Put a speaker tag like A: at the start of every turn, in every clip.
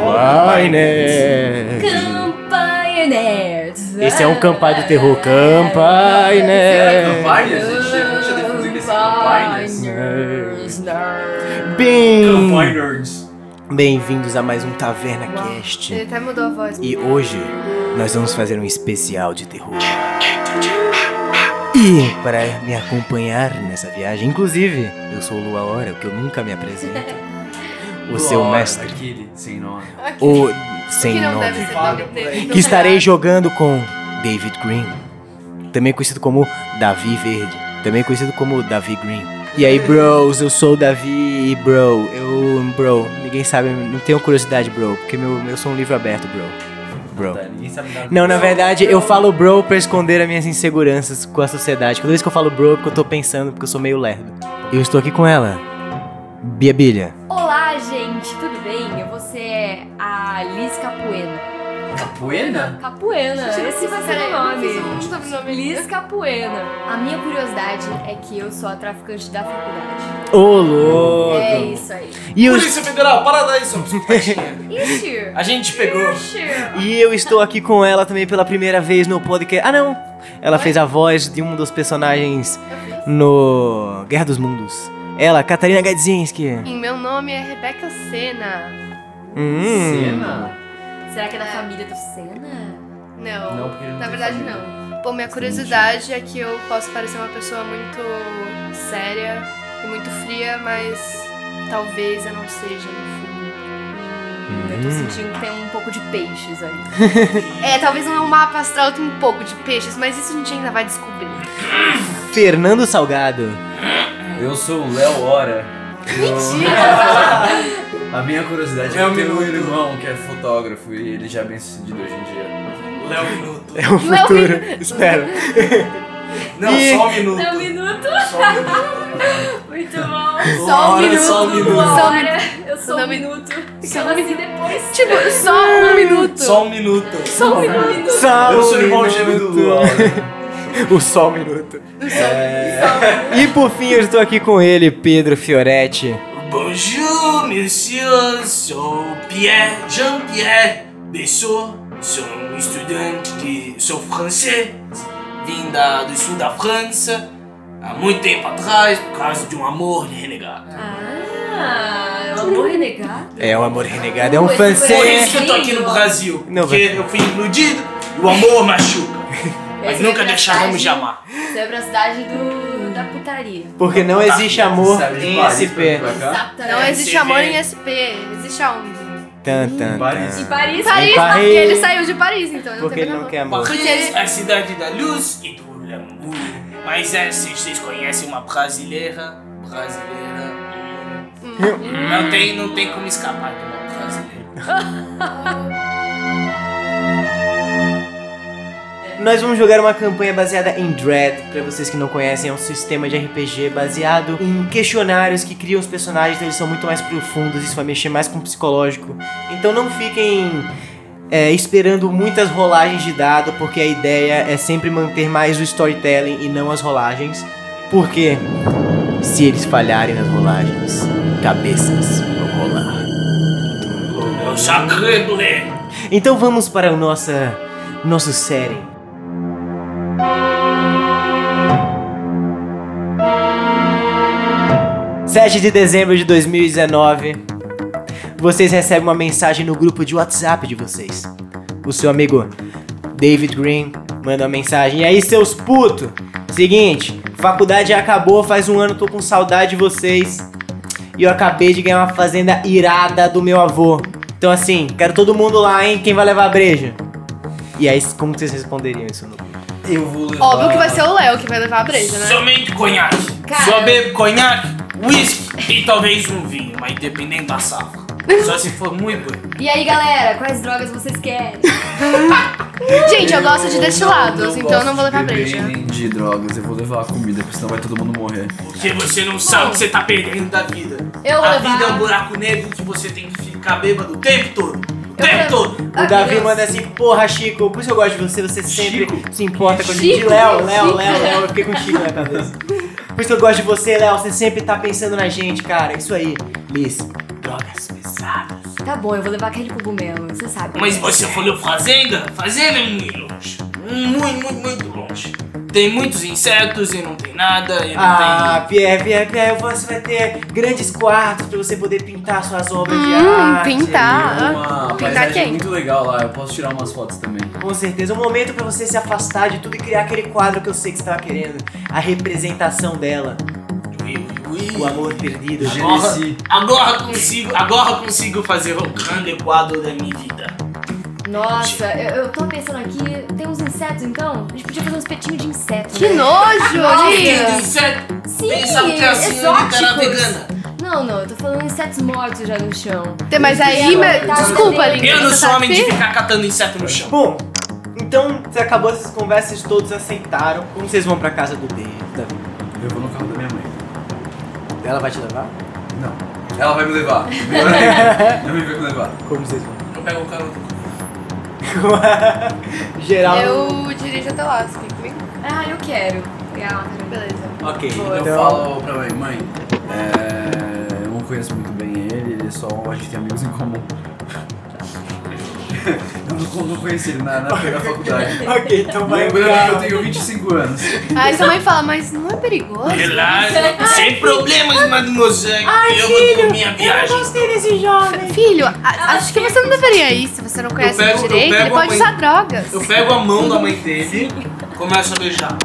A: Campai Nerds.
B: Campai Nerds.
A: Esse é um campai do terror. Campai Nerds.
C: Campanhas, gente, eu não tinha definido esse campanhas.
B: Nerds. Nerds.
A: Bem,
C: Campanhas.
A: bem-vindos a mais um Taverna Cast.
D: Ele até mudou a voz.
A: E hoje nós vamos fazer um especial de terror. E para me acompanhar nessa viagem, inclusive, eu sou o Lua Hora, que eu nunca me apresento. O seu
C: Lord,
A: mestre,
C: Aquele sem nome.
A: o sem
D: que não deve
A: nome.
D: ser
C: Fala
D: nome
C: pra ele.
D: dele.
A: que estarei jogando com David Green, também conhecido como Davi Verde, também conhecido como Davi Green. E aí, bros, eu sou o Davi, bro, eu, bro, ninguém sabe, não tenho curiosidade, bro, porque meu, eu sou um livro aberto, bro. Bro.
C: Tá, ninguém sabe nada.
A: Não, na verdade, eu falo bro pra esconder as minhas inseguranças com a sociedade. Toda vez que eu falo bro, é porque eu tô pensando, porque eu sou meio lerdo. Eu estou aqui com ela, Bia Bilha.
B: Olá, gente, tudo bem? Você é a Liz Capuena.
C: Capoeira?
B: Capuena, esse vai ser o
D: Peraí, eu
B: nome.
D: fiz um sobrenome
B: Liz Capuena. A minha curiosidade é que eu sou a traficante da faculdade.
A: Ô, louco!
B: É isso aí.
A: E eu,
C: Polícia Federal, para daí, só
B: Ixi.
C: A gente pegou.
B: Ixi.
A: E eu estou aqui com ela também pela primeira vez no podcast. Ah, não! Ela fez a voz de um dos personagens no Guerra dos Mundos. Ela, Catarina Gadzinski.
D: E meu nome é Rebeca Senna.
A: Hum.
C: Cena?
B: Será que é da família do Senna?
A: Hum.
D: Não,
C: Não, porque ele não
D: na
C: tem
D: verdade
C: família.
D: não. Pô, minha curiosidade é que eu posso parecer uma pessoa muito séria e muito fria, mas talvez eu não seja no fundo.
B: Eu tô sentindo que tem um pouco de peixes aí.
D: É, talvez no meu mapa astral tenha um pouco de peixes, mas isso a gente ainda vai descobrir.
A: Fernando Salgado.
C: Eu sou o Léo Hora.
D: Mentira!
C: A minha curiosidade é
E: Léo
C: que tem um
E: Minuto.
C: irmão que é fotógrafo e ele já é bem sucedido hoje em dia.
E: Léo um Minuto.
A: É o futuro. Espero.
E: Não,
A: E-
E: só um minuto.
B: um minuto. Muito bom.
E: Só um Hora, minuto, só um minuto. uma
B: Eu
D: sou um
B: minuto. Só um minuto depois.
D: tipo, só um minuto.
E: Só um minuto.
B: Só Hum. um minuto.
A: Só
E: Eu
A: um
E: sou o irmão
A: minuto.
E: gêmeo do Luau.
A: O um sol minuto. É. E por fim, eu estou aqui com ele, Pedro Fioretti.
E: Bonjour, monsieur. Sou Pierre, Jean-Pierre Bessot. Sou um estudante de... Sou francês. Vim da, do sul da França. Há muito tempo atrás, por causa de um amor renegado.
B: Ah, eu vou renegar.
A: É um amor renegado, é um
B: Oi,
E: Por
B: Oi.
A: francês.
E: isso que eu tô aqui no Brasil.
A: Não,
E: porque eu fui iludido e o amor machuca. Mas
B: Essa é
E: nunca
B: a
E: deixaremos de
B: verdade.
E: amar.
B: Isso é pra cidade do, da putaria.
A: Porque
E: Tá,
A: não existe amor em SP.
B: É,
D: Não existe
E: Você
D: amor
E: vê.
D: em SP, existe aonde?
A: Tan, tan,
C: Paris.
B: Em
A: tan.
B: Paris,
D: Paris, porque
A: Paris.
D: ele saiu de Paris, então ele não
A: Porque
D: tem
A: ele não
D: amor.
A: quer amor.
E: Paris, a cidade da luz e do amor. Mas é, se vocês conhecem uma brasileira, brasileira, não tem, não tem como escapar de uma brasileira.
A: Nós vamos jogar uma campanha baseada em Dread, pra vocês que não conhecem, é um sistema de RPG baseado em questionários que criam os personagens, então eles são muito mais profundos, isso vai mexer mais com o psicológico. Então não fiquem é, esperando muitas rolagens de dado, porque a ideia é sempre manter mais o storytelling e não as rolagens, porque se eles falharem nas rolagens, cabeças vão rolar.
E: Eu né? sacré bleu.
A: Então vamos para o nossa nosso série. Sete de dezembro de 2019. Vocês recebem uma mensagem no grupo de WhatsApp de vocês. O seu amigo David Green manda uma mensagem. E aí, seus putos? Seguinte, faculdade acabou, faz um ano tô com saudade de vocês. E eu acabei de ganhar uma fazenda irada do meu avô. Então assim, quero todo mundo lá, hein? Quem vai levar a breja? E aí, como vocês responderiam isso no grupo?
C: Eu vou levar.
D: Óbvio que vai ser o Léo que vai levar a breja, né?
E: Somente conhaque.
B: Cara.
E: Só bebo conhaque, whisky e talvez um vinho, mas dependendo da safra. Só se for muito bom.
B: E aí, galera, quais drogas vocês querem?
D: Gente, eu gosto de destilados, então eu não vou levar
C: de beber
D: breja.
C: nem de drogas, eu vou levar a comida, porque senão vai todo mundo morrer.
E: Porque você não sabe o que você tá perdendo da vida.
B: Eu
E: a
B: vou levar.
E: vida é um buraco negro que você tem que ficar bêbado o tempo todo. O
B: Eu
E: tempo
B: levo.
E: todo.
A: O
B: Ah,
A: Davi
B: Deus.
A: manda assim, porra, Chico, por isso eu gosto de você, você sempre
E: Chico?
A: se importa com a gente.
B: Chico,
A: Léo,
B: Chico.
A: Léo, Léo, Léo, eu fiquei com o Chico na cabeça. Por isso eu gosto de você, Léo, você sempre tá pensando na gente, cara. Isso aí, Liz, drogas pesadas.
B: Tá bom, eu vou levar aquele cogumelo, você sabe.
E: Mas você falou fazenda? Fazenda é muito longe. Muito, muito, muito longe. Tem muitos insetos e não tem nada e não
A: Ah, Pierre, Pierre, Pierre, você vai ter grandes quartos pra você poder pintar suas obras de
D: Hum,
A: arte.
D: pintar.
C: Uma
D: Pintar
C: paisagem
D: quem?
C: muito legal lá, eu posso tirar umas fotos também.
A: Com certeza, é um momento pra você se afastar de tudo e criar aquele quadro que eu sei que você tava querendo. A representação dela,
E: tem. Ui, ui,
A: o
E: ui.
A: amor perdido.
C: Agora-
E: Agora,
C: Genesi.
E: agora consigo, agora consigo fazer o grande quadro da minha vida.
B: Nossa, eu, eu tô pensando aqui, tem uns insetos então? A gente podia fazer uns petinhos de inseto.
D: Que
B: né?
D: nojo,
E: Tem
D: olha.
E: inseto.
B: Sim,
E: Pensava
B: é
E: que é assim, um a
B: assim, tá
E: senhora era
B: exóticos.
E: vegana.
B: Não, não, eu tô falando insetos mortos já no chão.
D: Mas aí, mas- desculpa, Link.
E: Eu não
D: você
E: sou
D: tá
E: homem de
D: feio?
E: ficar catando inseto no chão.
A: Bom, então você acabou essas conversas, todos aceitaram. Como vocês vão pra casa do David?
C: Eu vou no carro da minha mãe.
A: Ela vai te levar?
C: Não. Ela vai me levar. Melhor ainda. Não me vem me levar.
A: Como vocês vão?
E: Eu pego o carro.
A: Geral.
D: Eu dirijo até lá, você quer comigo?
B: Ah, eu quero. ah, tá Legal, quero.
D: Beleza.
A: Ok,
C: Então, eu
A: então.
C: falo pra mãe, mãe, é, eu não conheço muito bem ele, ele é só. A gente tem amigos em comum. Eu não, não conheci ele na, na primeira faculdade.
A: Ok, então vai.
C: Lembrando que eu tenho 25 anos.
D: Aí sua mãe fala, mas não é perigoso? tá
E: Relaxa, sem problemas, mademoiselle. eu vou com minha viagem.
A: gostei desse jovem.
D: Filho, a- acho que você não deveria ir se você não conhece
E: pego- eu
D: ele direito. Ele
E: pego a
D: pode
E: mãe-
D: usar drogas.
E: Eu pego a mão da mãe dele, começo a beijar.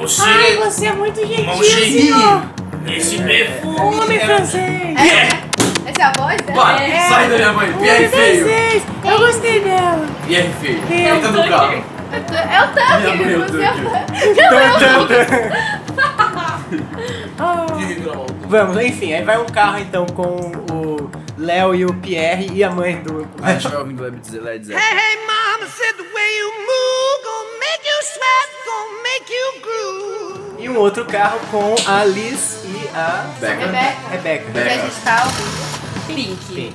E: Você,
A: você é muito
E: mão cheirinho. Esse perfume. é-
A: francês.
E: É,
D: Essa é a voz dela?
C: Vai, sai da minha mãe, Pierre feio.
A: Eu gostei dela.
C: Pierre feio. Entra no carro.
D: É o
C: Minha mãe, eu
D: Tucker,
C: tô
D: você é o
C: aqui.
A: Então, Vamos, enfim, aí vai um carro então com o Léo e o Pierre e a mãe do.
C: A gente vai ouvindo Led Zeppelin.
A: E um outro carro com a Liz e a
C: Becca.
D: Rebeca.
A: Rebeca.
D: Que a gente tá
B: Pink.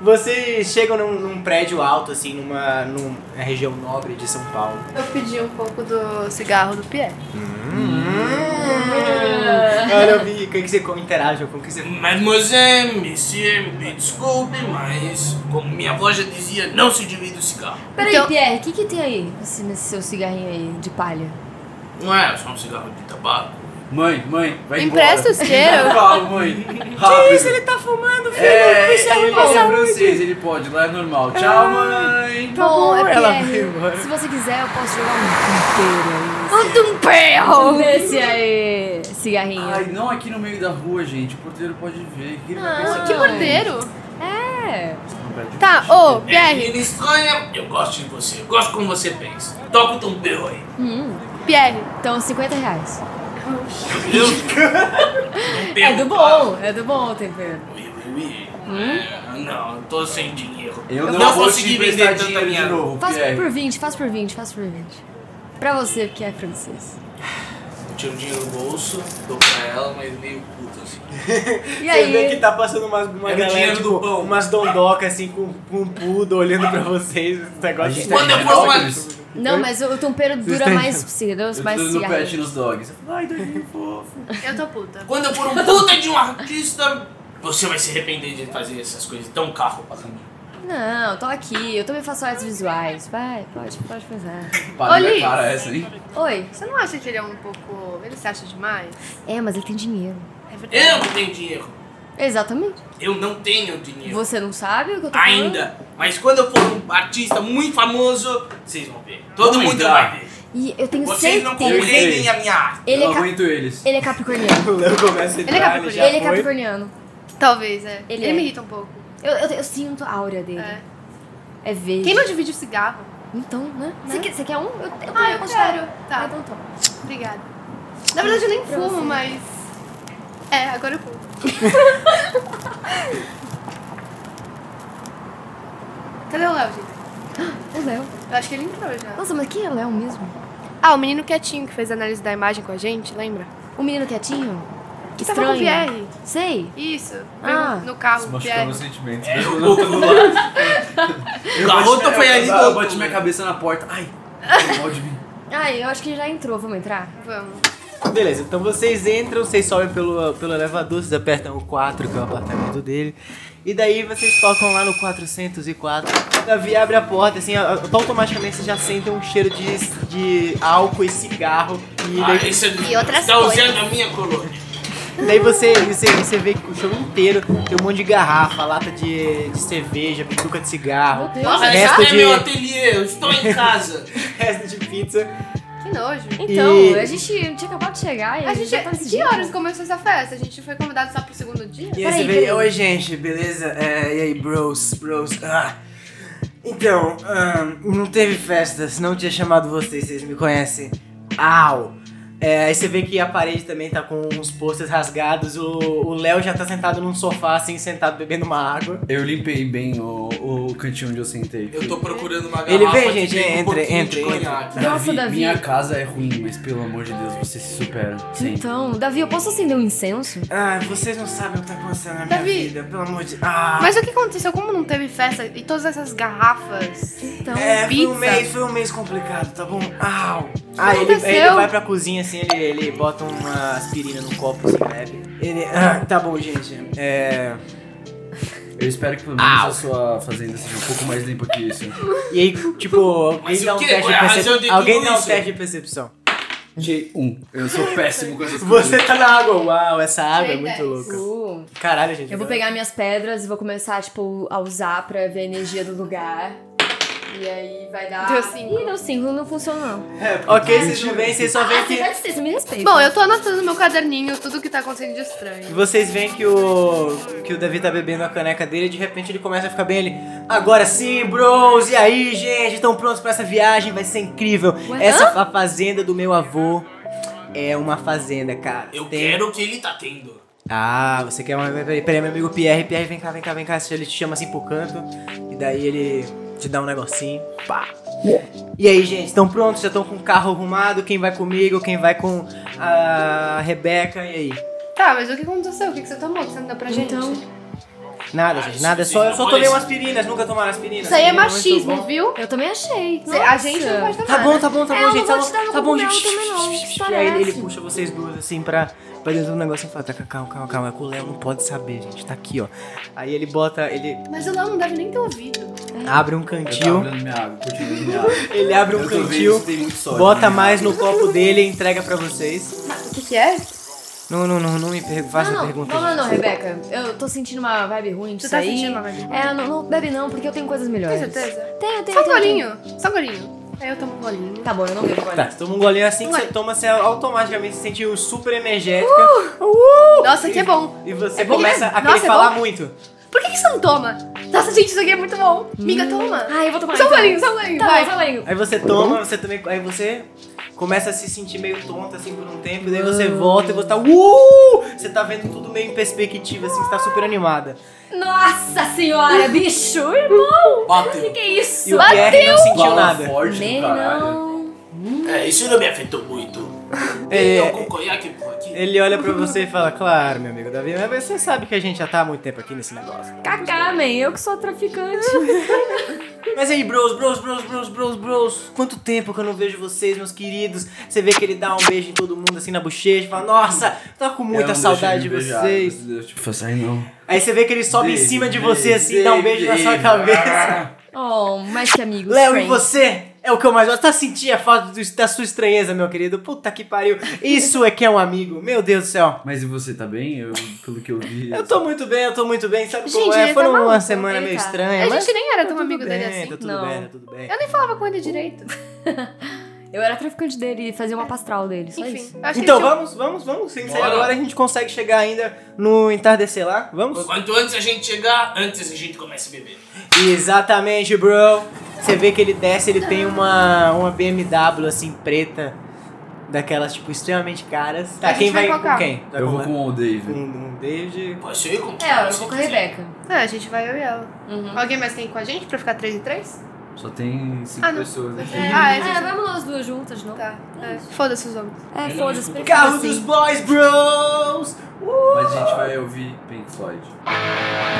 A: Vocês chegam num, num prédio alto, assim, numa, numa região nobre de São Paulo.
D: Eu pedi um pouco do cigarro do Pierre.
A: Hum. Olha, eu vi o que, que você come, interage com o que você.
E: Mademoiselle, monsieur, me desculpe, mas como minha avó já dizia, não se divide o cigarro.
B: Peraí,
D: Então-
B: Pierre, o que, que tem aí nesse, nesse seu cigarrinho aí de palha?
E: Não é só um cigarro de tabaco.
C: Mãe, mãe, vai
D: Empresta o
C: embora.
D: cheiro.
C: Calma, mãe. Rápido.
A: tá fumando,
C: É, ele é francês, ele pode, lá é normal. Tchau, mãe.
A: Tá bom,
B: é
A: ela
B: Pierre,
A: vai embora.
B: se você quiser, eu posso jogar um
D: Um tumperro!
B: inteiro aí. Nesse aí, cigarrinho.
C: Ai, não aqui no meio da rua, gente. O porteiro pode ver. Que ele vai
B: Não.
C: pensar
D: Que porteiro!
B: É.
C: no prédio.
D: Tá, ô,
E: É,
D: Pierre,
E: ele estranha. Eu gosto de você, eu gosto como você pensa. Toca o tombeiro aí.
B: Hum,
D: Pierre.
B: então, 50 reais.
E: Meu Deus. Não
B: É
E: perco
B: do bom, é do bom o tempero.
E: Ui, ui, ui. É, Não, eu tô sem dinheiro.
C: Eu não,
E: não
C: vou
E: consegui
C: te emprestar
E: vender tanta
C: dinheiro de
E: minha.
C: novo,
B: Faz por
C: Pierre.
B: 20, faz por 20, faz por 20. Pra você que é francês.
E: Tinha o dinheiro no bolso, dou pra ela, mas meio puto assim.
B: E
A: Você
B: aí?
A: vê que tá passando umas, uma
E: É o
A: galera,
E: dinheiro
A: tipo,
E: do pão.
A: umas dondocas, assim, com, com um pudo olhando pra vocês, esse negócio.
C: A gente
A: de-
C: tá
E: Quando eu
C: indo
E: for
C: de
E: uma-
C: óculos,
B: Não, mas o tempero dura
A: têm-
B: mais, sim, dura
C: Eu
B: mais
C: tô dando pet
B: cigarrinho.
C: nos dogs. Eu falo, Ai, doguinho fofo.
D: Eu tô puta.
E: Quando eu for um puta de um artista, você vai se arrepender de fazer essas coisas tão carro pra mim.
B: Não, tô aqui, eu também faço artes visuais. Vai, pode, pode pensar.
C: Para,
D: Liz.
C: né? para essa, hein?
B: Oi.
D: Você não acha que ele é um pouco. Ele se acha demais?
B: É, mas ele tem dinheiro.
D: É verdade.
E: Eu não tenho dinheiro.
B: Exatamente.
E: Eu não tenho dinheiro.
B: Você não sabe o que eu
A: tá
B: tô falando?
E: Ainda. Mas quando eu for um artista muito famoso, vocês vão ver. Todo
C: Vamos
E: mundo
C: entrar.
E: vai ver.
B: E eu tenho
E: Vocês não
B: certeza.
E: compreendem a minha arte.
B: Ele
C: eu
B: é, ca-
C: aguento eles.
B: ele é capricorniano.
A: O Léo começa a
D: Ele é
A: entrar, ele já
B: ele é
A: foi.
B: capricorniano.
D: Talvez, é.
B: Ele
D: Ele,
B: é.
D: me irrita um pouco.
B: Eu, eu, eu sinto a áurea dele.
D: É.
B: É, verde.
D: Quem não divide o cigarro?
B: Então, né? Você
D: Né?
B: quer, você quer um? Eu, eu tenho
D: Ah, eu
B: quantidade.
D: quero.
B: Ah,
D: Tá,
B: então toma.
D: obrigada. Na verdade eu nem
B: Pra
D: fumo,
B: você.
D: mas. É, agora eu fumo. Cadê o Léo, gente?
B: O Léo.
D: Eu acho que ele entrou já.
B: Nossa, mas quem é o Léo mesmo?
D: Ah, o menino quietinho que fez a análise da imagem com a gente, lembra?
B: tá O menino quietinho?
D: Que tava com o
B: Estranho.
D: Pierre.
B: Sei.
D: Isso.
B: Ah.
D: Pegou no carro
C: Isso
D: do
C: machucou
D: Pierre.
C: meus sentimentos.
E: O garoto foi ali
C: Eu
E: do
C: bati minha cabeça na porta. Ai, um foi mal de mim.
B: Ai, eu acho que já entrou. Vamos entrar?
D: Vamos.
A: Beleza, então vocês entram, vocês sobem pelo, pelo elevador, vocês apertam o 4, que é o apartamento dele. E daí vocês tocam lá no 404. O Davi abre a porta, assim, a- a- automaticamente vocês já sentem um cheiro de, de álcool e cigarro. E
E: Ah,
A: daí,
E: isso é do-
B: E outras
E: tá
B: coisas.
E: usando a minha colônia.
A: daí você, você, você vê que o chão inteiro tem um monte de garrafa, lata de, de cerveja, bituca de cigarro,
B: Meu Deus.
E: Nossa,
A: Resto
E: esse é
A: tá de-
E: meu ateliê, eu estou em casa.
A: resto de pizza.
D: Que nojo.
B: Então,
A: E-
B: a gente tinha acabado de chegar e
D: A gente,
B: já tá desse
D: que
B: jeito.
D: horas começou essa festa? A gente foi convidado só pro segundo dia?
A: E aí
B: Peraí,
A: você vê,
B: peraí.
A: oi gente, beleza? É, e aí, bros, bros. Ah. Então, ahn, não teve festa, senão eu tinha chamado vocês, vocês me conhecem. Au! É, aí você vê que a parede também tá com uns posters rasgados, o o Léo já tá sentado num sofá, assim, sentado bebendo uma água.
C: Eu limpei bem o, o cantinho onde eu sentei.
E: Eu tô procurando uma garrafa
A: Ele vem,
E: que
A: gente,
E: tem um
A: entre,
E: pouquinho de
A: entre, entre.
E: conhaque.
B: Nossa, Davi.
C: Minha casa é ruim, mas pelo amor de Deus, você se supera. Sim.
B: Então, Davi, eu posso acender um incenso?
A: Ah, vocês não sabem o que tá acontecendo na minha
D: Davi.
A: vida, pelo amor de... Ah!
D: Mas o que aconteceu? Como não teve festa e todas essas garrafas?
B: Então,
A: É, foi
D: pizza?
A: um, mês, foi um mês complicado, tá bom? Au! Ah, ele,
D: aconteceu?
A: ele vai pra cozinha assim, ele, ele bota uma aspirina no copo assim, bebe. Ele. Ah, tá bom, gente. É.
C: Eu espero que pelo menos a sua fazenda seja um pouco mais limpa que isso.
A: E aí, tipo, alguém
E: Mas
A: dá
E: o
A: um
E: quê?
A: teste
E: Qual
A: de
E: é a razão de
A: percepção.
E: tudo
A: Alguém dá um
E: isso?
A: teste de percepção.
C: Tirei um. Eu sou péssimo com essas coisas.
A: Você tá na água, uau, essa água é
D: Tirei
A: muito
D: 10.
A: louca.
B: uh,
A: Caralho, gente.
B: eu vou
A: agora-
B: pegar minhas pedras e vou começar, tipo, a usar pra ver a energia do lugar. E aí vai dar.
D: Deu cinco.
B: Ih, deu cinco, não funciona não.
A: é Ok, vocês não veem, vocês só veem
B: Ah,
A: que.
B: você tá de vocês, me respeita.
D: Bom, eu tô anotando no meu caderninho tudo que tá acontecendo de estranho.
A: Vocês veem que o que o Davi tá bebendo a caneca dele e de repente ele começa a ficar bem ali. Agora sim, bros! E aí, gente? Estão prontos pra essa viagem? Vai ser incrível.
B: Ué?
A: Essa fa- fazenda do meu avô é uma fazenda, cara.
E: Eu
A: Tem-
E: quero o que ele tá tendo.
A: Ah, você quer uma. Peraí, peraí, meu amigo Pierre. Pierre, vem cá, vem cá, vem cá. Ele te chama assim pro canto e daí ele te dá um negocinho. Pá! E aí, gente, estão prontos? Já estão com o carro arrumado? Quem vai comigo? Quem vai com a Rebeca? E aí?
D: Tá, mas o que aconteceu? O que, que você tomou que você não deu pra gente?
B: Então,
A: Nada,
E: Ah,
A: gente,
E: isso-
A: nada. é
E: isso
A: Só, eu
E: não
A: só
E: pode
A: tomei
E: ser.
A: umas aspirinas, nunca tomaram aspirina.
D: Isso aí é
A: Aspirina não muito
D: machismo,
A: bom.
D: viu?
B: eu também achei.
D: Cê- A gente não pode tomar.
A: Tá bom,
D: né?
A: tá bom, tá
B: É,
A: bom,
B: eu
A: gente.
B: não
A: tá
B: vou
A: bom,
B: te dar meu
A: tá bom,
B: cogumelo
A: gente.
B: também, não, que
A: E aí ele, ele
B: parece.
A: puxa vocês duas assim pra, pra dentro do negócio e fala: tá, calma, calma, calma. É com o Léo, não pode saber, gente. Tá aqui, ó. Aí ele bota, ele
D: né? Mas o Léo não deve nem ter ouvido.
A: abre um
C: Eu tava
A: cantil,
C: olhando minha água, continuo minha água.
A: ele abre um
C: Eu tô vendo
A: cantil,
C: se tem muito sódio.
A: bota mais no copo dele e entrega pra vocês.
D: O que, que é?
A: Não, não, não, não me pergunte, faça
B: Não, não, não,
A: pergunta.
B: não,
A: gente.
B: não, Rebeca. Eu tô sentindo uma vibe ruim disso
D: Você tá
B: aí.
D: sentindo uma vibe ruim?
B: É, não, não bebe não, porque eu tenho coisas
D: Tem
A: é
B: melhores.
D: certeza?
B: Tenho, tenho,
D: Só um
B: tenho, tenho.
D: golinho. Só um golinho. Aí eu tomo um golinho.
B: Tá bom, eu não bebo agora.
A: Tá, você toma um golinho assim que
D: Ué.
A: você toma, você automaticamente se sente
B: Uh!
A: super energética.
D: Nossa, que é bom.
A: E você
D: É bom
A: começa
D: mesmo?
A: a querer
D: Nossa, é
A: falar
D: bom?
A: muito.
D: Por que, que você não toma? Nossa, gente, isso aqui é muito bom.
A: Hum.
D: Miga, toma.
B: Ah, eu vou tomar
D: Só um
B: então.
D: golinho, só um golinho.
B: Tá bom,
D: vai.
B: só um golinho.
A: Aí você toma, você também. Aí você começa a se sentir meio tonta assim por um tempo, daí você volta e você tá. Uh! Você tá vendo tudo meio em perspectiva, assim, você tá super animada.
B: Nossa senhora, bicho, irmão! Que
E: Bateu.
B: que é isso?
A: E o Pierre não sentiu nada.
C: forte
B: Nem
C: do caralho.
B: não.
E: É, isso não me afetou muito.
A: É,
E: Tem algum conhaque por aqui?
A: Ele olha pra você e fala, claro, meu amigo Davi, mas você sabe que a gente já tá há muito tempo aqui nesse negócio.
B: Cacá, man, eu que sou a traficante.
A: Mas aí, bros, bros, bros, bros, bros, bros, quanto tempo que eu não vejo vocês, meus queridos. Você vê que ele dá um beijo em todo mundo, assim, na bochecha, e fala, nossa, tô com
C: Eu não
A: muita
C: deixei
A: saudade de
C: me beijar,
A: vocês.
C: Eu, Tipo, faço, ai não.
A: Aí você vê que ele sobe em
C: Beijo,
A: cima de
C: beijo,
A: você assim, dá um beijo na sua
C: beijo.
A: cabeça.
B: Oh, mais que amigos.
A: Léo, e
B: friends.
A: você? É o que eu mais gosto. Tá sentindo a falta do- da sua estranheza, meu querido? Puta que pariu. Isso é que é um amigo. Meu Deus do céu.
C: Mas e você tá bem? Eu, pelo que eu vi.
A: Eu tô muito bem, eu tô muito bem. Sabe como
D: Gente,
A: é?
D: ele
A: Foi
D: tá
A: uma
D: maluco,
A: semana
B: ele
A: meio
B: tá.
A: estranha,
D: A
A: mas...
D: gente nem era tão
A: tá
D: amigo
A: tudo
D: dele
A: bem,
D: assim.
A: Tá tudo
B: Não.
A: bem, tá tudo bem.
D: Eu nem falava com ele direito.
B: Eu era traficante dele e fazia uma pastral dele, só isso.
D: Enfim, eu acho
A: Então
D: que esse é o-
A: vamos, vamos, vamos. Sim,
E: Bora.
A: agora a gente consegue chegar ainda no entardecer lá. Vamos?
E: Quanto antes a gente chegar, antes a gente começa a beber.
A: Exatamente, bro. Você vê que ele desce, ele tem uma, uma BMW assim preta, daquelas tipo extremamente caras. Tá,
D: A gente
A: quem
D: vai
A: vai,
D: qual
A: com
D: carro?
A: quem? Vai
C: Eu vou
A: com
C: com o Dave.
A: um, um David.
E: Posso ir com
B: É, eu vou com a Rebeca.
D: Ah, a gente vai eu e ela.
B: Uhum.
D: Alguém mais tem com a gente pra ficar 3 e 3?
C: Só tem cinco
D: Ah, não.
C: pessoas aqui.
D: É, ah,
B: É,
D: é,
B: vamos nós duas juntas, não?
D: tá. É. Foda-se os homens.
B: É, foda-se. prefiro
A: Carro
B: assim.
A: dos Boys Bros!
C: Mas a gente vai ouvir Pink Floyd.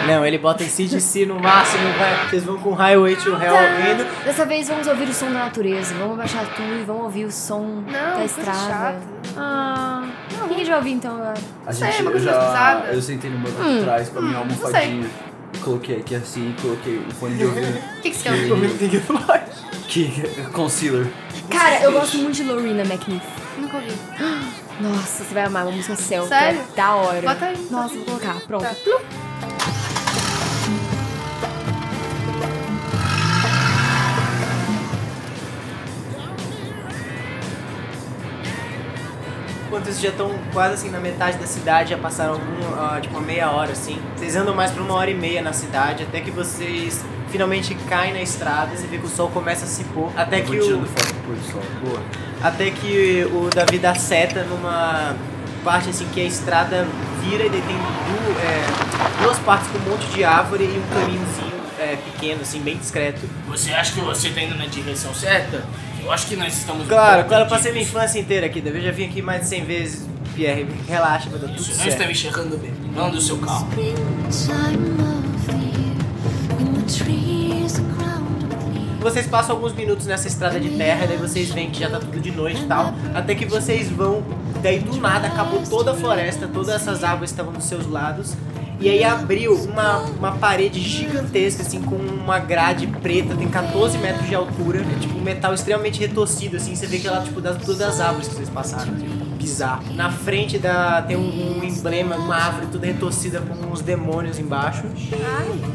A: Não, ele bota em CDC no máximo, vai. Vocês vão com Highway to Hell ouvindo.
B: Tá. Dessa vez vamos ouvir o som da natureza. Vamos abaixar tudo e vamos ouvir o som
D: Não,
B: da
D: coisa chata.
B: Tá estrada. Ah, o que a gente vai ouvir então agora?
C: A
D: Sei,
C: gente
D: é uma
C: eu
D: coisa mais
C: já.
D: pesada. Hum.
C: Eu sentei no banco de trás com a minha
D: sei.
C: almofadinha. E coloquei aqui assim, coloquei o fone de ouvido.
D: O que, que você quer ouvir?
A: Pink Floyd.
C: que concealer.
B: Cara, eu gosto muito de Lorena McNeil.
D: Nunca ouvi.
B: Nossa, você vai amar uma música celta.
D: Sério?
B: é Da hora.
D: Bota aí.
B: Nossa, vou colocar. Pronto.
D: Tá.
A: Enquanto vocês já estão quase assim na metade da cidade, já passaram algum, ah, tipo uma meia hora assim. Vocês andam mais pra uma hora e meia na cidade, até que vocês finalmente caem na estrada e vê que o sol começa a se pôr. Até
C: Eu vou
A: que
C: tirando
A: o,
C: foto do pôr do sol.
A: Boa. Até que o Davi dá seta numa parte assim que a estrada vira e daí tem du- é, duas partes com um monte de árvore e um caminhozinho é, pequeno, assim, bem discreto.
E: Você acha que você tá indo na direção certa? Eu acho que nós estamos. um
A: Claro, claro, tipo eu
E: perdidos.
A: passei minha infância inteira aqui, Davi. Eu já vim aqui mais de 100 vezes, Pierre. Relaxa, vai dar tudo
E: Você não está
A: certo.
E: me enxergando bem. Manda o seu carro.
A: Vocês passam alguns minutos nessa estrada de terra, daí vocês veem que já tá tudo de noite e tal. Até que vocês vão, daí do nada acabou toda a floresta, todas essas árvores estavam dos seus lados. E aí abriu uma, uma parede gigantesca, assim, com uma grade preta, tem 14 metros de altura, é, tipo um metal extremamente retorcido, assim, você vê que ela, tipo, das todas as árvores que vocês passaram, tipo, bizarro. Na frente da, tem um, um emblema, uma árvore toda retorcida com uns demônios embaixo.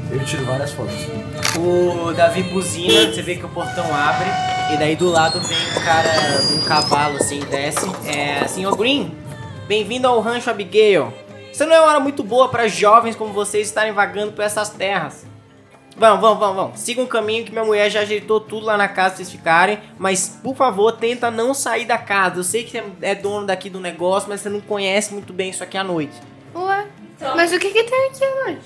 C: Eu tiro várias fotos.
A: O Davi buzina, você vê que o portão abre, e daí do lado vem um cara, um cavalo assim, desce. É, senhor Green, bem-vindo ao Rancho Abigail. Isso não é uma hora muito boa para jovens como vocês estarem vagando por essas terras. Vão, vão, vão, vão. Siga um caminho que minha mulher já ajeitou tudo lá na casa pra vocês ficarem. Mas, por favor, tenta não sair da casa. Eu sei que você é dono daqui do negócio, mas você não conhece muito bem isso aqui à noite.
D: Ué, mas o que que tem aqui à noite?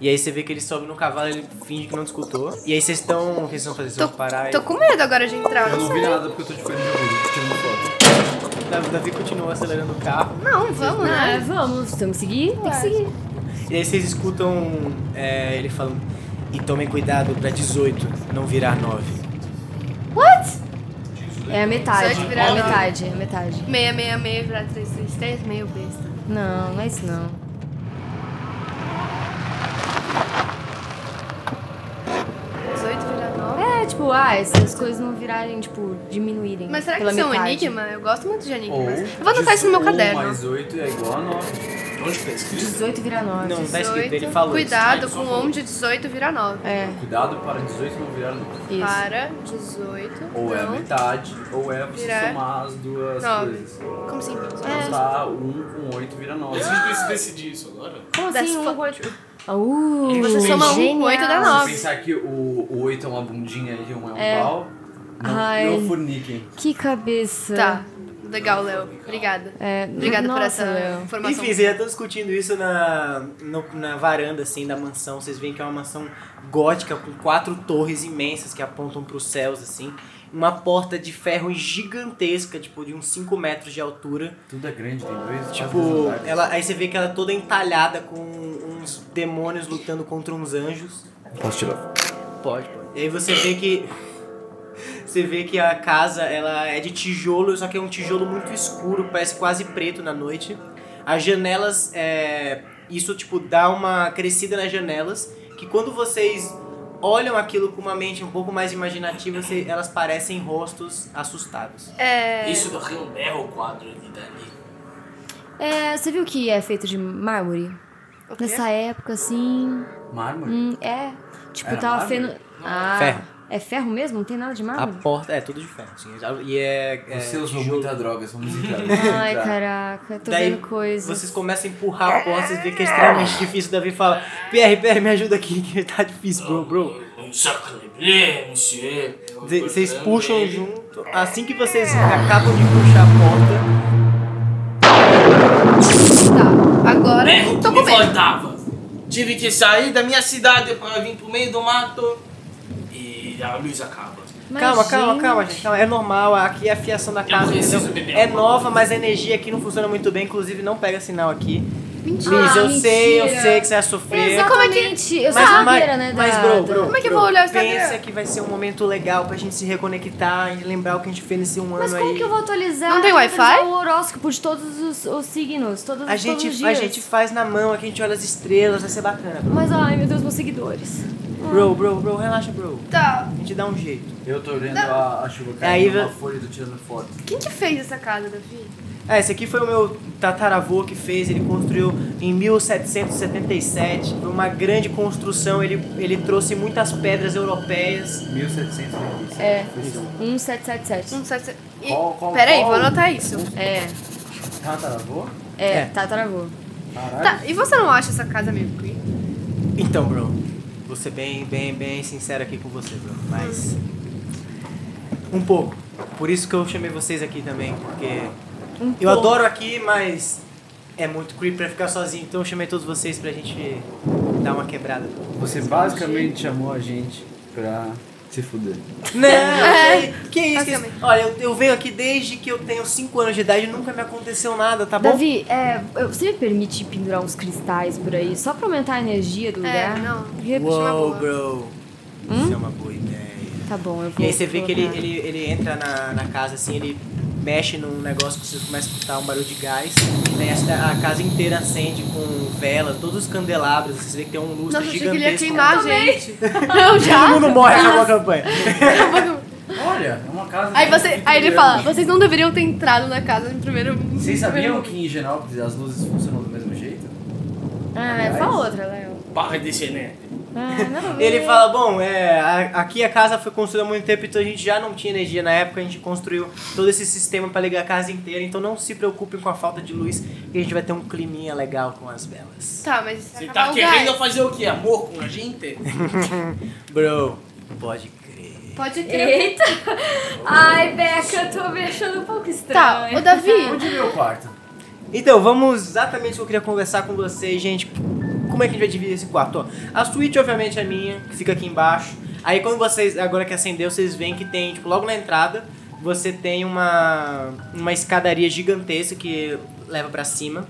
A: E aí você vê que ele sobe no cavalo, ele finge que não te escutou. E aí vocês estão. O que vocês vão fazer? Vocês
D: Tô,
A: vão parar e-
D: tô com medo agora de entrar,
C: Eu
D: não
C: não vi
D: sei.
C: nada porque eu tô de fone de ouvido, tô tirando foto.
A: Davi, Davi continua acelerando o carro.
D: Não, vamos, né?
B: Ah, vamos, temos que seguir, tem que
D: Ué.
B: seguir.
A: E aí vocês escutam é, ele falando. E tomem cuidado pra 18 não virar 9.
B: É a metade,
D: Só de
B: é a
D: virar
B: metade, é a metade.
D: 666 virar 333, meio besta.
B: Não, não é isso não.
D: dezoito virar 9.
B: É, tipo, ah, essas coisas não virarem, tipo, diminuírem
D: Mas será que
B: pela
D: isso é um
B: metade.
D: enigma? Eu gosto muito de enigmas.
C: Ou
D: Eu vou anotar isso no meu
C: ou
D: caderno.
C: mais 8 é igual a 9.
E: Onde tá escrito?
B: 18 vira 9.
A: Não, tá escrito, ele
D: 18,
A: falou.
D: Cuidado com onde 18 vira 9.
B: É,
C: Cuidado para 18 não virar 9.
B: isso.
D: Para 18.
C: Ou é a
D: não.
C: metade, ou é você
D: Virar
C: somar as duas
D: nove.
C: coisas.
D: Como assim?
B: É,
C: Então tá 1 com 8 vira 9.
E: Vocês precisam decidir isso agora?
B: Como
D: That's
B: assim? Um
D: fuck
B: com oito? Ah, Uh,
D: Você soma um com
B: genial.
D: oito dá
C: Se
D: nove.
C: você pensar que o, o 8 é uma bundinha e um é um
B: É.
C: pau, não,
B: Ai.
C: não forniquem.
B: Que cabeça.
D: Tá. Legal, Léo. Obrigada.
B: É,
D: Obrigada
B: nossa,
D: por essa
B: Léo.
D: informação.
A: Enfim, vocês já estão discutindo isso na, no- na varanda, assim, da mansão. Vocês veem que é uma mansão gótica com quatro torres imensas que apontam pros céus, assim. Uma porta de ferro gigantesca, tipo, de uns 5 metros de altura.
C: Tudo é grande, tem dois. quase
A: Tipo,
C: dois andares.
A: ela, aí você vê que ela é toda entalhada com uns demônios lutando contra uns anjos.
C: Posso tirar foto?
A: Pode, pode. E aí você vê que. Você vê que a casa ela é de tijolo, só que é um tijolo muito escuro, parece quase preto na noite. As janelas. é, isso tipo dá uma crescida nas janelas. Que quando vocês olham aquilo com uma mente um pouco mais imaginativa, você- elas parecem rostos assustados.
D: É.
E: Isso daqui não é o quadro de Dali.
B: É, você viu que é feito de mármore?
D: O quê? Tá.
B: Nessa época, assim.
C: Mármore?
B: hum, é. Tipo,
C: Era
B: tava
C: mármore?
B: feno. Ah,
A: Ferro.
B: É ferro mesmo? Não tem nada de
A: A
B: mármore?
A: porta é tudo de ferro, assim, E é. é
C: Você usou
A: tijolo.
C: muita droga, vamos entrar.
B: Ai, caraca, tô
A: Daí
B: vendo coisas.
A: Vocês começam a empurrar a porta, vocês veem que é extremamente difícil. Davi fala: Pierre, Pierre, me ajuda aqui, que tá difícil, bro, bro.
E: Um sacreblé, monsieur.
A: Cê-
E: um
A: Vocês
E: né?
A: puxam junto. Assim que vocês acabam de puxar a
D: Tá. Agora
E: Berro que
D: tô com
E: Né? me
D: medo.
E: faltava. Tive que sair da minha cidade para vir pro meio do mato. E e a luz acaba.
A: Calma, calma,
B: Imagina.
A: calma, gente. Calma. É normal, aqui é a fiação da casa,
E: preciso
A: entendeu?
E: beber
A: É
E: alguma
A: nova, mas a energia aqui não funciona muito bem, inclusive não pega sinal aqui.
B: Mentira. Ah,
A: Liz, eu sei, eu
D: mentira.
A: sei que você vai sofrer.
B: Exatamente.
D: Como é que-
B: Eu sou
A: Mas,
B: a
A: mas,
B: blogueira, né?
A: mas,
B: da-
A: bro,
B: da-
A: bro,
D: Como é que eu
A: bro,
D: vou olhar o Instagram?
A: Pensa que vai ser um momento legal pra gente se reconectar e lembrar o que a gente fez nesse um ano
B: Mas como
A: aí.
B: que eu vou atualizar?
D: Não tem
B: Eu vou atualizar
D: Wi-Fi?
B: O horóscopo de todos os, os signos, todos,
A: A
B: todos os
A: gente, a
B: dias.
A: gente faz na mão, aqui a gente olha as estrelas, vai ser bacana. Bro,
B: Mas ai, meu Deus, meus seguidores.
A: bro, bro, bro, relaxa, bro.
D: Tá.
A: A gente dá um jeito.
C: Eu tô olhando a, a chuva
A: Aí
C: caindo na
A: vai-
C: folha e tô tirando foto.
D: Quem que fez essa casa, Davi?
A: É, esse aqui foi o meu tataravô que fez, ele construiu em 1777. Foi uma grande construção, ele, ele trouxe muitas pedras europeias.
C: 1797.
B: É.
C: Foi seu.
B: 1777.
D: Um sete... Ih,
C: Qual- qual-
D: Peraí,
C: qual?
D: vou anotar isso.
B: É,
C: Tataravô?
A: É.
B: é, tataravô.
C: tá, Caralho.
D: Tá, e você não acha essa casa meio creepy?
A: Então, bro, vou ser bem, bem, bem sincero aqui com você, bro. Mas. Um pouco. Por isso que eu chamei vocês aqui também, porque.
B: Um
A: eu
B: pouco.
A: adoro aqui, mas. É muito creepy pra ficar sozinho, então eu chamei todos vocês pra gente dar uma quebrada.
C: Você basicamente chamou a gente pra se fuder.
A: Não! Né? que- Que isso? Que isso?
D: É. Basicamente.
A: Olha, eu, eu venho aqui desde que eu tenho 5 anos de idade e nunca me aconteceu nada, tá bom?
B: Davi, é, eu- você me permite pendurar uns cristais por aí, só pra aumentar a energia do
D: É,
B: lugar?
D: não.
A: Uou, bro.
D: Hum?
A: Isso é uma boa ideia.
B: Tá bom, eu vou.
A: E aí você vê que ele,
B: colocar.
A: ele, ele entra na, na casa, assim, ele mexe num negócio que você começa a escutar um barulho de gás. Né? A, a casa inteira acende com vela, todos os candelabros, você vê que tem um lustre
D: Nossa, achei que
A: gigantesco.
D: ele ia queimar a gente.
B: Não,
A: Todo mundo morre com uma campanha.
C: Olha, é uma casa.
D: Aí,
C: que
D: você,
C: fica
D: aí ele
C: olhando.
D: fala, vocês não deveriam ter entrado na casa no primeiro... no
C: Vocês sabiam
D: primeiro-
C: que em Genópolis as luzes funcionam do mesmo jeito?
D: é
B: Ah, fala outra, Léo.
E: Barra de Xené.
B: Ah, nada a ver.
A: Ele fala, bom, é, a- aqui a casa foi construída há muito tempo, então a gente já não tinha energia na época, a gente construiu todo esse sistema pra ligar a casa inteira, então não se preocupem com a falta de luz, que a gente vai ter um climinha legal com as velas.
D: Tá, mas se
E: Você
D: acabar
E: tá
D: o
E: querendo
D: gás,
E: fazer o quê? Amor com a gente?
A: Bro, pode crer.
D: Pode crer.
B: Eita! Ai, Beca, eu tô me achando um pouco
D: Tá,
B: estranho.
D: ô Davi,
C: Onde é meu quarto?
A: Então, vamos exatamente o que eu queria conversar com vocês, gente. Como é que a gente vai dividir esse quarto? Ó, a suíte, obviamente, é minha, que fica aqui embaixo. Aí, quando vocês, agora que acendeu, vocês veem que tem, tipo, logo na entrada, você tem uma, uma escadaria gigantesca que leva pra cima.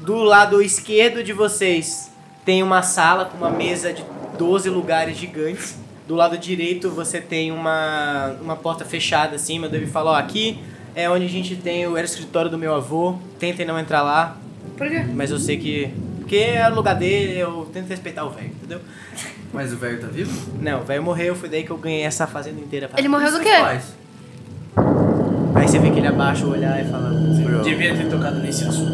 A: Do lado esquerdo de vocês tem uma sala com uma mesa de 12 lugares gigantes. Do lado direito você tem uma, uma porta fechada assim, meu Davi falou, ó, aqui é onde a gente tem o era o escritório do meu avô. Tentem não entrar lá,
D: por quê?
A: mas eu sei que porque é o lugar dele, eu tento respeitar o velho, entendeu?
C: Mas o velho tá vivo?
A: Não, o velho morreu, foi daí que eu ganhei essa fazenda inteira pra
D: Ele morreu
C: Isso
D: do quê?
C: faz.
A: Aí você vê que ele abaixa o olhar e fala, bro,
E: Devia ter tocado nesse assunto.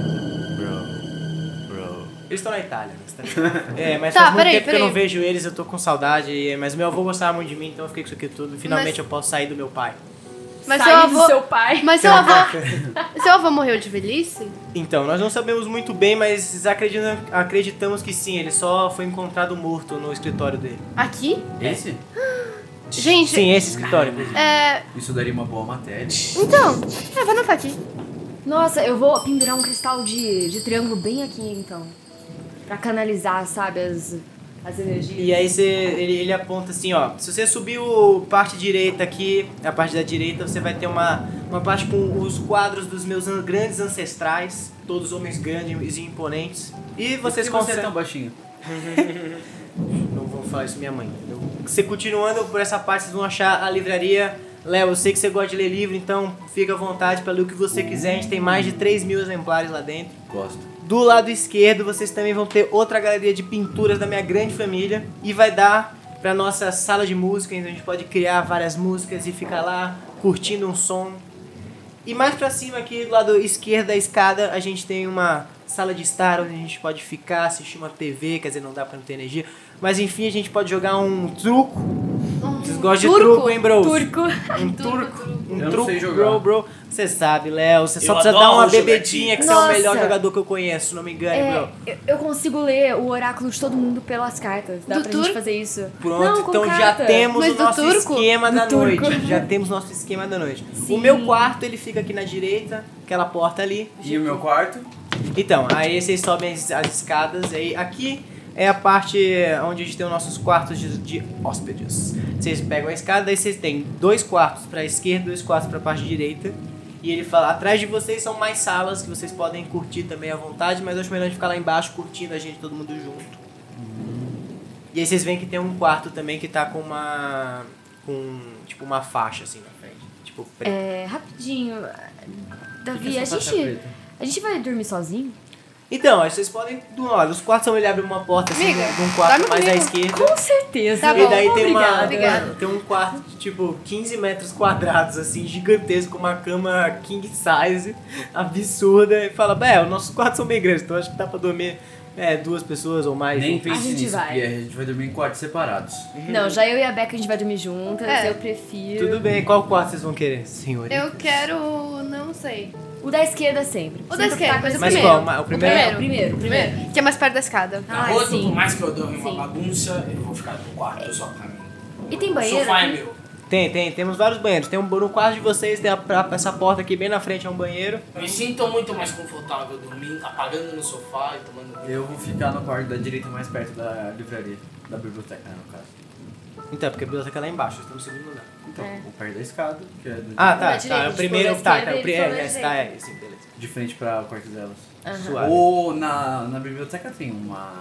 A: bro, bro. Eles estão na Itália, né? Você tá ligado? É, mas
D: Tá,
A: faz muito
D: peraí,
A: tempo que eu não
D: peraí.
A: vejo eles, eu tô com saudade. e- Mas meu avô gostava muito de mim, então eu fiquei com isso aqui tudo. Finalmente
D: Mas-
A: eu posso sair do meu pai.
D: Mas
B: Saí
D: seu
B: do
D: avô...
B: seu pai.
D: Mas seu avô... Seu avô morreu de velhice?
A: Então, nós não sabemos muito bem, mas acreditam- acreditamos que sim. Ele só foi encontrado morto no escritório dele.
D: Aqui?
C: Esse?
D: Gente,
A: Sim, esse escritório, inclusive.
D: é...
C: Isso daria uma boa matéria.
D: Então, é, vou anotar aqui.
B: Nossa, eu vou pendurar um cristal de, de triângulo bem aqui, então. Pra canalizar, sabe, as, as energias.
A: E aí você, ele, ele aponta assim, ó. Se você subir o parte direita aqui, a parte da direita, você vai ter uma, uma parte com os quadros dos meus an- grandes ancestrais. Todos homens grandes e imponentes. Então, E vocês
C: Por que você
A: conseguem...
C: é tão baixinho?
A: Não vou falar isso minha mãe. entendeu? Você continuando por essa parte, vocês vão achar a livraria. Léo, eu sei que você gosta de ler livro, então fica à vontade para ler o que você quiser. A gente tem mais de 3 mil exemplares lá dentro.
C: Gosto.
A: Do lado esquerdo, vocês também vão ter outra galeria de pinturas da minha grande família. E vai dar para nossa sala de música, então a gente pode criar várias músicas e ficar lá curtindo um som. E mais pra cima aqui, do lado esquerdo da escada, a gente tem uma sala de estar onde a gente pode ficar, assistir uma TV, quer dizer, não dá pra não ter energia. Mas enfim, a gente pode jogar um truco. Vocês gostam de
D: turco?
A: truco, hein, bros?
B: Turco.
A: Um turco. Um
C: Eu não
A: truco,
C: sei jogar.
A: bro, bro. Você sabe, Léo. Você só
E: Eu
A: precisa dar
E: adoro
A: uma
E: jogar
A: bebedinha, que você é o
B: Nossa.
A: melhor jogador que eu conheço, não me engane, bro.
B: É, eu- eu consigo ler o oráculo de todo mundo pelas cartas. Dá
D: Do
B: pra
D: turco?
B: gente fazer isso.
A: Pronto,
B: Não, com
A: então
B: carta.
A: já temos
D: Mas
A: o
D: do
A: nosso
D: turco?
A: esquema
B: Do
A: da
B: turco.
A: noite. Já temos nosso esquema da noite.
B: Sim.
A: O meu quarto, ele fica aqui na direita, aquela porta ali.
C: E o meu quarto?
A: Então, aí vocês sobem as, as escadas. Aí aqui é a parte onde a gente tem os nossos quartos de, de hóspedes. Vocês pegam a escada e vocês têm dois quartos para a esquerda, dois quartos para a parte direita. E ele fala, atrás de vocês são mais salas que vocês podem curtir também à vontade, mas eu acho melhor a gente ficar lá embaixo curtindo a gente, todo mundo junto. E aí vocês veem que tem um quarto também que tá com uma. com. tipo uma faixa assim na frente. Tipo, preta.
B: É, rapidinho. Davi, a
C: Essa faixa
B: gente,
C: preta.
B: a gente vai dormir sozinho?
A: Então, aí vocês podem. do- Olha, os quartos são ele abre uma porta assim
D: Amiga,
A: de um quarto
D: dorme
A: mais à
D: comigo.
A: esquerda.
B: Com certeza.
D: Tá
A: e
D: bom,
A: daí tem, uma,
D: obrigada, obrigada.
A: tem um quarto de tipo 15 metros quadrados, assim, gigantesco, uma cama king size, absurda, e fala, é, os nossos quartos são bem grandes, então acho que dá pra dormir é, duas pessoas ou mais.
C: Nem
A: junto."
C: pense
B: gente
C: nisso,
B: vai.
C: Pierre. A gente vai dormir em quartos separados.
B: Não, já eu e a Beca a gente vai dormir juntas.
D: É.
B: Eu prefiro.
A: Tudo bem, qual quarto vocês vão querer, senhores?
D: Eu quero. não sei.
B: O da esquerda sempre.
D: O da
B: Sempre
D: esquerda,
B: tá com
D: mas o
A: Mas
B: esse-
D: primeiro.
A: qual? O primeiro?
B: O primeiro, o primeiro.
D: Que é mais perto da escada.
E: Na
B: Ah,
E: rua,
B: sim.
E: por mais que eu dorme uma
B: Sim.
E: bagunça, eu vou ficar no quarto só pra mim.
B: E tem
E: O
B: banheiro?
E: sofá é meu.
A: Tem, tem, temos vários banheiros. Tem um no quarto de vocês, tem a, pra- essa porta aqui bem na frente é um banheiro.
E: Me sinto muito mais confortável dormindo, apagando no sofá e tomando banho.
C: Eu vou ficar no quarto da direita mais perto da livraria. Da biblioteca, né, no caso.
A: Então, porque a biblioteca é lá embaixo, vocês estão no segundo andar.
C: Então,
B: É.
C: vou perto da escada, que é do-
A: Ah, tá,
B: Na direita,
A: tá. O
B: tipo,
A: primeiro.
B: da
A: Tá, tá. O
B: esquerda, ele
A: primeiro.
B: ficou na
A: é, Tá, é, sim, beleza.
C: de frente pra quarto delas.
B: Aham.
A: Suave.
C: Ou na, na biblioteca tem uma,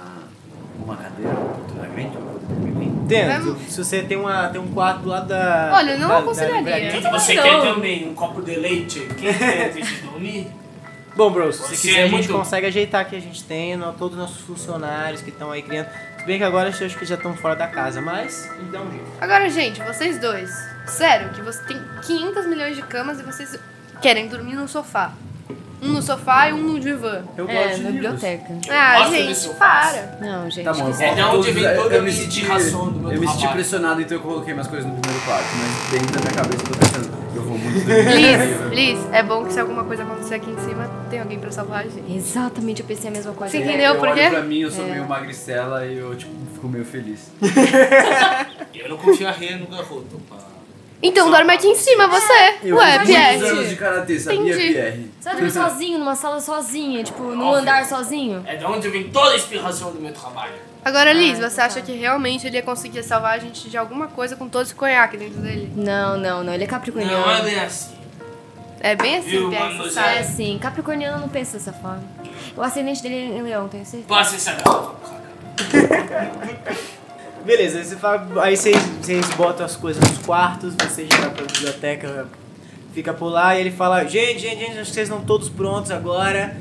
C: uma cadeira, toda grande, pra eu poder dormir bem.
A: Dentro,
D: Vamos.
A: se você tem, uma, tem um quarto lá da.
D: Olha, eu não
A: da- da
D: aconselharia.
E: O que
A: livraria.
E: que você
B: Não.
E: quer também? Um copo de leite? Quem quer antes de dormir?
A: Bom, bro, se você,
E: Você
A: quiser,
E: é
A: a gente
E: muito-
A: consegue ajeitar que a gente tem, no- todos os nossos funcionários que estão aí criando. Se bem que agora eu acho que já estão fora da casa, mas a gente dá um jeito.
D: Agora, gente, vocês dois. Sério, que você tem 500 milhões de camas e vocês querem dormir num sofá. Um no sofá e um no divã.
C: Eu
B: É,
C: gosto de
B: na
C: livros.
B: biblioteca.
E: Eu
D: Ah,
E: gosto desse
D: gente,
E: sofá.
D: para.
B: Não, gente.
C: Tá bom, eu
E: É da
C: coloco
E: onde
C: todos-
E: vem toda a
C: eu me
E: minha
C: senti,
E: indicação do meu
C: Eu me senti
E: trabalho.
C: pressionado, então eu coloquei minhas coisas no primeiro quarto, mas dentro da minha cabeça eu tô pensando, eu vou muito dormir.
D: Liz, Liz, é bom que se alguma coisa acontecer aqui em cima, tem alguém pra salvar a gente.
B: Exatamente, eu pensei a mesma coisa. né?
D: Você
C: Eu-
D: entendeu
C: eu
D: por quê? É.
C: Olho pra mim, eu sou meio magricela e eu tipo, fico meio feliz.
E: Eu não confiaria no garoto, pá.
D: Então
E: Só-
D: dorme aqui em cima, você.
C: Eu
D: Ué,
C: fiz muitos
D: Pierre.
C: anos de karatê, sabia,
D: Entendi.
C: Pierre?
B: Você vai dormir sozinho, numa sala sozinha, tipo, num
E: Óbvio.
B: andar sozinho?
E: É da onde vem toda a inspiração do meu trabalho.
D: Agora, Liz,
B: Ah,
D: você
B: tá.
D: acha que realmente ele ia conseguir salvar a gente de alguma coisa com todo esse conhaque dentro dele?
B: Não, não, não. Ele é capricorniano.
E: Não é bem assim.
D: É bem assim,
E: Viu,
D: Pierre, você
E: manuseio.
B: É
D: sabe?
B: sim, capricorniano não pensa dessa forma. O ascendente dele é em leão, tenho certeza.
E: Passa essa garrafa pra cá.
A: Beleza, aí você fala- aí vocês, vocês botam as coisas nos quartos, vocês já vai pra biblioteca, fica por lá, e ele fala, gente, gente, gente, acho que vocês estão todos prontos agora.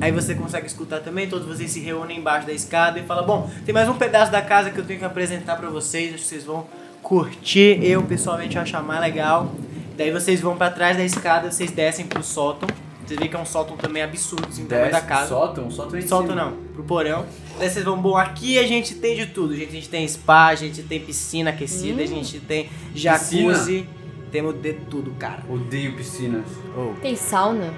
A: Aí você consegue escutar também, todos vocês se reúnem embaixo da escada e fala, bom, tem mais um pedaço da casa que eu tenho que apresentar pra vocês, acho que vocês vão curtir, eu pessoalmente acho mais legal. Daí vocês vão pra trás da escada, vocês descem pro sótão, vocês veem que é um sótão também absurdo, assim, o tamanho da
C: Desce,
A: casa.
C: sótão, sótão é em
A: Solto
C: cima.
A: não, pro porão. Daí vocês vão, bom, aqui a gente tem de tudo, gente. A gente tem spa, a gente tem piscina aquecida, a gente tem jacuzzi. Temos de tudo, cara.
C: Odeio piscinas.
A: Oh.
B: Tem sauna?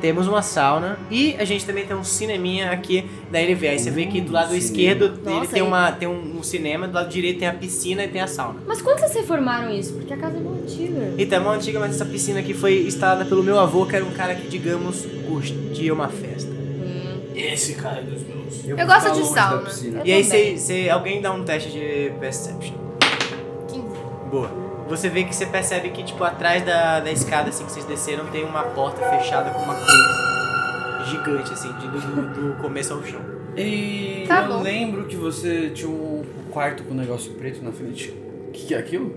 A: Temos uma sauna e a gente também tem um cineminha aqui da LV. Aí você vê que do lado
C: Cinema.
A: esquerdo dele
B: Nossa,
A: tem,
B: aí-
A: uma, tem um, um cinema, do lado direito tem a piscina e tem a sauna.
B: Mas quando vocês reformaram isso? Porque a casa é muito antiga.
A: Então, é uma antiga, mas essa piscina aqui foi instalada pelo meu avô, que era um cara que, digamos, curtia uma festa.
E: Esse cara é dos meus.
D: Eu gosto de
C: sal.
D: sauna.
A: e aí,
B: também.
A: você, você, alguém dá um teste de perception.
D: 15.
A: Boa. Você vê que você percebe que, tipo, atrás da, da escada, assim, que vocês desceram, tem uma porta fechada com uma cruz gigante, assim, de, do, do começo ao chão.
C: E
D: Tá
C: eu
D: bom.
C: lembro que você tinha um quarto com um negócio preto na frente. O que, que é aquilo?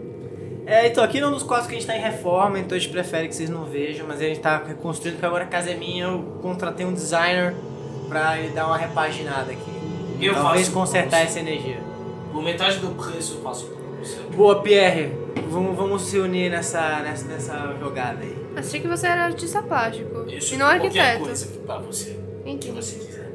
A: É, então, aqui não dos quartos que a gente tá em reforma, então a gente prefere que vocês não vejam, mas a gente tá reconstruindo, porque agora a casa é minha, eu contratei um designer pra ele dar uma repaginada aqui.
E: Eu
A: Talvez
E: faço
A: consertar
E: isso.
A: essa energia.
E: Por metade do preço eu faço pra você.
A: Boa, Pierre. Vamos, vamos se unir nessa, nessa, nessa jogada aí.
D: Achei que você era artista plástico.
E: Isso é
D: e não
E: qualquer
D: arquiteto.
E: coisa que- pra você. O que
D: Enfim.
E: você quiser.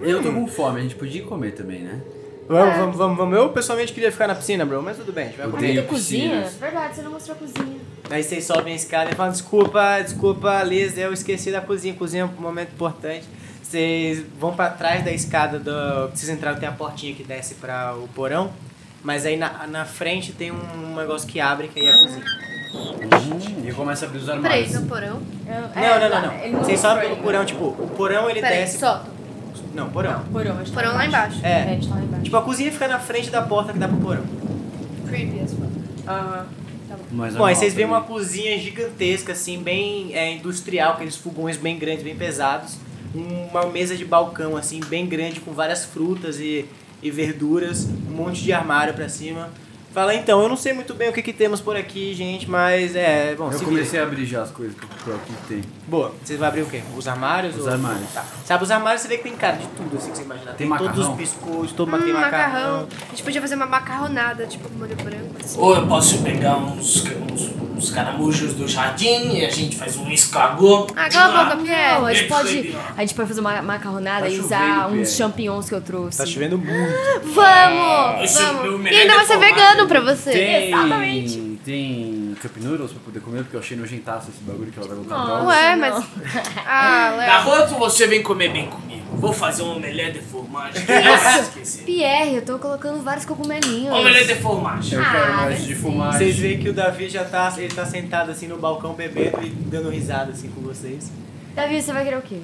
C: Eu tô com fome, a gente podia ir comer também, né?
A: Vamos, vamos, vamos, vamos. Eu pessoalmente queria ficar na piscina, bro, mas tudo bem, a gente vai
C: Eu
A: comer.
B: Ah,
C: Odeio
B: tem cozinha?
C: piscinas.
B: Verdade, você não mostrou a cozinha.
A: Aí vocês sobem a escada e falam, desculpa, desculpa, Liz, eu esqueci da cozinha. Cozinha é um momento importante. Vocês vão pra trás da escada do... que Vocês entraram, tem a portinha que desce pra o porão. Mas aí na, na frente tem um negócio que abre, que aí é a cozinha.
C: E eu começo a abrir os
D: Peraí,
C: armários.
D: no um porão.
B: Eu-
A: Não,
B: é,
A: não,
B: lá,
A: não,
B: ele
A: não. Vocês sobem
B: mostrou
A: pelo porão, tipo, o porão ele
D: Peraí,
A: desce...
D: solta.
A: Não, porão.
F: Porão, a gente tá
D: Um Porão lá embaixo.
A: É.
F: É, a gente tá lá embaixo.
A: Tipo, a cozinha fica na frente da porta que dá pro porão.
D: Creepy as fuck.
F: Aham.
C: Mas
A: Bom, aí
C: é
A: vocês veem
C: uma
A: uma cozinha gigantesca, assim, bem é, industrial, aqueles fogões bem grandes, bem pesados. Uma mesa de balcão, assim, bem grande, com várias frutas e, e verduras. Um monte de armário pra cima. Fala, então, eu não sei muito bem o que, que temos por aqui, gente, mas é... Bom,
C: Eu
A: se
C: comecei a abrir já as coisas pra procurar o que que tem.
A: Boa. Vocês vão abrir o quê? Os armários?
C: Os
A: ou-
C: armários.
A: Tá. Sabe, os armários você vê que tem cara de tudo, assim, que você imaginar.
C: Tem
A: todos
C: macarrão?
A: os biscoitos, todo
D: Hum,
A: tem
D: macarrão. A gente podia fazer uma macarronada, tipo com molho branco, assim.
E: Ou eu posso pegar uns, ca- uns, uns caramujos do jardim e a gente faz um escargot.
D: Ah, cala a boca,
B: Não,
D: Pierre.
B: a gente pode, a gente pode fazer uma macarronada
C: Tá
B: e
C: chovendo,
B: usar
C: Pierre.
B: uns champignons que eu trouxe.
A: Tá chovendo muito.
D: Vamos!
E: Esse é o meu
D: Vamos! E
E: melhor
D: ainda vai ser
E: reformado.
D: vegano pra você.
C: Tem,
D: Exatamente.
C: tem cup noodles pra poder comer, porque eu achei nojentaço esse bagulho que ela vai colocar
B: Nossa.
C: droga.
D: Ué,
B: Não.
D: é, mas. Ah, Léo.
E: Garoto, você vem comer bem comigo. Vou fazer um omelete de formagem. que Eu não esqueci.
B: Pierre, eu tô colocando vários cogumelinhos.
C: é
E: Omelete de formagem.
C: Eu quero
B: Ah,
C: mais de
B: sim.
C: fumar.
A: Vocês veem que o Davi já tá, ele tá sentado, assim, no balcão bebendo e dando risada, assim, com vocês.
B: Davi, você vai querer o quê?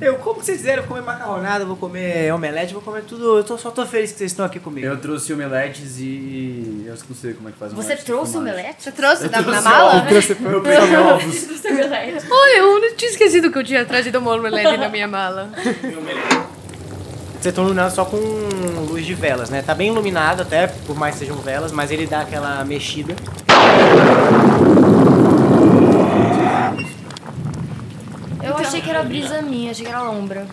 A: Eu, como que vocês fizeram? Eu vou comer macarronada, vou comer omelete, vou comer tudo. Eu tô, só tô feliz que vocês estão aqui comigo.
C: Eu trouxe omeletes e. Eu não sei como é que faz
B: Você
C: omelete de
B: trouxe o
C: fumagem.
B: omelete?
D: Você trouxe da, Tá na
C: Trouxe
D: mala? né?
C: ovos, trouxe- Eu peguei ovos.
B: Trouxe o omelete.
D: Oi, eu não tinha esquecido que eu tinha trazido o Mormelete na minha mala.
A: Vocês estão iluminados só com luz de velas, né? Tá bem iluminado até, por mais que sejam velas, mas ele dá aquela mexida.
B: Eu achei que era brisa minha, achei que era lombra.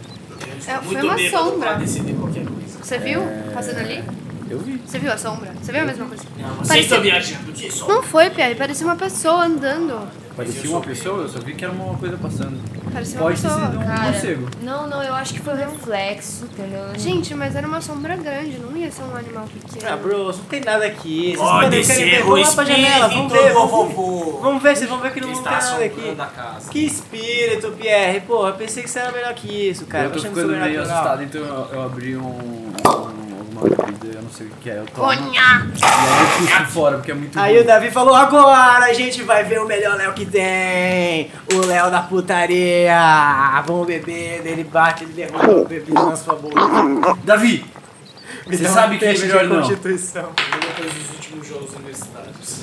E: Eu estou
D: É, foi
E: muito
D: uma
E: bêbado
D: sombra.
E: pra decidir qualquer coisa.
D: Você viu? Passando ali?
C: Eu vi.
D: Você viu a sombra? Você viu a mesma coisa?
E: Não, vocês
D: Parece-
E: estão viajando de sombra.
D: Não foi, Pierre. Parecia uma pessoa andando.
C: Parecia uma pessoa, eu só vi que era uma coisa passando.
D: Parecia uma
C: Pode ter
D: pessoa.
C: sido um
B: é Cara.
C: morcego.
B: Não, não, eu acho que foi o reflexo, entendeu?
D: Gente, mas era uma sombra grande, não ia ser um animal pequeno.
A: Ah, bro, não tem nada aqui. Vocês
E: Pode
A: podem querem ver?
E: ser o
A: Vamos lá pra janela, vamos
E: espírito
A: ver.
E: do
A: Vamos,
E: vovô.
A: vamos ver, vocês vão ver que
E: Que
A: não tem
E: está
A: nada aqui.
E: assombrando a casa.
A: Que espírito, Pierre. Porra, pensei que você era melhor que é isso, cara.
C: eu tô
A: achando
C: ficando meio
A: sobrenatural.
C: assustado, então eu, eu abri um, um- alguma bebida, eu não sei o que é, eu tomo. E
D: Conhaque!
C: aí eu puxo fora, porque é muito
A: Aí
C: ruim.
A: o Davi falou, agora a gente vai ver o melhor Léo que tem. O Léo da putaria. Vamos beber. Ele bate, ele derruba a bebida na sua boca.
C: Davi! Você
A: Então,
C: sabe que é
A: teste de
C: melhor não.
A: constituição.
E: Depois dos últimos jogos universitários.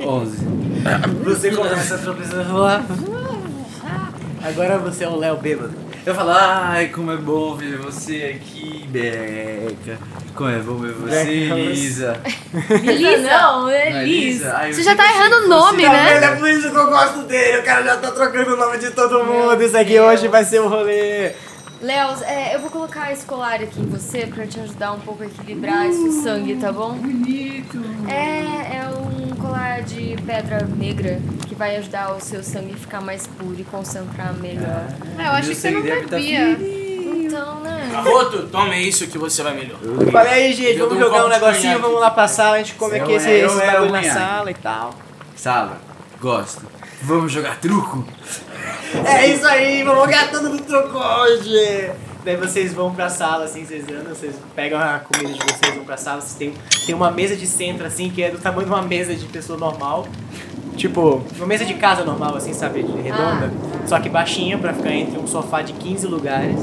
C: 11.
A: Você começa a tropeçar e falar... Agora você é o Léo bêbado.
C: Eu falo, ai, como é bom ver você aqui, Beca. Como é bom ver
A: Beca,
C: você, Elisa.
B: Beleza, não,
C: Não é Elisa? Ai, eu assim,
D: Você já
C: sempre
D: tá
C: achei
D: errando
C: que fosse-
D: o nome, né?
A: É por isso que eu gosto dele. O cara já tá trocando o nome de todo mundo. Isso aqui hoje vai ser o rolê.
B: Léo, é, eu vou colocar esse colar aqui em você pra te ajudar um pouco a equilibrar esse sangue, tá bom?
C: Bonito.
B: É, é um colar de pedra negra que vai ajudar o seu sangue a ficar mais puro e concentrar melhor.
D: É, eu achei que você não
C: Ah, Meu sangue deve tá
D: bebia.
B: Então,
E: Tá
B: né?
E: Garoto, tome isso que você vai melhor.
A: Falei aí, gente,
E: Eu
A: vamos
E: dou um
A: jogar um
E: copo de
A: negocinho,
E: conhaque.
A: vamos lá pra sala, a gente come
C: Eu
A: aqui esse,
C: era- eu
A: esse
C: era
A: bagulho
C: o
A: na
C: conhaque.
A: sala e tal.
C: Sala, gosto. Vamos jogar truco?
A: É isso aí, vamos jogar todo mundo trocou hoje. Daí vocês vão pra sala, assim, vocês andam, vocês pegam a comida de vocês, vão pra sala, vocês tem, tem uma mesa de centro, assim, que é do tamanho de uma mesa de pessoa normal. Tipo, uma mesa de casa normal, assim, sabe? de Redonda.
D: Ah.
A: Só que baixinha pra ficar entre um sofá de 15 lugares.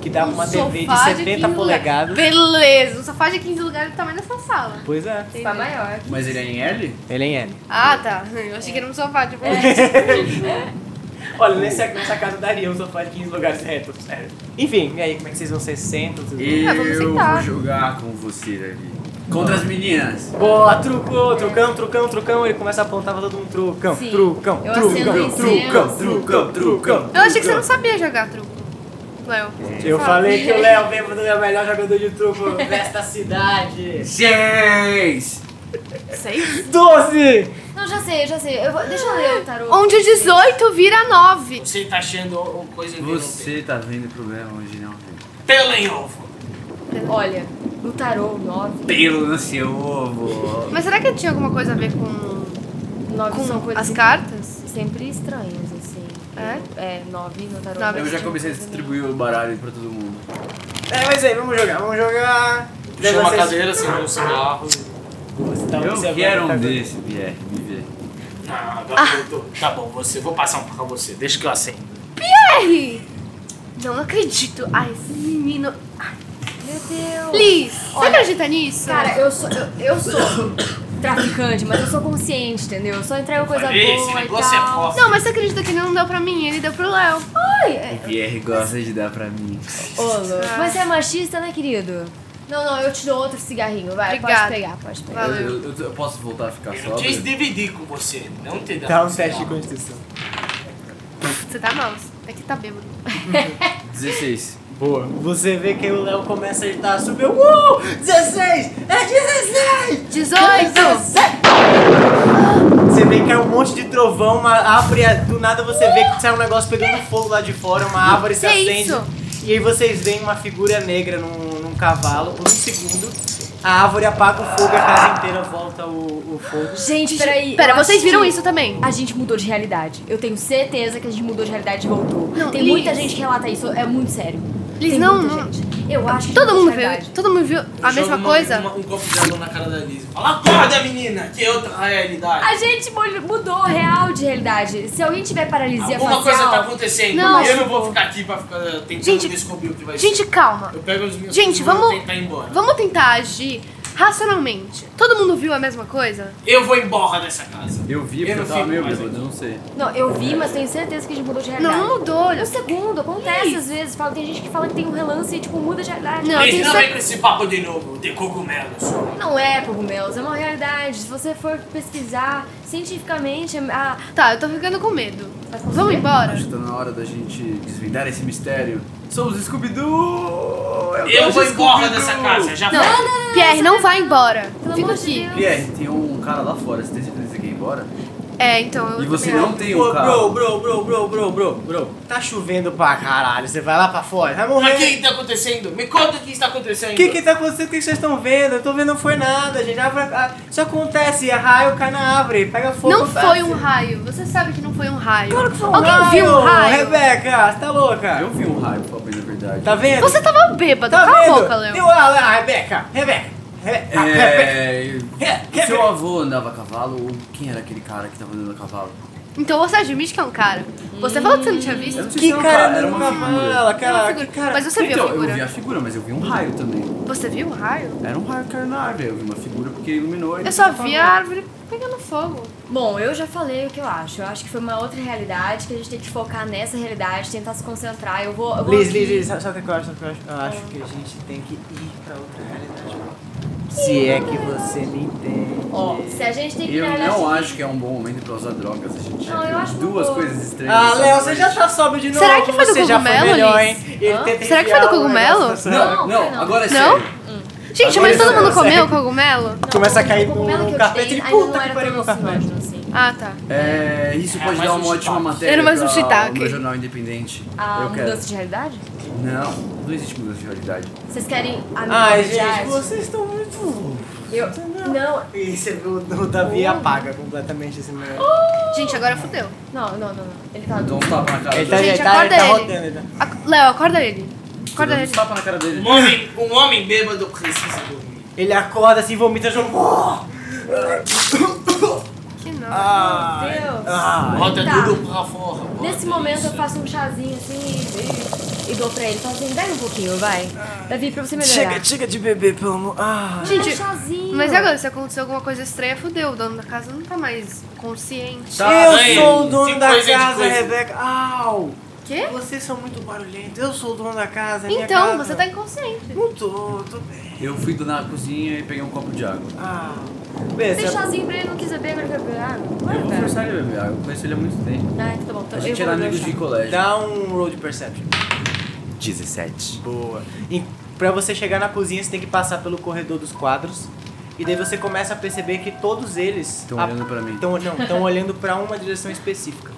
A: Que
C: Tá
A: dá pra uma TV de
D: Um Sofá
A: 70
D: 15
A: polegadas.
D: lugares. Beleza, um sofá de 15 lugares do tamanho dessa sala.
A: Pois é.
B: Tá maior.
C: Mas ele é em L?
A: Ele é em L.
D: Ah, tá. Eu achei que era um sofá de boa.
A: Olha, nessa, nessa casa daria um sofá de 15 lugares reto, sério. Enfim, e aí, como é que vocês vão ser sentam? Vocês vão-
D: Ah, vamos
C: Eu vou
D: sentar.
C: jogar com você, Davi. Contra as meninas.
A: Boa, trucou, trucão, trucão, trucão. Ele começa a apontar pra todo mundo, trucão,
B: Sim.
A: trucão,
B: Eu
A: trucão,
B: acendo
A: trucão,
B: incenso.
A: trucão, trucão.
D: Eu achei que você não sabia jogar truco. Léo.
A: Eu falei que o Léo Bêbado é o melhor jogador de truco desta cidade.
C: Seis!
D: Seis?
A: 12!
B: Não, já sei, já sei. Eu vou- deixa eu ler o tarô.
D: Onde o 18 vira 9.
E: Você tá achando o- o coisa que
C: Você tá vendo problema hoje, né? não?
E: não tem. Pelo em ovo.
B: Olha, no tarô, nove.
C: Pelo no seu ovo.
D: Mas será que tinha alguma coisa a ver com,
B: Nove são
D: com
B: coisas
D: as cartas?
B: sempre estranhas, assim.
D: É?
B: É, nove no tarô.
D: Nove.
C: Eu já comecei a distribuir o baralho pra todo mundo.
A: É, mas aí, vamos jogar, vamos jogar. Daí
E: Chama a
A: vocês-
E: cadeira, acendeu um cigarro.
A: Você tá
C: Eu
A: observando
C: quero
A: muita
C: um
A: coisa.
C: desse, Pierre, me vê.
E: Ah, garoto. Tá bom, você. Vou passar um pra você. Deixa que eu acendo.
D: Ai! Não acredito. Ai, esse menino.
B: Meu Deus.
D: Liz, você acredita nisso?
B: Cara, eu sou, eu, eu sou traficante, mas eu sou consciente, entendeu? Eu só entrego coisa
E: Falei,
B: boa então.
E: esse
B: e
E: negócio é
B: tal.
E: foda.
D: Não, mas você acredita que ele não deu pra mim, ele deu pro Léo.
B: Ai, é-
C: Pierre gosta de dar pra mim.
B: Ô, louco. Mas você é machista, né, querido? Não, não, eu te dou outro cigarrinho, vai.
D: Obrigada.
B: Pode pegar, pode pegar.
D: Valeu.
C: Eu, eu- eu posso voltar a ficar
E: Eu quis
C: sóbrio?
E: dividir com você, não te dar.
A: Dá um teste de constituição.
D: Você tá mal. É que tá bêbado.
C: 16.
A: Boa. Você vê que o Léo começa a agitar, subiu. Uh! 16! É 16!
D: 18!
A: Você vê que é um monte de trovão, uma árvore. é, Do nada você vê que sai um negócio pegando fogo lá de fora, uma árvore se
D: Que
A: acende.
D: isso?
A: E aí vocês veem uma figura negra num, num cavalo por um segundo. A árvore apaga o fogo e a casa inteira volta o, o fogo.
B: Gente, peraí.
D: Pera,
B: eu
D: vocês
B: acho
D: viram
B: que
D: isso também?
B: A gente mudou de realidade. Eu tenho certeza que a gente mudou de realidade e voltou.
D: Não,
B: Tem
D: Liz.
B: muita gente que relata isso, é muito sério.
D: Liz,
B: Tem
D: não,
B: muita
D: não.
B: gente. Eu acho que é
D: Todo
B: mudou
D: mundo
B: de realidade.
D: viu, todo mundo viu
E: Eu
D: a
E: jogo
D: mesma
E: uma-
D: coisa?
E: uma- um copo de água na cara da Liz. Fala, acorda, menina, que é outra realidade.
B: A gente mu- mudou real de realidade. Se alguém tiver paralisia
E: Alguma
B: facial...
E: coisa tá acontecendo.
D: é Não,
E: eu não vou ficar aqui pra ficar eh, tentando
D: Gente,
E: descobrir o que vai ser.
D: Gente, calma.
E: Eu pego os meus
D: Gente,
E: coisas e vou
D: vamos-
E: tentar ir embora.
D: Vamos tentar agir racionalmente. Todo mundo viu a mesma coisa?
E: Eu vou embora dessa casa.
C: Eu vi
E: Eu
C: porque
E: não
C: eu tava
E: fico
C: meio
E: mais
C: bêbado, eu não sei.
B: Não, eu vi, mas tenho certeza que a gente mudou de realidade.
D: Não mudou.
B: Um segundo, acontece
D: Liz.
B: às vezes. Fala, tem gente que fala que tem um relance e, tipo, muda de realidade.
D: Não, eu
E: Liz,
D: tenho
E: não
D: cer-
E: vem com esse papo de novo, de cogumelos.
B: Não é, Pogumelos, é uma realidade. Se você for pesquisar cientificamente, é, ah, a...
D: Tá, eu tô ficando com medo.
B: Vai conseguir?
D: Vamos embora?
C: Acho que tá na hora da gente desvendar esse mistério. Somos Scooby-Doo!
E: Eu
C: gosto
E: vou
C: de
E: embora
C: Scooby-Doo!
E: dessa casa, já
D: Não,
E: foi.
D: Pierre, não vai embora.
B: Pelo
D: Fica
B: amor de
D: aqui.
B: Deus.
C: Pierre, tem um cara lá fora, você tem certeza que ia embora?
D: É, então eu
C: E você
D: também
C: não
D: acho.
C: tem
A: Ô,
C: um
A: bro,
C: carro.
A: bro, bro, bro, bro, bro, bro. Tá chovendo pra caralho. Você vai lá pra fora, vai morrer.
E: Mas o que que tá acontecendo? Me conta o que está acontecendo.
A: O que que tá acontecendo? O que que vocês estão vendo? Eu tô vendo, não foi nada, gente. A árvore- a- Isso acontece, a raio cai na árvore, pega fogo.
D: Não
A: tá?
D: foi um raio. Você sabe que não foi um raio.
A: Claro que foi um
D: Alguém
A: raio,
D: viu um raio?
A: Rebeca, você tá louca?
C: Eu vi um raio, pra bem na verdade.
A: Tá vendo?
D: Você tava bêbado.
A: tá
D: Cala
A: vendo?
D: a boca, Léo.
A: Deu a, a Rebeca, Rebeca, Rebeca. Rebeca.
C: É...
A: Rebeca.
C: Seu avô andava a cavalo ou quem era aquele cara que tava andando a cavalo?
D: Então você admite que é um cara. Você falou que você não tinha visto.
C: Eu não sei
A: Que
C: se era um
A: cara
C: era
A: não
C: uma figura.
A: cavalo,
D: Era uma
A: aquela.
D: figura.
A: que cara.
D: Mas você viu
C: então,
D: a figura?
C: eu vi a figura, mas eu vi um raio também.
D: Você viu o raio?
C: Era um raio que era na árvore, eu vi uma figura porque iluminou ele.
D: Eu só vi a árvore pegando fogo.
B: Bom, eu já falei o que eu acho. Eu acho que foi uma outra realidade, que a gente tem que focar nessa realidade, tentar se concentrar. Eu vou. Eu vou
A: Liz,
B: aqui.
A: Liz, Liz, sabe sabe o que eu acho? Sabe o que eu acho? Eu acho que a gente tem que ir pra outra realidade. Se é que você me entende.
B: Ó, se a gente tem que ir
C: Eu
B: na realidade. assim,
C: não acho que é um bom momento pra usar drogas, a gente já
B: Não, eu
C: viu
B: acho uma
C: duas
B: boa.
C: coisas estranhas.
A: Ah,
C: sabe?
A: Léo, você já tá sóbrio de novo.
D: Será que foi do
A: você já foi
D: cogumelo,
A: melhor,
D: Liz?
A: hein? Ele
B: Hã?
A: tenta
D: Será que foi do
A: enfiar o negócio
D: cogumelo?
A: na sua-
B: Não,
C: Não, não,
B: não.
C: agora é
D: Não?
C: sério.
D: Gente,
C: Agora
D: mas todo
C: sério,
D: mundo
A: sério.
D: comeu o cogumelo?
B: Não,
A: Começa a cair
B: o cogumelo
A: no
B: um que eu te
A: carpete,
B: dei
A: ele,
B: ainda
A: puta
B: não
A: que
B: era assim.
A: pariu,
D: é
A: meu
B: carpete.
D: Ah, tá.
C: É, isso
E: Era
C: pode
E: mais
C: dar
E: um
C: uma ótima
E: shiitake.
C: matéria
D: Era mais um
C: pra
D: shiitake.
C: o meu jornal independente.
B: A
C: eu quero.
B: mudança de realidade?
C: Não, não existe mudança de realidade.
B: Vocês querem a minha
A: Ai, Ah, gente,
B: realidade?
A: vocês estão muito...
B: Eu. Não,
A: E você viu, o Davi
D: Oh.
A: apaga completamente esse meu...
D: Gente, agora fudeu.
B: não, não, não. não. Ele tá
C: Dá um tapa na cara
A: Ele tá,
C: dele.
A: ele
D: Gente,
A: tá, ele tá
D: acorda ele.
A: rodando, ele tá...
D: Ac- Léo, acorda ele.
C: Dá
D: Acorda
C: um
D: ele.
C: tapa na cara dele.
E: Um homem, um homem bêbado precisa dormir.
A: Ele acorda assim, vomita, João...
D: Que não.
A: Ah,
B: Deus.
E: Bota
B: Tá.
E: tudo pra fora. bota
B: Nesse momento
E: isso.
B: eu faço um chazinho assim e, e- e dou pra ele. Fala assim, bebe um pouquinho, vai. Davi, pra você melhorar.
A: Chega, chega de beber, pelo amor... Ah.
B: Gente,
D: Gente,
B: chazinho.
D: Mas e agora, se acontecer alguma coisa estranha, fudeu. O dono da casa não tá mais consciente.
C: Tá.
A: eu
E: bem.
A: sou o dono
E: Que
A: da
E: coisa de
A: casa,
E: coisa.
A: Rebeca. Au!
D: Quê?
A: Vocês são muito barulhentos. Eu sou o dono da casa. é minha
D: Então,
A: casa.
D: você tá inconsciente.
A: Não tô, tô bem.
C: Eu fui na cozinha e peguei um copo de água.
A: Ah.
B: Dei
A: Beleza.
B: chazinho pra ele, não quis beber, agora quer beber água. Vai,
C: Eu vou
B: cara.
C: forçar ele a beber água, eu conheço ele há muito tempo.
B: Ah, então tá bom. Então eu
C: A gente
B: vou
C: era
B: beber
C: amigo
B: chá.
C: de colégio.
A: Dá um road perception.
C: 17.
A: Boa. E pra você chegar na cozinha, você tem que passar pelo corredor dos quadros. E daí você começa a perceber que todos eles...
C: Estão
A: a-
C: olhando pra mim.
A: Tão, não, estão olhando pra uma direção específica.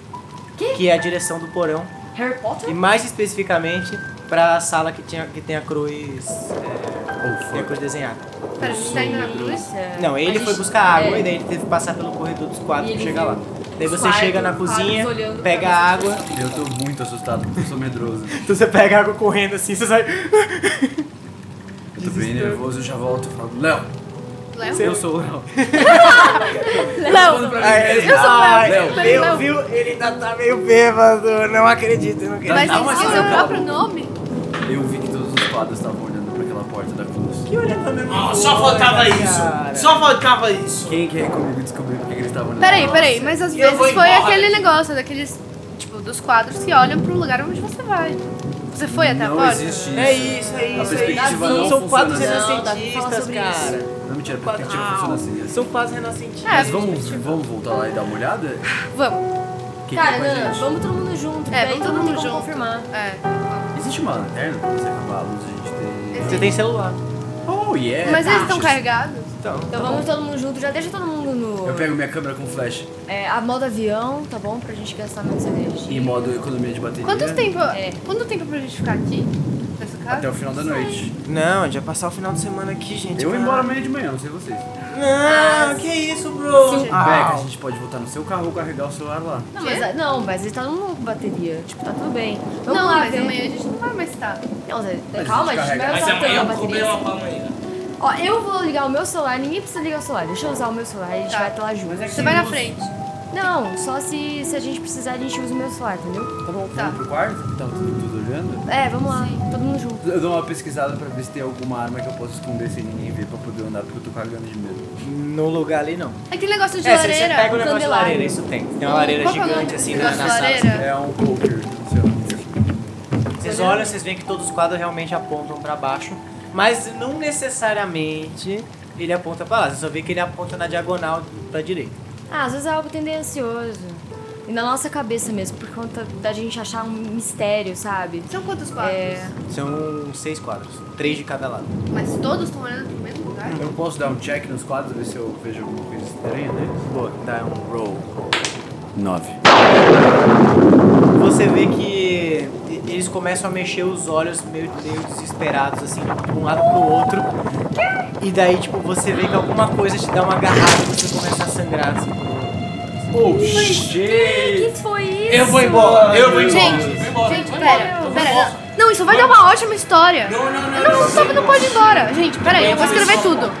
B: Quê?
A: Que é a direção do porão.
B: Harry Potter?
A: E mais especificamente, pra sala que, tinha, que tem a cruz... É,
C: Oh,
A: tem a cruz
C: fuck.
A: desenhada.
D: Pera, a gente tá indo na cruz?
B: Nossa.
A: Não, ele
B: É. A gente-
A: foi buscar água
B: é.
A: e daí ele teve que passar pelo corredor dos quadros
B: E
A: pra
B: ele
A: chegar lá.
B: viu
A: Daí
B: os
A: você
B: quadros,
A: chega na
B: quadros
A: cozinha,
B: olhando pra
A: pega a
B: você.
A: água.
C: Eu tô muito assustado porque eu sou medroso.
A: Então você pega a água correndo assim, você sai.
C: Eu tô bem nervoso, eu já volto e falo, Léo,
D: Léo?
C: Eu sou o Léo.
D: Léo!
A: Ah,
C: é
A: ele-
D: Eu sou
A: ah,
D: Léo.
A: meu,
D: Léo.
A: viu? Ele ainda tá meio bêbado. Não acredito, não acredito.
D: Mas
C: Dá
D: tem
C: uma
D: que ser seu
C: segurada.
D: próprio nome?
C: Eu vi que todos os padres estavam olhando pra aquela porta da cruz.
A: Que olhando mesmo.
E: Ah, só faltava isso. Só faltava isso.
C: Quem quer comigo descobrir por que eles estavam olhando?
D: Peraí, peraí, mas às
E: E eu
D: vezes
E: vou
D: foi
E: embora.
D: aquele negócio daqueles, tipo, dos quadros que olham pro lugar onde você vai. Você foi até
C: Não
D: agora?
C: existe isso.
A: É isso, é isso. é isso.
C: perspectiva não
A: São quadros
C: funciona. assim.
B: Não, Davi, fala
A: renascentistas,
B: sobre
A: é cara.
C: Não, mentira, a perspectiva funciona assim. assim.
A: São quadros renascentistas.
D: É,
C: Mas vamos, vamos voltar lá e dar uma olhada?
D: Vamos.
C: Quem quer
B: Cara,
C: com a
B: Nana,
C: gente?
B: vamos todo mundo junto. daí
D: É, vamos
B: todo
D: todo
B: mundo tem
D: mundo
B: como
D: junto.
B: confirmar.
D: É.
C: Existe uma lanterna pra você acabar a luz e a gente ter...
A: Você tem celular.
C: Oh, yeah!
D: Mas eles estão
C: bichos.
D: carregados?
A: Então.
B: Então vamos todo mundo junto. Já deixa todo mundo no...
C: Eu pego minha câmera com flash
B: É, a moda avião, tá bom? Pra gente gastar menos energia.
C: e modo economia de bateria.
D: Quanto tempo,
B: É.
D: quanto tempo pra gente ficar aqui? Nessa casa?
C: Até o final da noite.
A: Não, já passar o final de semana aqui, gente.
C: Eu vou
A: cara.
C: embora amanhã de manhã, não sei vocês.
A: Não, que isso, bro.
D: Sim.
C: Beca, a
A: Ah,
C: gente pode voltar no seu carro ou carregar o celular lá.
B: Não, mas, a- não, mas ele tá no com bateria. Tipo, tá tudo bem. Vamos
D: Não,
B: lá,
D: mas
B: ver.
D: amanhã a gente não vai mais estar.
B: Não, Zé,
C: Mas
B: calma,
C: a
B: a
C: gente
B: gente vai
E: Mas é
B: usar toda
E: amanhã
B: a
E: eu comprei
B: bateria.
E: uma pra amanhã.
B: Ó, eu vou ligar o meu celular, ninguém precisa ligar o celular. Deixa eu usar o meu celular e a gente
D: Tá.
B: vai até lá junto.
D: Você vai na frente.
B: Não, só se, se a gente precisar, a gente usa o meu celular, entendeu?
C: Tá bom,
D: Tá.
C: vamos pro quarto? Tava tudo, tudo olhando.
B: É, vamos lá, todo mundo junto.
C: Eu dou uma pesquisada pra ver se tem alguma arma que eu posso esconder sem ninguém ver pra poder andar, porque eu tô cagando de medo.
A: no lugar ali não.
D: Aquele negócio de
A: É, você- você
D: lareira.
A: pega o negócio de
B: candelabro.
A: lareira, isso tem. Tem uma lareira
D: Qual que é o nome
A: gigante
D: desse
A: assim na,
D: negócio
A: na
D: de
A: sala.
D: lareira?
C: É um poker, não sei lá.
A: Vocês olham, vocês veem que todos os quadros realmente apontam pra baixo, mas não necessariamente ele aponta pra lá. Você só vê que ele aponta na diagonal pra direita.
B: Ah, às vezes é algo tendencioso. E na nossa cabeça mesmo, por conta da gente achar um mistério, sabe?
D: São quantos quadros?
B: É.
A: São seis quadros, três de cada lado.
D: Mas todos estão olhando pro mesmo lugar?
C: Eu posso dar um check nos quadros, ver se eu vejo alguma coisa estranha neles?
A: Boa, dá um roll.
C: Nove.
A: Você vê que eles começam a mexer os olhos meio, meio desesperados, assim, de um lado pro outro. E daí, tipo, você vê que alguma coisa te dá uma agarrada e você começa a sangrar, assim.
C: Oh, shit!
B: Que foi isso?
E: Eu vou embora, eu vou embora. eu vou
D: Gente,
E: embora,
D: gente,
E: eu vou
D: pera,
E: embora, eu vou
D: pera.
E: embora.
D: Não, isso vai dar uma ótima história.
E: Não, não, não.
D: Não, não, não, não pode ir embora. Gente, pera aí, eu vou escrever tudo.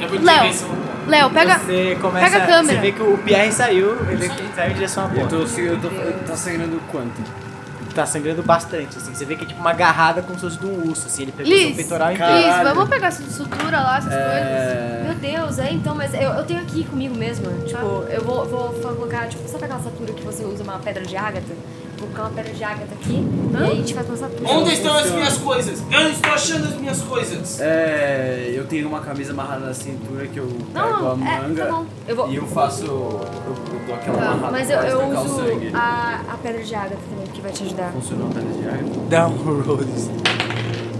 E: Eu vou
D: Léo.
E: escrever isso.
D: Léo, pega.
A: Você começa,
D: pega a câmera.
A: Você vê que o Pierre saiu, ele saiu em direção à
C: Eu
A: porta.
C: tô, eu tô, eu tô tá sangrando quanto?
A: Tá sangrando bastante, assim. Você vê que é tipo uma agarrada como se fosse de um urso, assim. Ele pegou seu
D: Liz,
A: peitoral
D: Liz,
A: inteiro.
C: Caralho.
D: vamos pegar essa sutura lá, essas coisas.
B: Meu Deus, é então, mas eu, eu tenho aqui comigo mesma. Tipo, eu vou, vou fa- colocar, tipo, sabe aquela satura que você usa uma pedra de ágata? Vou colocar uma pedra de ágata aqui e aí a gente faz uma satura.
E: Onde estão as minhas coisas? Eu não estou achando as minhas coisas.
C: É, eu tenho uma camisa amarrada na cintura que eu pego
B: Não,
C: a
B: não, é,
C: manga
B: tá bom. Eu vou.
C: e eu faço. Eu, eu dou aquela
D: Tá,
C: amarrada
B: Mas eu, eu
C: pra
B: uso
C: sangue.
B: a, a pedra de ágata também, que vai te ajudar.
C: Funcionou a
A: tá
C: perna de água?
A: Downroads.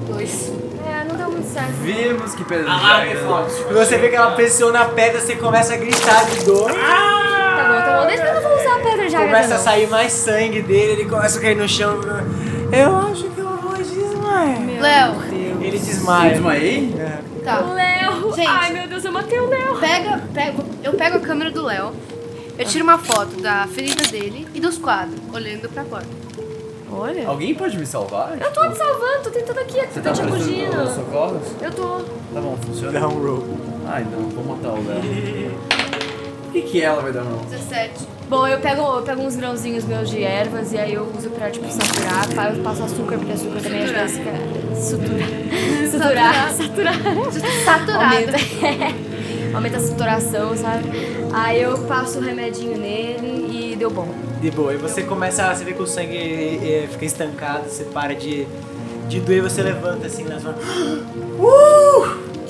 D: Dois.
B: É, não deu muito certo.
C: Vimos que
A: Ah
C: pedra de
E: Alarme
C: água.
E: Fox.
A: Você vê que ela pressiona a pedra, você começa a gritar de dor.
D: Ah,
B: Tá bom, tá bom. Deixa eu não vou usar a pedra de ágata.
A: Começa a
B: não.
A: sair mais sangue dele, ele começa a cair no chão. Eu acho que eu vou desmaiar.
D: Léo,
A: Ele
C: Eu
A: desmaia.
C: desmaiei?
A: É.
D: tá.
B: Léo!
D: Gente.
B: Ai meu Deus, eu matei o Léo!
D: Pega, pega, eu pego a câmera do Léo, eu tiro uma foto da ferida dele e dos quadros, olhando pra porta.
B: Olha!
C: Alguém pode me salvar? Tipo,
B: Eu tô te salvando, tô tentando aqui,
C: Você
B: eu tô
C: tá
B: te
C: prestando
B: acudindo.
C: socorros?
B: Eu tô.
C: Tá bom, funciona.
A: Dá um roll.
C: Ah, então eu vou matar o Léo. O que, que ela vai dar não?
D: 17.
B: Bom, eu pego, eu pego uns grãozinhos meus de ervas e aí eu uso pra, tipo, saturar. Pá, Eu passo açúcar, porque açúcar também ajuda a ficar- Suturar. Saturar. Saturar.
D: Saturada.
B: Aumenta. Aumenta a saturação, sabe? Aí eu passo o remedinho nele e deu bom.
A: De boa. E você começa, a- você vê que o sangue é, é, fica estancado, você para de, de doer, você levanta assim na sua.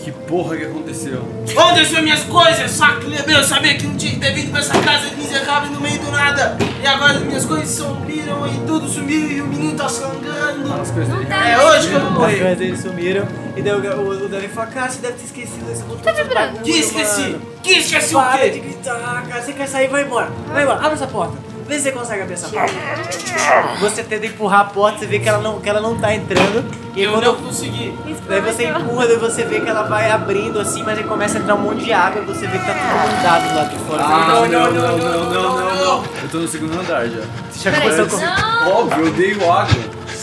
C: Que porra que aconteceu?
E: Onde estão minhas coisas? Só que meu, eu sabia que não tinha que ter vindo pra essa casa miserável no meio do nada. E agora as minhas coisas sumiram e tudo sumiu e o menino tá sangrando.
C: As coisas dele.
E: É hoje que eu vou
A: As
E: morrer.
A: coisas eles sumiram. E daí o, ga- o, o Davi fala, cara, você deve ter esquecido esse botão.
D: Tá vibrando.
E: Que esqueci? Que esqueci o
A: Para de
E: quê?
A: gritar, cara. Você quer sair, vai embora. Vai embora, abre essa porta. Vê se você consegue abrir essa porta. Você tenta empurrar a porta, você vê que ela não, que ela não tá entrando. E
E: Eu
A: quando
E: não consegui.
A: Daí você empurra, daí você vê que ela vai abrindo assim, mas aí começa a entrar um monte de água e você vê que tá tudo inundado lá de fora.
C: Ah,
E: Não, não,
C: não, não,
E: não,
C: não, não,
E: não,
C: não, não. Eu tô no segundo andar Ah, já.
A: Você já começou com...
B: Não!
C: Óbvio, eu odeio água.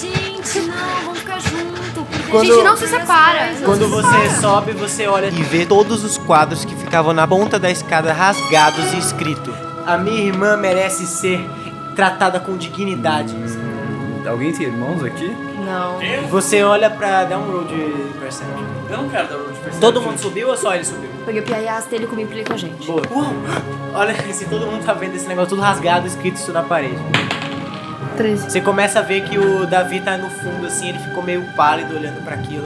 B: Gente, não, vamos ficar junto. Porque
A: quando-
D: Gente, não se separa. não
A: Quando
D: se
A: você
D: separa.
A: sobe, você olha e vê todos os quadros que ficavam na ponta da escada rasgados e escrito: A minha irmã merece ser tratada com dignidade.
C: Alguém tem irmãos aqui?
B: Não.
E: Eu?
A: Você olha pra dar um road perception.
E: Eu não quero dar roll de percepção.
A: Todo mundo subiu ou só ele subiu?
B: Peguei o Piaiás dele comigo pra ele com a gente.
A: Boa. Olha, se todo mundo tá vendo esse negócio tudo rasgado, escrito isso na parede.
D: 13.
A: Você começa a ver que o Davi tá no fundo, assim, ele ficou meio pálido olhando pra aquilo,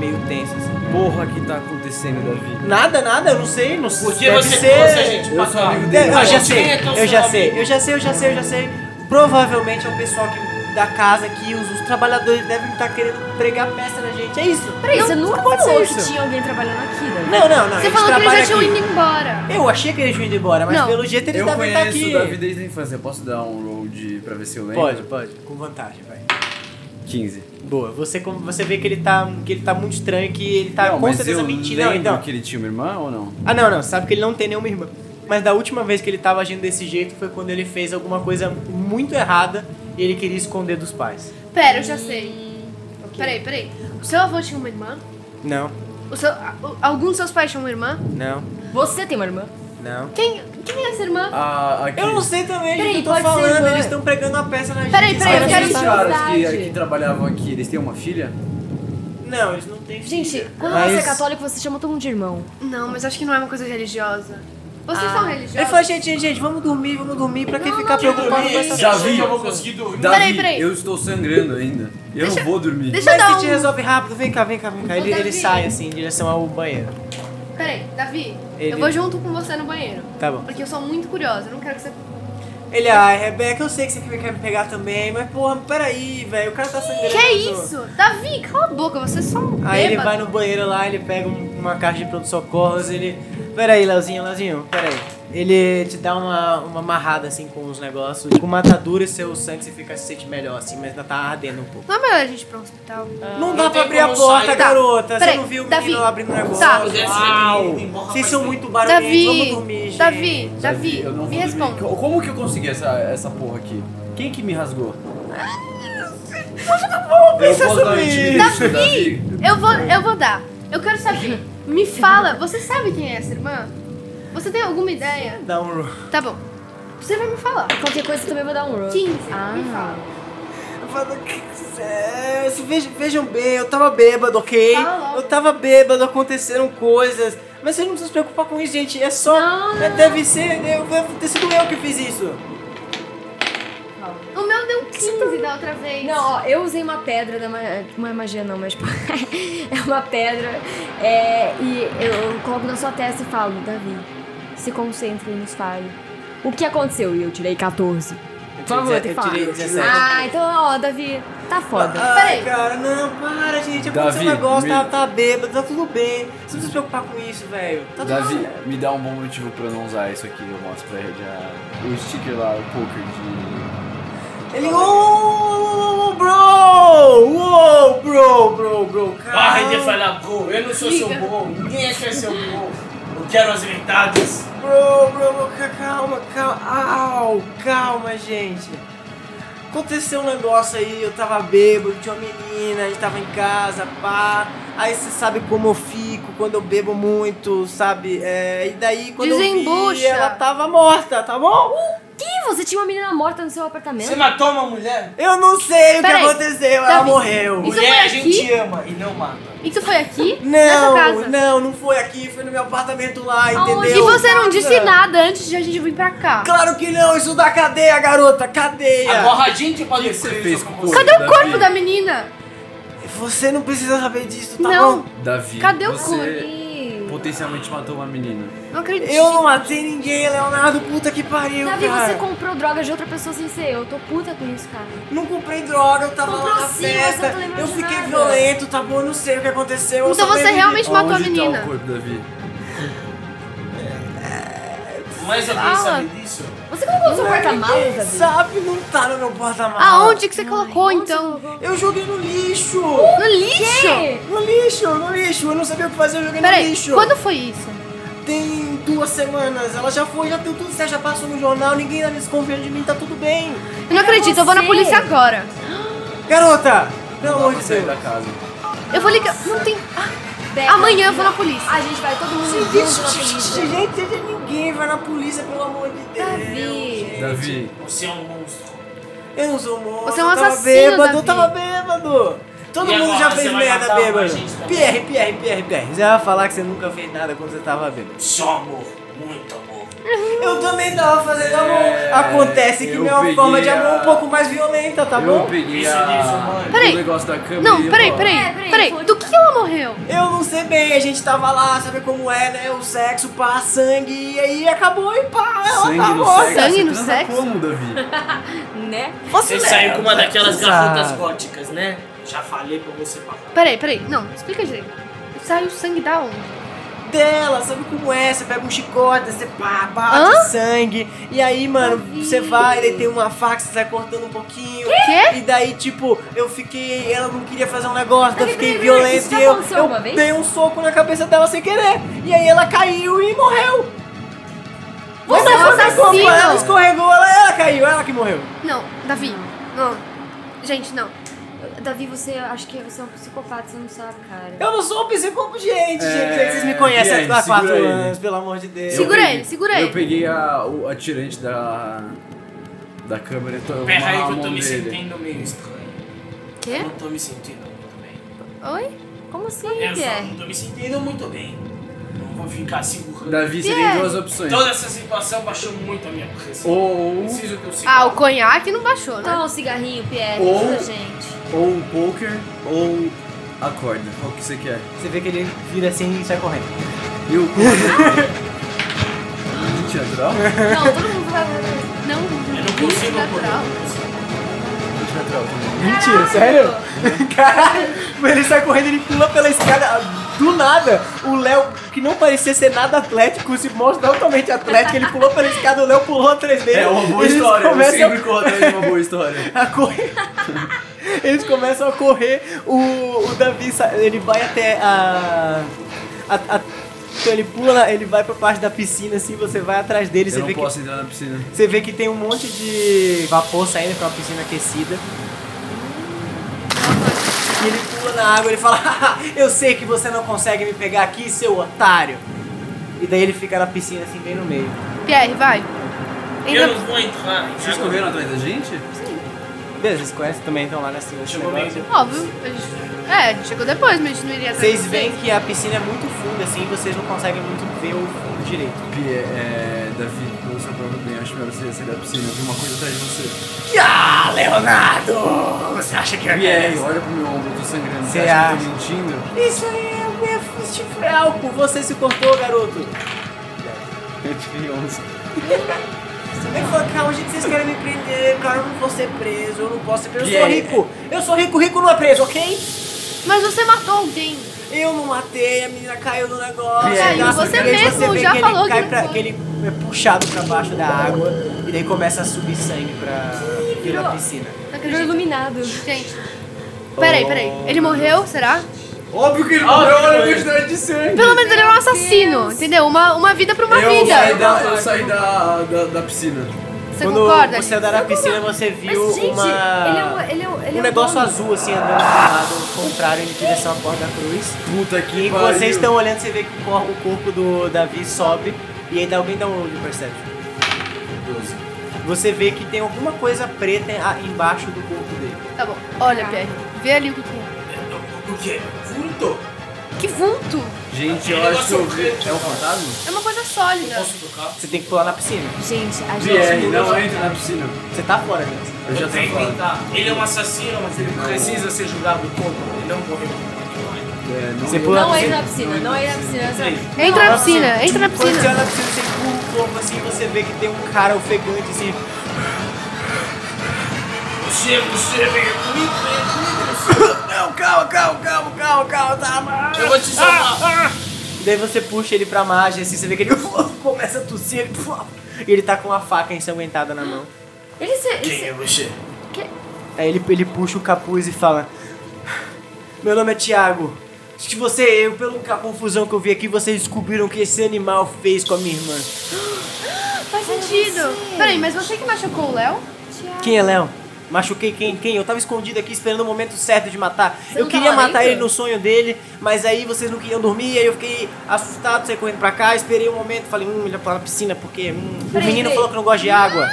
A: meio tenso, assim.
C: Porra, que tá acontecendo, Davi?
A: Nada, nada, eu não sei, não sei.
E: Porque você trouxe a gente pra cá.
A: É, Eu
E: A
A: já
E: gente
A: sei,
E: nem é teu
A: eu já
E: seu
A: sei,
E: amigo.
A: eu já sei, eu já sei, eu já sei. Provavelmente é o pessoal que, da casa que os, os trabalhadores devem estar querendo pregar peça na gente, é isso.
B: Peraí, você nunca
A: pode
B: falou
A: ser
B: que
A: isso.
B: tinha alguém trabalhando aqui, né?
A: Não, não, não,
D: Você
A: eles
D: falou que eles já
A: trabalham
D: tinham
A: aqui.
D: ido embora.
A: Eu achei que eles tinham ido embora, mas
D: Não.
A: pelo jeito eles
C: eu
A: devem estar
C: conheço
A: tá aqui.
C: o Davi desde a infância. Posso dar um roll de pra ver se eu lembro?
A: Pode, pode, com vantagem, vai.
C: 15.
A: Boa, você, como- você vê que ele tá, que ele tá muito estranho, que ele tá
C: não,
A: com
C: mas
A: certeza
C: eu
A: mentindo. Não,
C: lembro
A: então.
C: que ele tinha uma irmã ou não?
A: Ah, não, não, sabe que ele não tem nenhuma irmã. Mas da última vez que ele tava agindo desse jeito foi quando ele fez alguma coisa muito errada e ele queria esconder dos pais.
D: Pera, eu já sei.
A: Hum,
D: Peraí, peraí. O seu avô tinha uma irmã?
A: Não,
D: O seu, a- o- algum dos seus pais tinham uma irmã?
A: não,
B: Você tem uma irmã?
A: não.
D: Quem, quem é essa irmã?
C: Ah, aqui.
A: Eu não sei também,
B: Peraí,
A: eu tô
B: pode ser
A: falando,
B: irmã.
A: eles estão pregando a peça na gente.
D: Peraí,
A: eles
D: peraí, eu
A: querem
D: quero
A: se
C: Esses
B: isso.
A: salvar.
C: caras que,
B: verdade.
C: que trabalhavam aqui, eles têm uma filha?
A: Não, eles não têm
B: Gente,
A: filha.
B: quando
A: Mas-
B: você é católico, você chama todo mundo de irmão.
D: Não, mas acho que não é uma coisa religiosa. Vocês
B: Ah.
D: são
A: Ele
D: religiosos?
A: falou, gente, gente, gente, vamos dormir, vamos dormir, pra que ficar
E: Eu
A: preocupado
E: dormi,
A: com essa
E: já
C: Já
E: vi
C: vi.
E: que eu vou conseguir dormir.
C: Davi,
D: Peraí, peraí.
C: eu estou sangrando ainda. Eu não vou dormir.
D: Deixa eu
A: Mas
D: dar
A: se
D: um...
A: te resolve rápido, vem cá, vem cá, vem cá. Ele, ele
D: Davi.
A: sai assim em direção ao banheiro.
D: Peraí, Davi.
A: Ele-
D: Eu vou junto com você no banheiro.
A: Tá bom.
D: Porque eu sou muito curiosa, eu não quero que você...
A: Ele, ai, Rebeca, eu sei que você quer me pegar também, mas porra, peraí, velho, o cara tá sangrando.
D: Que isso? Davi, cala a boca, você é só um bêbado.
A: Aí ele vai no banheiro lá, ele pega um- uma caixa de pronto-socorros, ele. Peraí, Leozinho, Leozinho, peraí. Ele te dá uma, uma amarrada assim com os negócios, com uma atadura e seu sangue você fica se sente melhor assim, mas ainda tá ardendo um pouco.
D: Não é melhor a gente ir pra um hospital?
A: não
E: Ah. não
A: dá
E: tem
A: pra abrir a
E: como
A: porta,
E: sair.
D: Tá,
A: garota. você
D: peraí,
A: não viu o
D: Davi,
A: menino lá abrindo o negócio?
D: tá.
A: Uau,
E: Tá.
A: Vocês são muito barulhentos, vamos
D: Davi,
A: dormir, gente.
D: Davi, Davi,
C: eu não vou
D: me
C: dormir.
D: responda.
C: Co- Como que eu consegui essa, essa porra aqui? Quem que me rasgou?
A: pensa
C: eu posso dar um
A: sobre
C: intimidade pro
D: Davi, eu vou, eu vou dar. Eu quero saber. Me fala, você sabe quem é essa irmã? Você tem alguma ideia?
A: Dá um roll.
D: Tá bom. Você vai me falar.
B: Qualquer coisa eu também vou dar um roll.
D: 15,
B: Ah.
D: me fala.
A: Eu falo, "Que- é, se vejam, vejam bem, eu tava bêbado, ok?
D: Tá louco.
A: Eu tava bêbado, aconteceram coisas. Mas vocês não precisam se preocupar com isso, gente. É só.
D: Não.
A: é, Deve ser. Eu, eu- ter sido eu que fiz isso.
D: O meu deu 15 da outra vez.
B: Não, ó, eu usei uma pedra da ma... Não é magia não, mas tipo, é uma pedra. é, e eu coloco na sua testa e falo, Davi, se concentre nos fale. O que aconteceu? E eu tirei 14. Por favor,
A: Eu tirei-
B: tem que falar.
A: eu tirei 17.
B: Ah, então, ó, Davi, tá foda.
A: Ai,
D: Peraí.
A: cara, não, para, gente. Aconteceu um
C: Davi,
A: negócio,
C: me-
A: tá, tá bêbado, tá tudo bem. Você não precisa se preocupar com isso, velho. Tá tudo
C: Davi,
A: bem.
C: me dá um bom motivo pra eu não usar isso aqui. Eu mostro pra ele a- o sticker lá, o poker de.
A: Ele. Oh, bro! Uou, bro, bro, bro.
E: Para
A: Cara,
E: de falar bro, eu não sou seu
D: Liga.
E: bro, ninguém aqui é seu bro. Eu quero as verdades.
A: Bro, bro, bro, ca- calma, calma. Au, calma, gente. Aconteceu um negócio aí, eu tava bêbado, tinha uma menina, a gente tava em casa, pá. Aí você sabe como eu fico quando eu bebo muito, sabe? É, e daí quando eu vi,
D: Desembucha.
A: ela tava morta, tá bom?
B: Ih, você tinha uma menina morta no seu apartamento?
E: Você matou uma mulher?
A: Eu não sei o que
D: Peraí,
A: aconteceu, ela
D: Davi,
A: morreu.
D: Isso
E: mulher
D: foi
E: a gente
D: aqui?
E: ama e não mata.
D: Isso foi aqui? Nessa
A: Não,
D: casa?
A: não, não foi aqui, foi no meu apartamento lá, entendeu?
D: E você não disse
A: Nossa.
D: nada antes de a gente vir pra cá.
A: Claro que não, isso da cadeia, garota, cadeia.
E: Agora a gente pode
C: que você
E: ser
C: fez
E: isso
C: com
E: com você.
D: Cadê o
C: Davi.
D: corpo da menina?
A: Você não precisa saber disso, tá
D: Não.
A: bom?
C: Davi,
D: Cadê o
C: você
B: Ih.
C: potencialmente matou uma menina.
D: Não acredito.
A: Eu não matei ninguém, Leonardo, puta que pariu,
B: Davi,
A: cara.
B: você comprou drogas de outra pessoa sem ser eu. Eu tô puta com isso, cara.
A: Não comprei droga, eu tava
B: Comprou
A: lá na
B: sim,
A: festa.
B: você não lembra
A: Eu
B: de
A: fiquei
B: nada.
A: violento, tá bom? Eu não sei o que aconteceu. eu
D: Então você
A: sobrevivi.
D: realmente matou a
C: Onde
D: menina.
C: Tá o corpo, Davi?
E: Mas alguém
D: Fala.
E: sabe disso?
B: Você colocou no seu
A: é
B: porta-malas,
A: Ninguém
B: Davi?
A: sabe, não tá no meu porta-malas.
D: Aonde que você colocou, então?
A: Eu joguei no lixo.
D: No lixo?
B: Quê?
A: No lixo, no lixo. Eu não sabia o que fazer, eu joguei no
D: Peraí,
A: lixo.
D: quando foi isso?
A: Tem duas semanas, ela já foi, já deu tudo certo, já passou no jornal, ninguém tá desconfiando de mim, tá tudo bem.
D: Eu não acredito, eu vou na
B: você.
D: polícia agora.
A: Garota, pelo
C: Não dá
A: amor
C: pra
A: de
C: sair
A: Deus.
C: da casa.
D: Eu vou ligar. Não tem. Ah,
B: Beca,
D: amanhã eu vou na polícia.
B: A gente vai todo mundo junto na polícia.
A: gente, ninguém vai na polícia, pelo amor de Deus.
B: Davi.
A: gente.
C: Davi,
E: Você é um monstro.
A: Eu não sou monstro.
D: Você é um
A: eu tava
D: assassino,
A: bêbado, Eu
D: Davi.
A: tava bêbado. Todo
E: E
A: mundo
E: agora,
A: já
E: você
A: fez
E: vai
A: merda
E: matar a
A: bêbado.
E: gente também?
A: Pierre, Pierre, Pierre, Pierre. Você vai falar que você nunca fez nada quando você tava bêbado.
E: Só amor. Muito amor.
A: Eu também tava fazendo amor.
C: É,
A: Acontece que
C: eu
A: minha forma de
C: peguei a-
A: amor é um pouco mais violenta, tá
C: eu
A: bom?
C: peguei
E: Isso é
C: a...
E: desumano.
D: Peraí.
C: o negócio da câmera
D: Não,
C: e
D: peraí,
C: eu-
B: É,
D: peraí,
B: peraí,
D: peraí.
B: foi-
D: Do que ela morreu?
A: Eu não sei bem, a gente tava lá, sabe como é, né? O sexo, pá, sangue, e aí acabou e pá, ela
C: Sangue
A: tá
C: no
A: morta.
C: sexo?
D: Sangue no
C: Você transa
D: sexo?
C: Como, Davi?
B: Né?
E: Você saiu com uma daquelas
A: Exato.
E: garotas góticas, né? Já falei pra você pagar.
D: Peraí, peraí. Não, explica direito. Saiu sangue da onde?
A: dela, sabe como é? Você pega um chicote, você pá, bate sangue. E aí,
B: Tá
A: mano, você vai, ele tem uma faca, você sai cortando um pouquinho.
D: Quê?
A: E daí, tipo, eu fiquei. Ela não queria fazer um negócio, eu
B: Peraí,
A: fiquei
B: peraí, peraí,
A: violento
B: isso já
A: e eu,
B: aconteceu uma
A: eu
B: vez?
A: dei um soco na cabeça dela sem querer. E aí ela caiu e morreu.
D: Você
A: Mas
D: é um
A: não tem como,
B: assim,
D: assassino.
A: Ela escorregou, ela, ela caiu, ela que morreu.
D: Não, Davi. Não. Gente, não.
B: Davi, você acho que você é um psicopata, você não sabe, cara.
A: Eu não sou um psicólogo de gente,
C: É,
A: gente. Vocês me conhecem
C: Guilherme,
A: há quatro
C: segura ele.
A: anos, pelo amor de Deus.
C: Eu
D: Segura
C: peguei-
D: ele, segura ele.
C: Eu peguei a, o atirante da... Da câmera e tô eu
E: Pera aí
C: amarro
E: que
C: a
E: eu tô
C: mão
E: me
C: dele.
E: sentindo meio estranho.
D: Quê?
E: Eu não tô me sentindo muito bem.
D: Oi?
B: Como assim,
E: Eu só
B: Pierre?
E: não tô me sentindo muito bem. Não vou ficar segurando.
C: Davi, você tem
D: Pierre.
C: duas opções.
E: Toda essa situação baixou muito a minha pressão.
C: Ou,
E: Preciso que eu siga.
D: Ah, o conhaque não baixou, né?
B: Toma um cigarrinho, Pierre,
C: Ou-
B: ajuda a gente.
C: ou um poker, ou a corda. Qual que você quer?
A: Você vê que ele vira assim e sai correndo.
C: E o poker... 20 natural?
D: Não, todo mundo vai. Não,
E: Eu não consigo
D: natural.
E: correr.
C: 20 natural também.
A: Mentira, sério? Caralho, ele sai correndo, ele pula pela escada. Do nada, o Léo, que não parecia ser nada atlético, se mostra totalmente atlético. Ele pulou pela escada, o Léo pulou atrás dele.
C: É uma boa
A: eles
C: história, eu
A: começam
C: sempre corro atrás de uma boa história.
A: a correr. Eles começam a correr. O, o Davi, sa- ele vai até a. a- a- então ele pula, na- ele vai pra parte da piscina, assim, você vai atrás dele, você
C: Eu
A: vê
C: não
A: que
C: posso entrar na piscina.
A: Você vê que tem um monte de vapor saindo pra uma piscina aquecida. E ele pula na água e fala: "Haha, Eu sei que você não consegue me pegar aqui, seu otário. E daí ele fica na piscina assim, bem no meio.
D: Pierre, vai.
E: Eu
D: Ainda.
E: não vou entrar.
C: Vocês correram atrás da gente?
A: Beleza, vocês conhecem também, então lá nesse nesse
E: Chegou meio
A: negócio.
D: Óbvio. a gente- É, a gente chegou depois, mas a gente não iria atrás.
A: Vocês
D: de
A: veem
D: vocês.
A: que a piscina é muito funda, assim, e vocês não conseguem muito ver o fundo direito.
C: Pie, é, Davi, pelo seu próprio bem, acho melhor você sair da piscina. Eu vi uma coisa atrás de você.
A: Ah, Leonardo! Você acha
E: É.
A: que
C: Pierre, é, olha pro meu ombro, eu tô sangrando. Você
A: Você
C: acha que eu tô mentindo?
A: Isso aí é o meu fist foi álcool. Você se cortou, garoto.
E: é.
C: Eu tirei 11.
A: Ele falou, calma, gente, vocês querem me prender, cara, eu não vou ser preso, eu não posso ser preso, eu sou
C: Yeah.
A: rico, eu sou rico, rico não é preso, ok?
D: Mas você matou alguém.
A: Eu não matei, a menina caiu no negócio.
C: Yeah.
A: tá?
C: Você
A: E aí
D: mesmo
A: vê
D: já
A: que
D: falou
A: ele
D: que
A: cai
D: não
A: pra,
D: foi.
A: que ele é puxado pra baixo da água e daí começa a subir sangue pra pela piscina.
D: Não
B: Virou
D: acredito.
B: iluminado.
D: Gente. Peraí, peraí. Ele morreu, será?
C: Óbvio que ele
E: Óbvio
C: morreu,
E: que é.
C: olha a
E: morreu.
C: quantidade de sangue.
D: Pelo menos ele era um assassino, entendeu? Uma, uma vida pra uma
C: eu
D: vida.
C: saí, da, eu saí da, da, da piscina.
D: Você
A: Quando
D: concorda?
A: você andar na piscina, você
B: Mas,
A: viu
B: gente,
A: uma...
B: ele é um. Ele é um, ele é
A: um negócio
B: dono.
A: azul assim andando do lado contrário em direção à porta da cruz.
C: Puta que
A: E
C: pariu.
A: vocês estão olhando, você vê que o cor- o corpo do Davi sobe e ainda alguém dá um olho percebe.
C: 12.
A: Você vê que tem alguma coisa preta a- embaixo do corpo dele.
D: Tá bom. Olha, Pierre. Vê ali o que que é.
E: O quê? Vulto?
D: Que vulto!
C: Gente, eu
E: Ele
C: acho que eu vi.
E: negócio
C: É um fantasma?
D: É uma coisa sólida.
E: Posso tocar?
A: Você tem que pular na piscina.
B: Gente, a gente.
C: Pierre, é, não entra na piscina.
A: Você tá fora, gente.
C: Eu já tô
E: tenho que
C: falando.
E: tentar. Ele é um assassino, mas ele precisa ser julgado como. Ele não morreu.
C: É, não
A: Você
C: entra.
A: pula-
B: Não entra na piscina,
D: é
B: não entra na piscina. sabe?
D: Entra na piscina, entra na
A: Quando você olha
D: piscina.
A: na piscina, você pula o corpo assim e você vê que tem um cara ofegante assim.
E: Você, você veio comigo, veio comigo.
A: Não, calma, calma, calma, calma, calma, tá mas-
E: Eu vou te
D: Ah,
E: salvar.
A: Daí você puxa ele pra margem assim, você vê que ele começa a tossir, ele. E ele tá com uma faca ensanguentada na mão.
B: Ele se. Ele
E: Quem é
B: se...
E: você?
A: Aí ele, ele puxa o capuz e fala: Meu nome é Thiago. Acho que você, eu, pelo ca- confusão que eu vi aqui, vocês descobriram o que esse animal fez com a minha irmã.
D: Faz sentido. Peraí, mas você que machucou o Léo?
A: Quem é Léo? Machuquei quem? Quem? Eu tava escondido aqui esperando o momento certo de matar.
B: Você
A: eu
B: não
A: queria
B: tava
A: matar
B: dentro?
A: ele no sonho dele, mas aí vocês não queriam dormir, aí eu fiquei assustado, saí correndo pra cá, esperei o momento, falei, hum, ele vai na piscina, porque hum, o
D: Peraí,
A: menino
D: peraí.
A: falou que não gosta de água.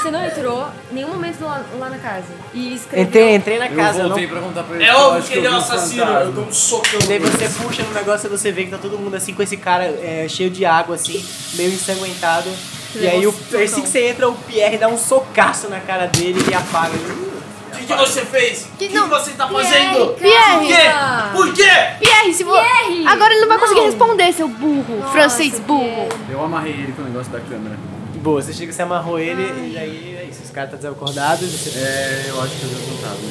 B: Você não entrou em nenhum momento lá, lá na casa. E escreveu.
A: Entrei, entrei na casa,
C: eu
A: não.
C: voltei pra contar pra ele.
E: É
C: eu
E: óbvio
C: acho
E: que ele é
C: eu
E: um
C: vi
E: assassino.
C: fantasma.
E: Eu dou um socão.
A: Daí você puxa no negócio e você vê que tá todo mundo assim com esse cara é, cheio de água, assim, meio ensanguentado. E aí, o,
B: negócio
A: assim que você entra, o Pierre dá um socaço na cara dele e apaga.
E: O que, que você fez? O que, que
D: não.
E: você tá
B: Pierre,
E: fazendo? Por quê?
B: calma.
E: Por quê?
D: Pierre, se vo...
B: Pierre!
D: Agora ele não vai conseguir
B: Não.
D: responder, seu burro.
B: Nossa,
D: francês burro.
B: Pierre.
C: Eu amarrei ele com o negócio da câmera.
A: Boa, você chega, você amarrou ele e aí é isso, os caras tá desacordados. Você...
C: É, eu acho que eu vi o fantasma.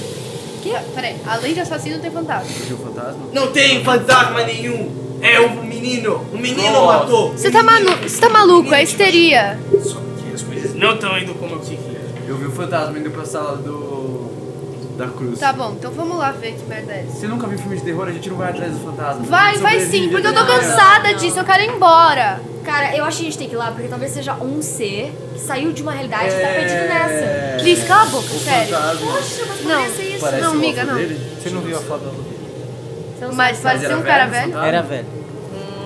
D: Que? Peraí, além de assassino tem fantasma.
C: Eu vi o fantasma?
E: Não tem fantasma nenhum. É um menino. Um menino
C: Nossa.
E: matou.
D: Você tá, manu... você tá maluco, é histeria.
E: Só que as coisas não estão indo como eu queria.
C: Eu vi o fantasma indo pra sala do. da cruz.
D: Tá bom, então vamos lá ver que merda é essa.
C: Você nunca viu filme de terror, a gente não vai atrás do fantasma.
D: Vai, vai
C: Sobrevive,
D: sim, porque eu tô
C: galera.
D: cansada disso, eu quero ir embora.
B: Cara, eu acho que a gente tem que ir lá, porque talvez seja um ser que saiu de uma realidade e tá perdido nessa.
D: Cris, cala a boca, sério.
C: É. Fantasma.
B: Poxa, mas
D: Não.
B: poderia ser isso.
C: Parece
D: Não,
C: o
D: amiga,
C: avô
D: não.
C: dele.
A: Você não viu a foto da luta?
B: Você não
D: Mas
B: sabe.
D: parecia um cara velho.
C: fantasma?
A: Era velho.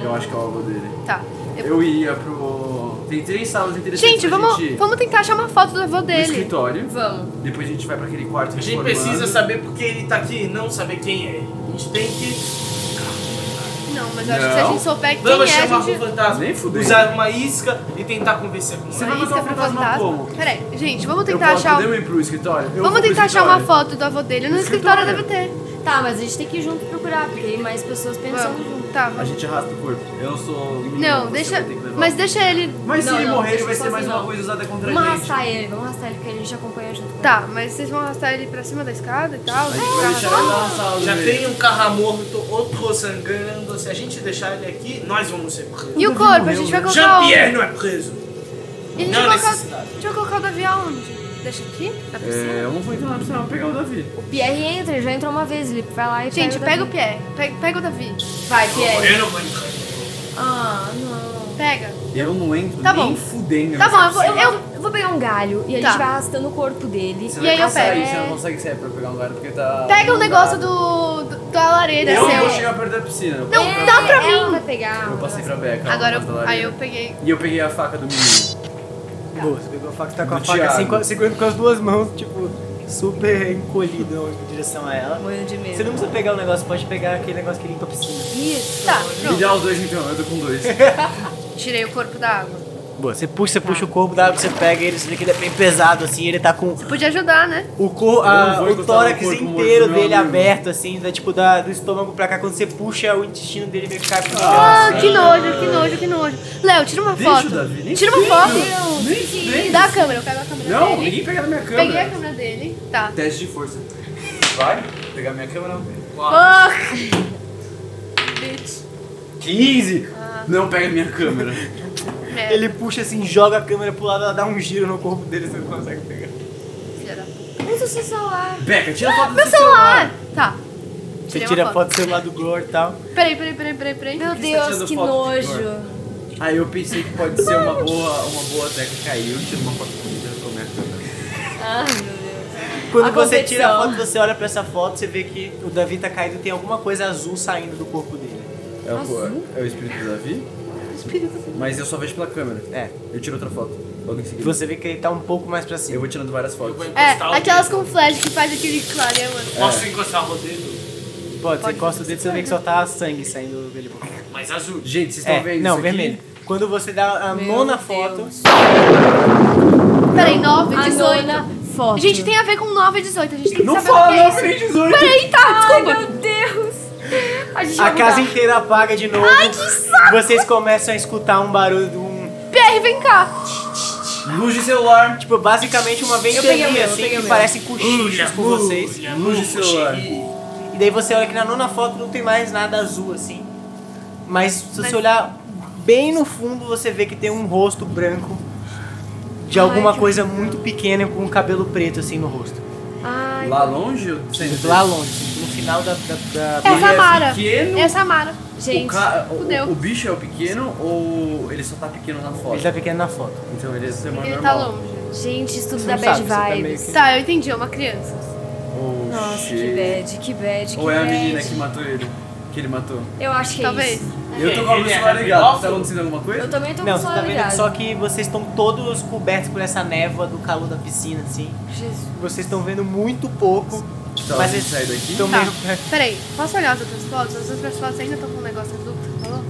C: Eu acho que é o avô dele.
D: Tá. eu-
C: Eu ia pro. Tem três salas interessantes.
D: Gente,
C: pra
D: vamos,
C: gente ir.
D: vamos tentar achar uma foto do avô
C: No
D: dele.
C: escritório.
B: Vamos.
C: Depois a gente vai pra aquele quarto
E: A gente precisa saber por que ele tá aqui, não saber quem é. A gente tem que.
D: Não, mas eu acho que se a
C: Não.
D: gente souber quem
E: Vamos
D: é,
E: chamar
D: a
E: o
D: gente.
E: fantasma,
C: Nem fudeu.
E: usar uma isca e tentar convencer com
C: Você
E: ela.
C: vai
D: Isca
C: botar um
D: pro
C: fantasma como?
D: Peraí, gente, vamos
C: Eu
D: tentar
C: posso,
D: achar.
C: Podemos ir pro escritório? Eu vou
D: Vamos
C: pro
D: tentar achar uma
C: escritório.
D: foto do avô dele. No
C: No
D: escritório, deve
C: escritório.
D: ter.
B: Tá, mas a gente tem que ir junto procurar, porque tem mais pessoas pensando junto.
D: Vamos. Tá,
C: A
D: vamos.
C: gente arrasta o corpo. Eu não sou. um menino,
D: Não,
C: você
D: deixa.
C: vai ter que levar. um-
D: Mas deixa ele.
C: Mas se
B: Não,
C: ele
B: não,
C: morrer, ele
B: deixa
C: vai ser
B: sozinho,
C: mais uma
B: não.
C: coisa usada contra
B: Vamos
C: a gente.
B: arrastar ele, vamos arrastar ele, porque a gente acompanha junto com
D: Tá, mas vocês vão arrastar ele pra cima da escada e tal?
C: A gente vai deixar ele lá na sala.
E: Já
C: do meio.
E: tem um carro morto, outro sangrando. Se a gente deixar ele aqui, nós vamos ser presos.
D: E o corpo? A gente vai colocar onde? E
E: Jean-Pierre não é preso.
D: a gente
E: Não
D: vai colocar.
E: necessidade.
D: A gente vai colocar o Davi aonde? Deixa aqui? Na piscina?
C: É, eu não vou entrar na piscina, eu vou pegar o Davi.
B: ele. O Pierre entra, ele já entrou uma vez, ele vai lá e
D: Gente,
B: pega
D: pega o Pierre. Pega, pega o Davi.
B: Pierre. Vai,
D: é?
B: Pierre.
E: Eu não vou entrar.
B: Ah, não.
D: Pega.
C: Eu não entro
D: Tá
C: nem
D: bom.
C: fudendo.
D: Tá bom, eu vou.
B: Eu,
D: Eu,
B: eu vou pegar um galho e a gente
D: Tá.
B: vai arrastando o corpo dele.
C: Você
D: E
C: não
D: aí eu é.
C: consegue,
B: pego.
C: Você não consegue sair pra pegar um lugar porque tá...
D: pega o
C: inundado.
D: negócio do, do- da lareira
C: Eu não
D: seu.
C: vou chegar perto da piscina. eu- um-
D: Não, dá pra
B: ela
D: mim.
B: vai pegar. um
C: Eu passei pra Beca.
D: Agora
C: ela gosta da
D: eu, aí
C: lareira.
D: eu peguei.
C: E eu peguei a faca do menino.
A: Boa, você pegou a faca, você tá com a
C: Do
A: faca
C: Thiago.
A: assim, com- segurando com as duas mãos, tipo, super encolhido em direção a ela.
B: Morrendo de medo.
A: Você não precisa pegar o negócio, pode pegar aquele negócio que limpa a piscina.
B: Isso.
D: Tá,
C: Me
D: pronto.
C: dá os dois então, eu tô com dois.
D: Tirei o corpo da água.
A: Boa, você puxa, você puxa o corpo da água, você pega ele, você vê que ele é bem pesado, assim, ele tá com
D: Podia ajudar, né?
A: o, cor,
C: Eu não
A: a,
C: vou
A: o
C: encostar no
A: tórax
C: corpo morto
A: inteiro
C: do meu
A: dele
C: amigo.
A: aberto, assim, da, tipo, da, do estômago pra cá, quando você puxa, o intestino dele meio que cai pro
D: Ah,
A: chão, assim.
D: que nojo, que nojo, que nojo. Léo, tira uma
C: Deixa
D: foto.
C: o Davi, nem
D: Tira uma
C: fica.
D: foto.
C: Nem fudendo.
D: Dá a câmera, eu pego a câmera
C: Não,
D: dele.
C: ninguém pega na minha câmera.
D: Peguei a câmera dele. Tá.
C: Teste de força. Vai? Pegar minha câmera?
D: Porra!
C: 15! Não pega minha câmera.
D: É,
A: Ele puxa assim, joga a câmera pro lado, ela dá um giro no corpo dele, você não consegue pegar.
D: filha da puta.
B: Usa o seu celular.
C: Beca, tira a foto
D: Meu
C: do
D: celular! Tá.
A: Você
D: Tirei uma
A: tira a foto do celular do Glor e tal.
D: Peraí, peraí, peraí, peraí, peraí.
B: Meu
C: que você
B: Deus,
C: tá tirando
B: que
C: foto de
B: nojo.
C: Aí eu pensei que pode ser uma boa, uma boa Zeca cair. Eu tiro uma foto bonita com a minha câmera.
B: Ai, meu Deus.
A: Quando
B: A
A: você
B: competição.
A: tira a foto, você olha pra essa foto, você vê que o Davi tá caído, tem alguma coisa azul saindo do corpo dele.
C: É o, é o espírito do Davi?
D: É Espírito.
C: Mas eu só vejo pela câmera.
A: É.
C: Eu tiro outra foto. Logo em seguida.
A: Você vê que ele tá um pouco mais pra
C: Eu
A: cima.
C: vou tirando várias fotos.
E: vou-
D: É,
E: Postal
D: aquelas
E: dele.
D: com flash que faz aquele clareão. assim.
E: Posso encostar o dedo,
A: Pode, você
D: Pode.
A: encosta o dedo, você vê que só tá sangue saindo dele.
E: mas azul.
C: Gente, vocês estão
A: É,
C: vendo
A: não,
C: isso aqui?
A: vermelho. Quando você dá a
B: Meu
A: nona
B: Deus.
A: foto,
D: Peraí, 9,
B: A
D: 18.
B: nona foto.
D: Gente, tem a ver com 9 e 18. A gente tem que
C: Não
D: saber o
C: fala,
D: que é
C: não,
D: isso.
C: tem 18.
D: Peraí, tá,
B: Ai,
D: desculpa.
B: meu Deus. A gente
A: a
B: vai
A: casa
B: mudar.
A: inteira apaga de novo. Vocês começam a escutar um barulho de um.
D: Pierre, vem cá.
C: Luz de celular.
A: Tipo, basicamente uma
B: peguei o meu,
A: ventania
B: eu
A: assim,
B: peguei o
A: que
B: meu.
A: parece cochichos com vocês.
E: Luz de celular.
A: E daí você olha que na nona foto não tem mais nada azul assim. Mas se
D: Mas-
A: você olhar bem no fundo, você vê que tem um rosto branco de
B: Ai,
A: alguma
B: que
A: coisa muito pequena com um cabelo preto assim no rosto.
B: Ai,
C: Lá longe? eu sempre-
A: Lá longe, assim, no final da. da, da-
D: É a Samara.
C: pequeno.
D: É a Samara.
B: Gente,
C: o, ca... o-
D: fudeu.
C: o, o bicho é o pequeno ou ele só tá pequeno na foto?
A: Ele tá pequeno na foto.
C: Então ele é ser humano
D: Ele tá
C: normal.
D: longe.
B: gente, isso tudo
A: Você
B: dá
A: não
B: bad
A: sabe, você tá meio
B: vibes.
A: que-
D: Tá, eu entendi, é uma criança.
C: Oh,
B: Nossa,
C: shit.
B: que bad, que bad, que
C: Ou é a
B: bad.
C: menina que matou ele? Que ele matou?
B: Eu acho que é
D: Talvez.
B: isso.
C: Eu tô com a
E: Ele
C: luz
E: é
C: fora ligada. Tá
E: pedófilo?
C: acontecendo alguma coisa?
B: Eu também tô
A: Não,
B: com
A: você tá vendo
B: suavidade.
A: só que vocês estão todos cobertos por essa névoa do calor da piscina, assim.
B: Jesus.
A: Vocês estão vendo muito pouco.
C: Tá,
A: mas
C: a gente
A: vocês
C: sai daqui.
A: estão
D: Tá.
A: meio.
C: é.
D: Peraí, posso olhar as outras fotos? As outras fotos ainda estão com um negócio azul que você falou?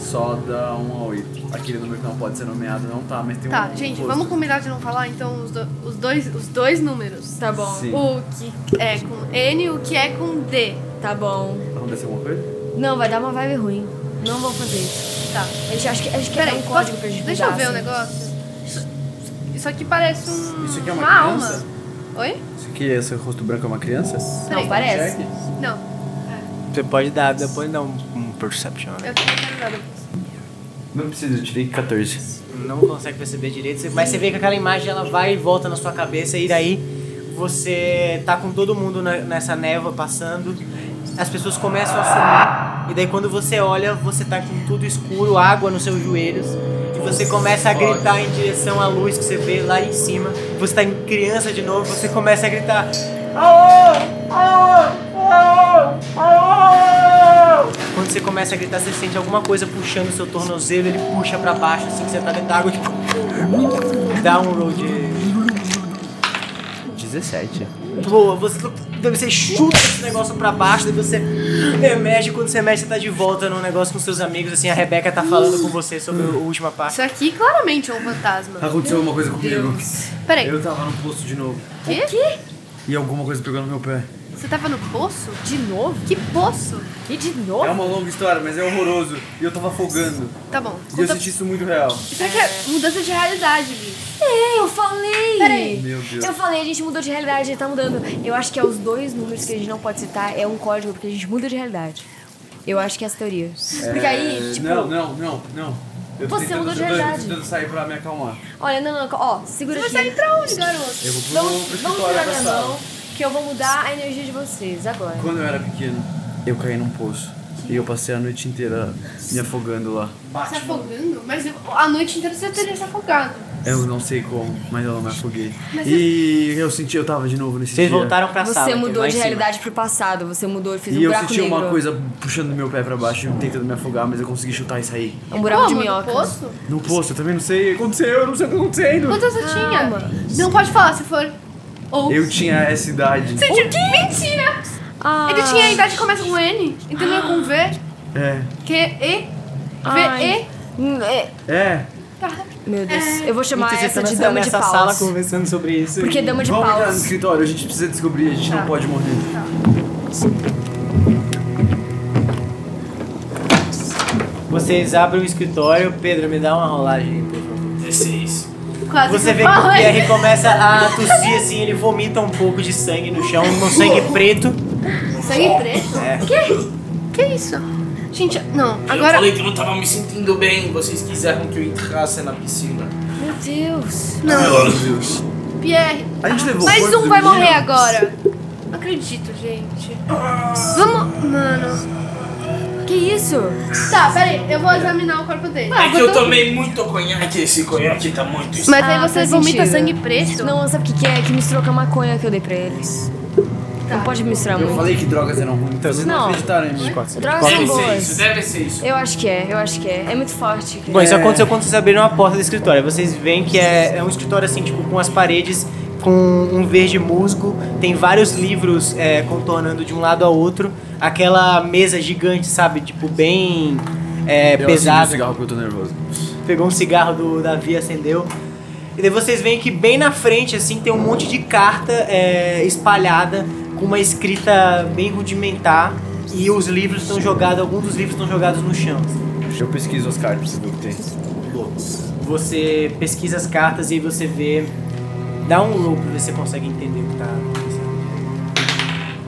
C: Só dá 1 a 8. Aquele número que não pode ser nomeado não tá, mas tem um.
D: Tá, gente,
C: rosto.
D: vamos combinar de não falar então os, do- os dois, os dois números.
B: Tá bom,
C: Sim.
D: O que é com N e o que é com D.
B: tá bom.
C: Aconteceu alguma coisa?
B: Não, vai dar uma vibe ruim. Não vou fazer isso.
D: Tá.
B: A gente acha que, acho que é
D: Peraí,
B: um código
D: posso-
B: pra gente
D: Deixa eu
B: mudar,
D: ver o
B: assim.
D: negócio. Isso- Isso aqui parece um.
C: Isso aqui é uma
D: alma.
C: criança?
D: Oi?
C: Isso aqui, esse rosto branco é uma criança?
D: Peraí.
B: Não, parece.
C: Jack?
D: Não,
A: Você pode dar, depois dar um, um perception, né?
D: eu não quero nada disso.
C: Não precisa, eu tirei 14.
A: Não consegue perceber direito, você- mas você vê que aquela imagem ela vai e volta na sua cabeça e daí você tá com todo mundo na- nessa névoa passando. As pessoas começam a sumir e daí quando você olha, você tá com tudo escuro, água nos seus joelhos e você começa a gritar em direção à luz que você vê lá em cima. Você tá em criança de novo, você começa a gritar: "Aô! Aô! Aô! Aô!" Quando você começa a gritar, você sente alguma coisa puxando o seu tornozelo, ele puxa pra baixo, assim que você tá dentro da água, tipo. Dá um roll de.
C: 17.
A: Pô, você, daí você chuta esse negócio pra baixo, daí você emerge, quando você emerge, você tá de volta num negócio com seus amigos, assim, a Rebeca tá falando com você sobre o- a última parte.
D: Isso aqui claramente é um fantasma.
C: Aconteceu alguma coisa comigo.
D: Peraí,
C: Eu tava no posto de novo.
D: quê?
C: E alguma coisa pegou no meu pé.
D: Você tava no poço?
B: De novo?
D: Que poço?
B: E de
C: É
B: novo?
C: uma longa história, mas é horroroso. E eu tava afogando.
D: Tá bom.
C: E eu
D: Conta...
C: senti isso muito real.
D: Isso aqui é mudança de realidade, Gui.
B: É, eu falei!
D: Peraí.
C: Meu Deus.
B: Eu falei, a gente mudou de realidade, a gente tá mudando. Eu acho que é os dois números que a gente não pode citar, é um código, porque a gente muda de realidade. Eu acho que é essa teoria. Porque aí,
C: É,
B: tipo.
C: Não, não, não, não. Eu tô
B: Você
C: tentando-
B: mudou de
C: eu tô- eu tô
B: verdade.
C: tentando sair pra me acalmar.
B: Olha, não, não, ó, segura
D: Você
B: aqui.
D: vai sair pra onde, garoto?
C: Eu vou
B: Vamos,
C: pro, pro
B: vamos
C: escritório
B: tirar
C: da
B: minha
C: sala.
B: mão, que eu vou mudar a energia de vocês agora.
C: Quando eu era pequeno, eu caí num poço. E eu passei a noite inteira me afogando lá.
D: Se afogando? Mas eu- a noite inteira você teria se afogado.
C: Eu não sei como, mas eu não me afoguei. E eu senti, eu tava de novo nesse
A: Vocês
C: dia.
A: voltaram pra sala.
B: Você
A: entendeu?
B: mudou
A: Lá em
B: de
A: cima.
B: realidade pro passado, você mudou, fez um
C: E eu
B: buraco
C: senti
B: negro.
C: uma coisa puxando meu pé pra baixo, tentando me afogar, mas eu consegui chutar e sair.
B: Um buraco de
D: Como? No
B: minhoca.
D: poço?
C: No poço, eu também não sei o que aconteceu, eu não sei o que tá acontecendo.
D: Quantas
B: Ah,
D: você tinha?
B: Calma.
D: Não pode falar se for. Ou.
C: Eu tinha essa idade.
D: Você tinha- Mentira!
B: Ah.
D: Ele tinha a idade que começa com N, entendeu? Com V,
C: É,
D: Q, E, V,
B: Ai.
D: E.
B: Hum, é.
C: é.
D: Tá.
B: Meu Deus, eu vou chamar
A: Então, vocês
B: essa
A: estão
B: de
A: nessa,
B: dama de
A: nessa
B: paus.
A: sala conversando sobre isso.
B: Porque dama de
C: Vamos entrar no
B: paus. Tá.
C: escritório, a gente precisa descobrir, a gente não pode morrer.
A: Vocês abrem o escritório, Pedro, me dá uma rolagem aí, por favor.
E: É 16.
D: Quase
A: Você
D: que
A: vê
D: eu
A: que o
D: falei.
A: Pierre começa a tossir assim, ele vomita um pouco de sangue no chão, um sangue preto.
D: Sangue preto?
A: É.
D: Que? Que isso? Gente, não,
E: Eu
D: agora.
E: falei que eu não tava me sentindo bem, vocês quiseram que eu entrasse na piscina.
B: Meu Deus.
D: Não,
C: Meu Deus.
D: Pierre.
C: A gente levou o
D: Mais
C: corpo
D: um
C: do
D: vai
C: menino?
D: morrer agora. Não acredito, gente.
E: Ah.
D: Vamos. Mano.
B: Que isso?
D: Tá, peraí, eu vou examinar o corpo dele.
E: É que eu tomei muito conhaque, esse conhaque tá muito estranho.
D: Ah, Mas é aí
B: Ah,
D: você
B: faz
D: vomita
B: sentido.
D: sangue preto.
B: Não, sabe o que, que é? Que misturou com a maconha que eu dei pra eles. Não pode misturar
C: Eu
B: muito.
C: falei que drogas eram ruins, então vocês não,
B: Não.
C: acreditaram em mim.
B: Drogas são
E: Deve ser isso,
B: boas.
E: deve ser isso.
B: Eu acho que é, eu acho que é. É muito forte.
A: Bom, isso
C: É.
A: aconteceu quando vocês abriram a porta do escritório. Vocês veem que é, é um escritório assim, tipo, com as paredes com um verde musgo, tem vários livros é, contornando de um lado ao outro. Aquela mesa gigante, sabe? Tipo, bem é,
C: Eu acendi um
A: pesada.
C: cigarro porque eu tô nervoso.
A: pegou um cigarro do Davi, acendeu. E daí vocês veem que bem na frente, assim, tem um monte de carta é, espalhada com uma escrita bem rudimentar. E os livros estão jogados, alguns dos livros estão jogados no chão.
C: Eu pesquiso as cartas, pra ver o que tem.
A: Você pesquisa as cartas e aí você vê. Dá um look pra ver se você consegue entender o que tá acontecendo.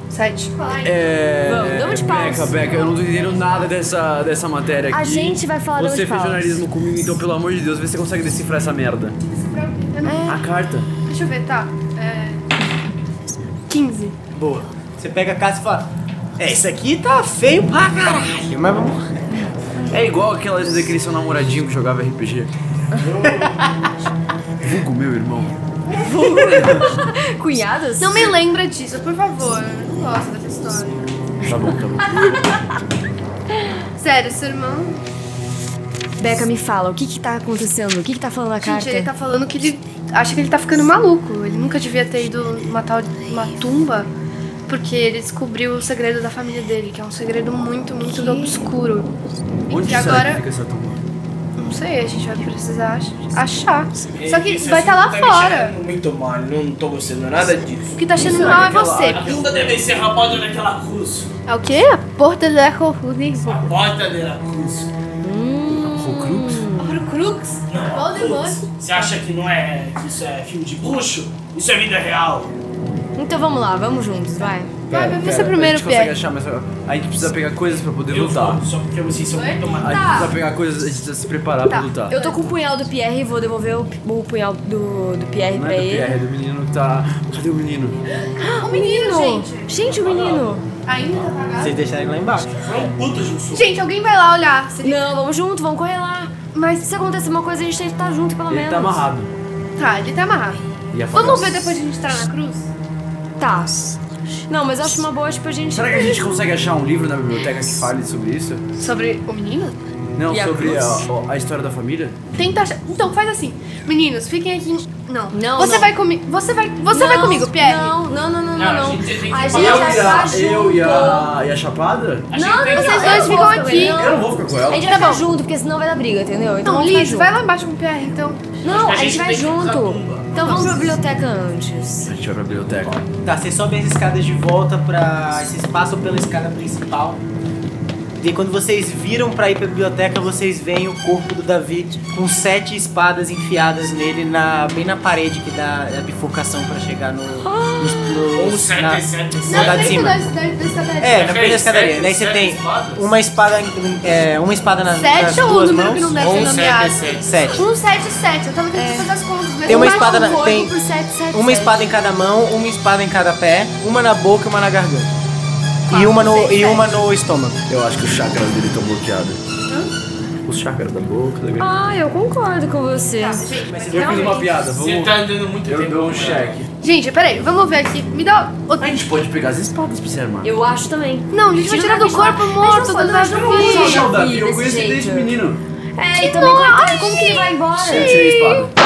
D: Sete.
C: É...
B: Vamos, dama de paus.
C: Beca, Beca, eu não tô entendendo nada dessa, dessa matéria aqui.
B: A gente vai falar dama
C: Você
B: de
C: fez
B: paus.
C: jornalismo comigo, então pelo amor de Deus, vê se você consegue decifrar essa merda.
D: Eu não-
C: A carta.
D: Deixa eu ver, tá. É. 15.
A: "É, Boa. Você pega a carta e fala: É, isso aqui tá feio pra caralho, mas vamos.
C: É igual aquela vez daquele seu namoradinho que jogava RPG. Vulgo, meu irmão.
B: Cunhadas?
D: Não me lembra disso, por favor. Eu não gosto dessa história.
C: Tá bom, tá bom.
D: Sério, seu irmão.
B: Beca, me fala, o que que tá acontecendo? O que que tá falando na carta?
D: Gente, ele tá falando que ele acha que ele tá ficando maluco. Ele nunca devia ter ido matar uma tumba. Porque ele descobriu o segredo da família dele, que é um segredo muito, muito obscuro.
C: Onde
D: e
C: será que
D: agora,
C: fica essa tumba?
D: não sei, a gente vai precisar ach- achar. Só que
C: é
E: Esse
D: vai
C: assim,
D: estar lá
E: assunto tá me
D: fora.
E: cheirando Muito mal, não tô gostando nada disso.
D: O que tá achando mal é você.
E: A tumba deve ser rapada naquela cruz.
D: É o quê? A porta da Horcrux.
E: A porta da cruz.
C: Horcrux?
D: Horcrux? Voldemort.
E: Você acha que não é. que isso é filme de bruxo? Isso é vida real.
B: Então vamos lá, vamos juntos, vai.
D: Vai, vai você
C: a
D: primeiro,
C: gente consegue
D: Pierre.
C: achar, mas a gente precisa pegar coisas pra poder
E: Eu
C: lutar.
E: vou, só porque vocês são
D: Oi?
E: muito
C: A gente
E: malucos.
C: precisa pegar coisas, a gente precisa se preparar pra
D: Tá.
C: lutar.
B: Eu tô com o punhal do Pierre e vou devolver o, o punhal do, do Pierre
C: Não
B: pra
C: é do
B: ele.
C: Pierre, é do menino que tá. Cadê o menino?
D: O menino, gente.
B: Gente, o menino!
D: Ainda tá apagado?
A: Vocês deixaram ele lá embaixo.
E: Foi um puta de um suco.
D: Gente, alguém vai lá olhar. Se ele-
B: Não, vamos junto, vamos correr lá. Mas se acontecer uma coisa, a gente tem que estar junto, pelo
C: Ele
B: menos.
C: tá amarrado.
D: Tá, ele tá amarrado.
C: E é a
D: Vamos
C: faca-
D: ver depois de a gente entrar na cruz?
B: Tá. Não, mas eu acho uma boa, tipo, a gente...
C: Será que a gente consegue achar um livro na biblioteca que fale sobre isso?
D: Sobre o menino?
C: Não,
B: E a
C: sobre
B: cruz?
C: a, a história da família?
D: Tenta achar. Então faz assim. Meninos, fiquem aqui. em- Não.
B: Não,
D: Você
B: não.
D: vai comigo. Você vai. Você vai
B: Não,
D: comigo, Pierre.
B: Não, não, não, não, não.
E: Não, a
B: não.
E: gente tem que
B: A
E: Eu
B: gente
E: pagar
B: vai
C: a,
B: lá
C: eu
B: junto.
C: e a, e a Chapada?
B: Não, não,
D: Vocês
B: não, eu
D: dois
B: não
D: ficam
B: vou também,
D: aqui.
B: não.
C: Eu não vou ficar com
B: A
C: ela.
B: gente vai ficar junto, porque senão vai dar briga, entendeu? Então
D: Então,
B: vamos ficar
D: Liz,
B: junto.
D: vai lá embaixo com o Pierre, então.
B: Não, a
E: A
B: gente
E: gente
B: vai
E: tem que ficar
B: junto.
E: junto.
B: Então vamos pra biblioteca antes.
C: A gente vai pra biblioteca.
A: Tá, vocês sobem as escadas de volta pra. Vocês passam pela escada principal. E quando vocês viram pra ir pra biblioteca, vocês veem o corpo do Davi com sete espadas enfiadas nele, na, bem na parede que dá a bifurcação pra chegar no. nos-
E: Ou
A: nos- na-
E: 777.
A: Não, andar de cima. É, na
E: Mas
A: frente da
E: fez
A: escadaria.
E: sete-
A: Daí você
E: sete
A: tem
E: espadas?
A: uma espada, é, uma espada na, nas
D: Sete ou o
A: duas
D: número que não
A: mãos.
D: deve ser nomeado?
E: 177.
A: Sete.
D: Um, sete, sete. Eu tava tentando fazer as contas, mas
A: Tem uma
D: não vai
A: espada
D: dar um
A: na-
D: oito
A: tem-
D: pro sete, sete,
A: Uma
D: sete.
A: espada em cada mão, uma espada em cada pé, uma na boca e uma na garganta. E
D: Quatro,
A: uma no,
D: seis,
A: e
D: sete.
A: uma no estômago.
C: Eu acho que os chakras dele estão bloqueados. Os chakras da boca, da garganta.
B: Ah, eu concordo com você.
D: Gente, mas
C: Eu fiz uma
D: realmente-
C: piada,
E: Você
C: vamos.
E: tá andando muito
C: Eu
E: tempo.
C: dou um
E: com ela.
C: cheque.
D: Gente, peraí, vamos ver aqui. Me dá outro.
C: A gente pode pegar as espadas pra se armar.
B: Eu acho também.
D: Não, a gente vai tirar do corpo morto, do então,
B: Nós
D: Davi.
B: não vamos
C: Não,
B: jogar
C: não,
B: o
C: Davi,
B: Davi
C: eu
B: desse
C: conheço ele
B: jeito. Ah,
C: desde menino.
B: É, e também, coitado, como que ele vai
C: Eu
B: embora?
C: tirei a espada.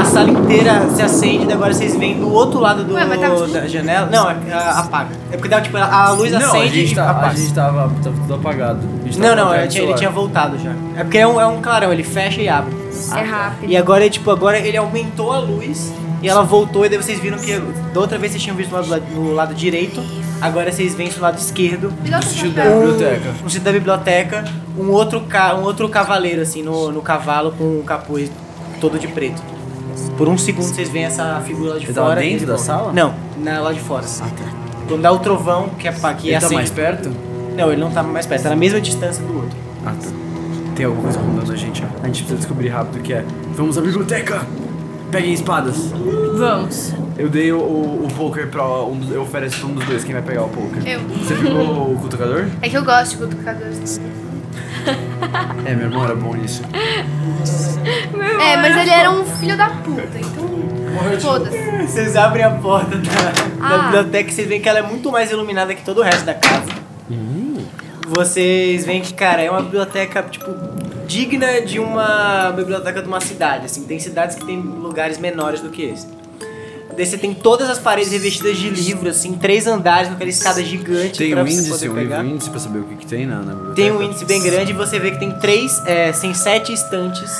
A: A sala inteira se acende, daí agora vocês veem do outro lado do,
D: Ué, mas tá-
A: da janela. Não, é- a- apaga. É porque dá, tipo, a a luz
C: Não, a
A: acende
C: gente,
A: e
C: tá, a
A: apaga.
C: gente tava, tava tudo apagado. A gente
A: Não,
C: tava
A: não,
C: atrás
A: é-
C: do
A: tinha- ele
C: celular.
A: tinha voltado já. É porque é um, é um clarão, ele fecha e abre.
B: É rápido.
A: E agora, é, tipo, agora ele aumentou a luz e ela voltou, e daí vocês viram que da outra vez vocês tinham visto no lado, no lado direito, agora vocês veem do lado esquerdo.
D: Me dá outro
C: Vestido
D: papel.
C: da biblioteca.
A: Um sítio da biblioteca, um outro, ca, um outro cavaleiro, assim, no, no cavalo com um capuz todo de preto. Por um segundo vocês veem essa figura lá de
C: Ele tava
A: fora.
C: dentro
A: eles
C: da
A: voltam.
C: sala? Ah, tá.
A: Não, na, lá de fora. assim. Quando dá o trovão, que é pa- que
C: Ele tá
A: acende-
C: mais perto?
A: Não, ele não tá mais perto, tá na mesma distância do outro.
C: Ah, tá. Tem alguma coisa rondando a gente, ó. A gente precisa descobrir rápido o que é. Vamos à biblioteca! Peguem espadas.
B: Vamos.
C: Eu dei o, o, o poker pra um dos. Eu ofereço pra um dos dois quem vai pegar o poker.
A: um-
D: Eu.
C: Você pegou o cutucador?
D: É que eu gosto de cutucadores.
C: É, meu irmão era bom nisso.
D: É, mas ele era um filho da puta, então. Foda-se.
A: Vocês abrem a porta da, da
B: Ah.
A: biblioteca e vocês veem que ela é muito mais iluminada que todo o resto da casa.
C: Hum.
A: Vocês veem que, cara, é uma biblioteca, tipo, digna de uma biblioteca de uma cidade, assim. Tem cidades que tem lugares menores do que esse. Daí você tem todas as paredes revestidas de livro, assim, três andares, com aquela escada gigante
C: Tem
A: pra
C: um
A: você
C: índice,
A: poder
C: um
A: pegar.
C: livro índice pra saber o que, que tem na, na biblioteca?
A: Tem um índice bem grande e você vê que tem três, é, tem sete estantes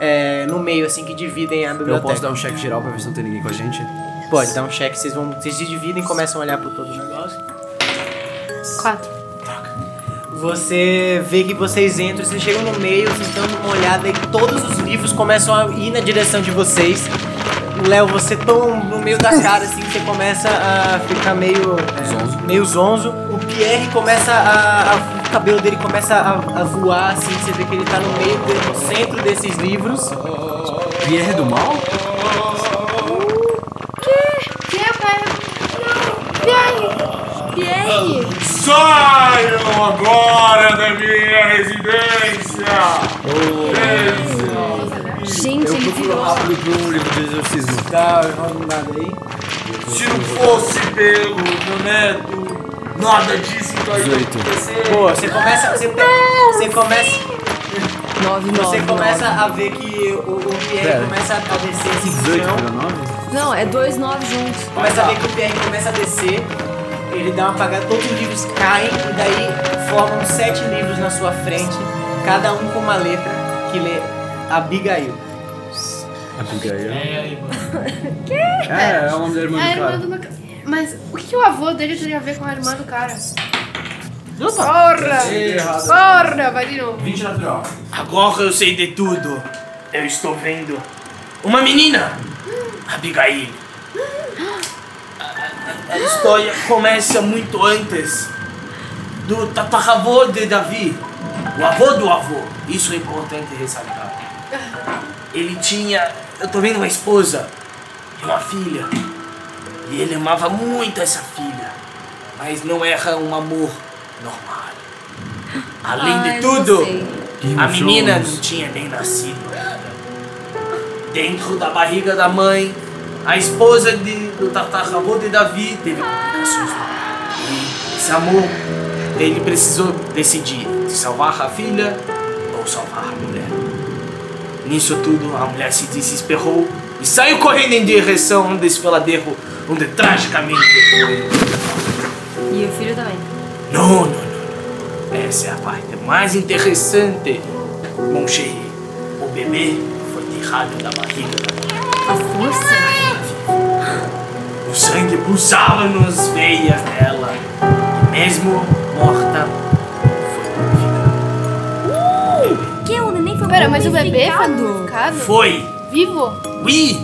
A: é, no meio, assim, que dividem a
C: Eu
A: biblioteca.
C: posso dar um cheque geral pra ver se não tem ninguém com a gente?
A: Pode dar um cheque, vocês vão. Vocês se dividem e começam a olhar pro todo o negócio.
D: Quatro.
A: Você vê que vocês entram, vocês chegam no meio, vocês dão uma olhada e todos os livros começam a ir na direção de vocês. Léo, você toma um no meio da cara, assim, você começa a ficar meio. é,
C: Zonzo.
A: meio zonzo. O Pierre começa a. a- o cabelo dele começa a, a voar, assim, você vê que ele tá no meio, no centro desses livros.
C: Pierre do Mal?
D: é Que, Pierre? Não, Pierre!
B: Jean-Pierre!
F: Saiam agora da minha residência!
B: Gente, é ele virou.
C: rápido pro livro de exorcismo.
A: Tá rolando nada aí.
F: Se não fosse pelo meu neto, nada disso estaria
C: 18.
F: acontecendo.
A: Pô, você começa. Você, pe- você começa.
B: Nove,
A: Você
B: nove,
A: começa a ver que o, o Pierre
C: Pera.
A: começa a descer assim pro
C: 18
A: chão.
B: né?
C: pra 9?
B: nove. Não, é dois nove juntos.
A: Começa a ver que o Pierre começa a descer. Ele dá uma apagada, todos os livros caem e daí formam sete livros na sua frente, cada um com uma letra que lê Abigail.
C: É Abigail. Que? É, é o nome da irmã
D: A
C: do
D: irmã
C: cara.
D: do meu... ca- Mas o que, que o avô dele teria a ver com a irmã do cara?
A: Opa!
D: Porra!
C: errado.
D: Porra! Vai de novo.
C: 20 natural.
E: Agora eu sei de tudo. Eu estou vendo uma menina, Abigail. A, a- a história começa muito antes do tataravô de Davi, o avô do avô. Isso é importante ressaltar. Ele tinha, eu tô vendo uma esposa e uma filha. E ele amava muito essa filha, mas não era um amor normal. Além
B: Ai,
E: de
B: Ah, não
E: tudo,
B: sei.
E: a
C: um
E: menina não tinha nem nascido. Dentro da barriga da mãe, a esposa de, do tataravô de Davi teve complicações. E esse amor, ele precisou decidir se salvar a filha ou salvar a mulher. Nisso tudo, a mulher se desesperou e saiu correndo em direção a um desfiladeiro onde tragicamente foi
B: E o filho também.
E: não, não, não. Essa é a parte mais interessante. Mon chéri, o bebê foi tirado da barriga da mãe.
B: A força?
E: O sangue pulsava nas veias dela. E mesmo morta, foi vivificada.
B: Que o neném foi um
D: Pera, mas o bebê é foi
B: mumificado?
D: mumificado?
E: Foi!
D: Vivo?
E: Oui!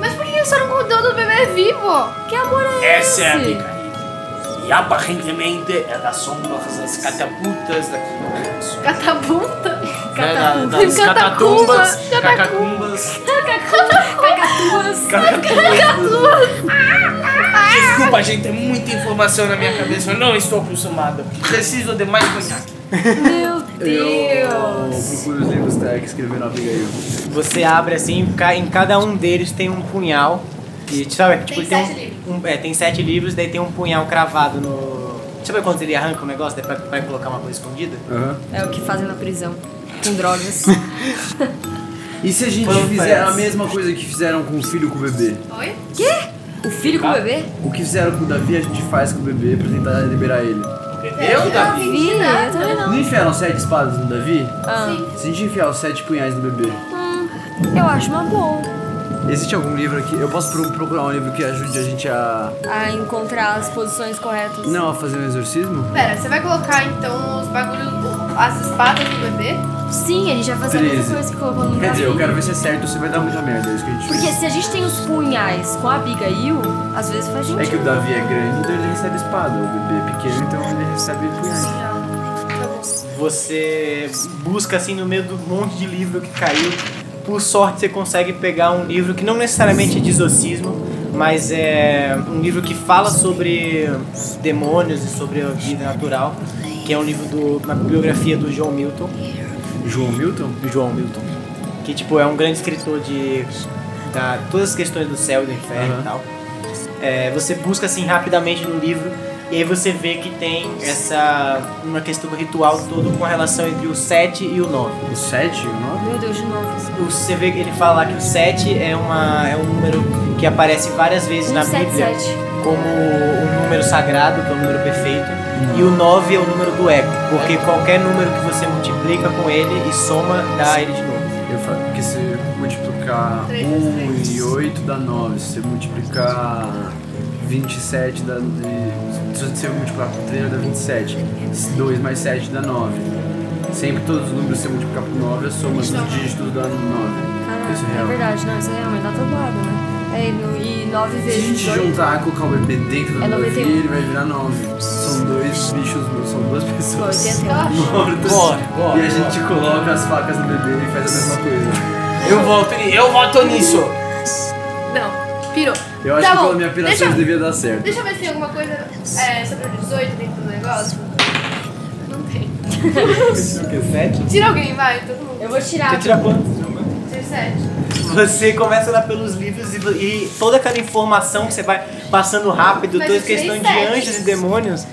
D: Mas por que ele só não cuidou do bebê vivo?
B: Que amor é
E: Essa
B: esse?
E: é a Abigail. E aparentemente era a sombra das catapultas daquele momento.
D: Catapulta?
E: Né, da- Das
D: Catacumbas.
E: catatumbas.
D: Catacumba.
E: Cacacumbas. Desculpa, gente, tem muita informação na minha cabeça. Eu não estou acostumado. Preciso de mais conhaque.
B: Meu
C: Eu
B: Deus!
C: procuro os livros tá, que escreveram Abigail.
A: Você abre assim, ca- em cada um deles tem um punhal. E sabe, tipo,
D: Tem
A: um-
D: sete
A: um- é, tem sete livros, daí tem um punhal cravado no. Sabe quando ele arranca o negócio daí pra, pra colocar uma coisa escondida?
C: Aham.
B: É o que fazem na prisão. Com drogas.
C: E se a gente
A: Vamos
C: fizer
A: pra
C: a
A: essa.
C: mesma coisa que fizeram com o filho e com o bebê?
D: Oi?
B: o filho com o bebê?
C: O que fizeram com o Davi a gente faz com o bebê pra tentar liberar ele.
E: Entendeu, Davi?
B: Filho, eu também não.
C: Não enfiaram sete espadas no Davi?
B: Ah.
D: Sim.
C: Se a gente enfiar os sete punhais no bebê,
B: Eu acho uma boa.
C: existe algum livro aqui? Eu posso pro- procurar um livro que ajude a gente a.
B: A encontrar as posições corretas.
C: Não, a fazer um exorcismo?
D: Pera, você vai colocar então os bagulhos, as espadas do bebê?
B: Sim, ele já fazia a mesma
C: Treze.
B: coisa que colocou no
C: Quer dizer, eu
B: Davi.
C: quero ver se é certo ou se vai dar muita merda. É isso que a gente
B: Porque se a gente tem os punhais com a Abigail, às vezes faz gente.
C: É que o Davi é grande, então ele recebe espada. O bebê é pequeno, então ele recebe punhais.
A: Você busca assim no meio do monte de livro que caiu. Por sorte você consegue pegar um livro que não necessariamente é de exorcismo, mas é um livro que fala sobre demônios e sobre a vida natural, que é um livro do uma biografia do John Milton,
C: João Milton?
A: do João Milton, que tipo é um grande escritor de da, todas as questões do céu e do inferno
C: Aham.
A: e tal. É, você busca assim rapidamente no livro e aí você vê que tem essa uma questão do ritual todo com a relação entre o 7 e o 9.
C: O sete? O nove?
B: Meu Deus, de novo.
A: O- Você vê que ele fala lá que o 7 é, uma, é um número que aparece várias vezes na Bíblia
B: 177.
A: como um número sagrado, que é o número perfeito, e o 9 é o número do ego, porque qualquer número que você multiplica com ele e soma dá ele de novo.
C: Eu falo, porque se multiplicar
D: Três,
C: 1
D: três.
C: e 8 dá 9. Se você multiplicar 27 dá. de- Se você multiplicar por 3 dá 27. 2 mais 7 dá 9. Sempre todos os números se você multiplicar por 9, a soma dos dígitos dá 9. Isso é
B: Caraca, é
C: real.
B: verdade, não, isso é realmente dá todo lado, né? É, e no- e nove
C: Se a
B: vezes.
C: gente
B: oito.
C: juntar, colocar o bebê dentro
B: É
C: do Davi,
B: 91.
C: ele vai virar 9. São dois bichos, são duas pessoas.
B: 81.
C: mortas.
A: Bora, bora,
C: E a gente coloca as facas no bebê e faz a mesma coisa.
E: Eu voto, ni- eu voto nisso.
D: Não. pirou.
C: Eu acho
D: tá
C: que
D: bom,
C: pela minha
D: deixa,
C: piração devia dar certo.
D: deixa eu ver se tem alguma coisa é, sobre o 18 dentro do negócio. Não tem.
A: O que, sete?
D: Tira alguém, vai, todo mundo.
B: Eu vou
A: Você
B: tirar.
A: tira quantos?
D: 17.
A: Você começa a olhar pelos livros e, e toda aquela informação que você vai passando rápido,
D: Mas
A: toda
D: eu tirei
A: questão de
D: sete.
A: anjos e demônios,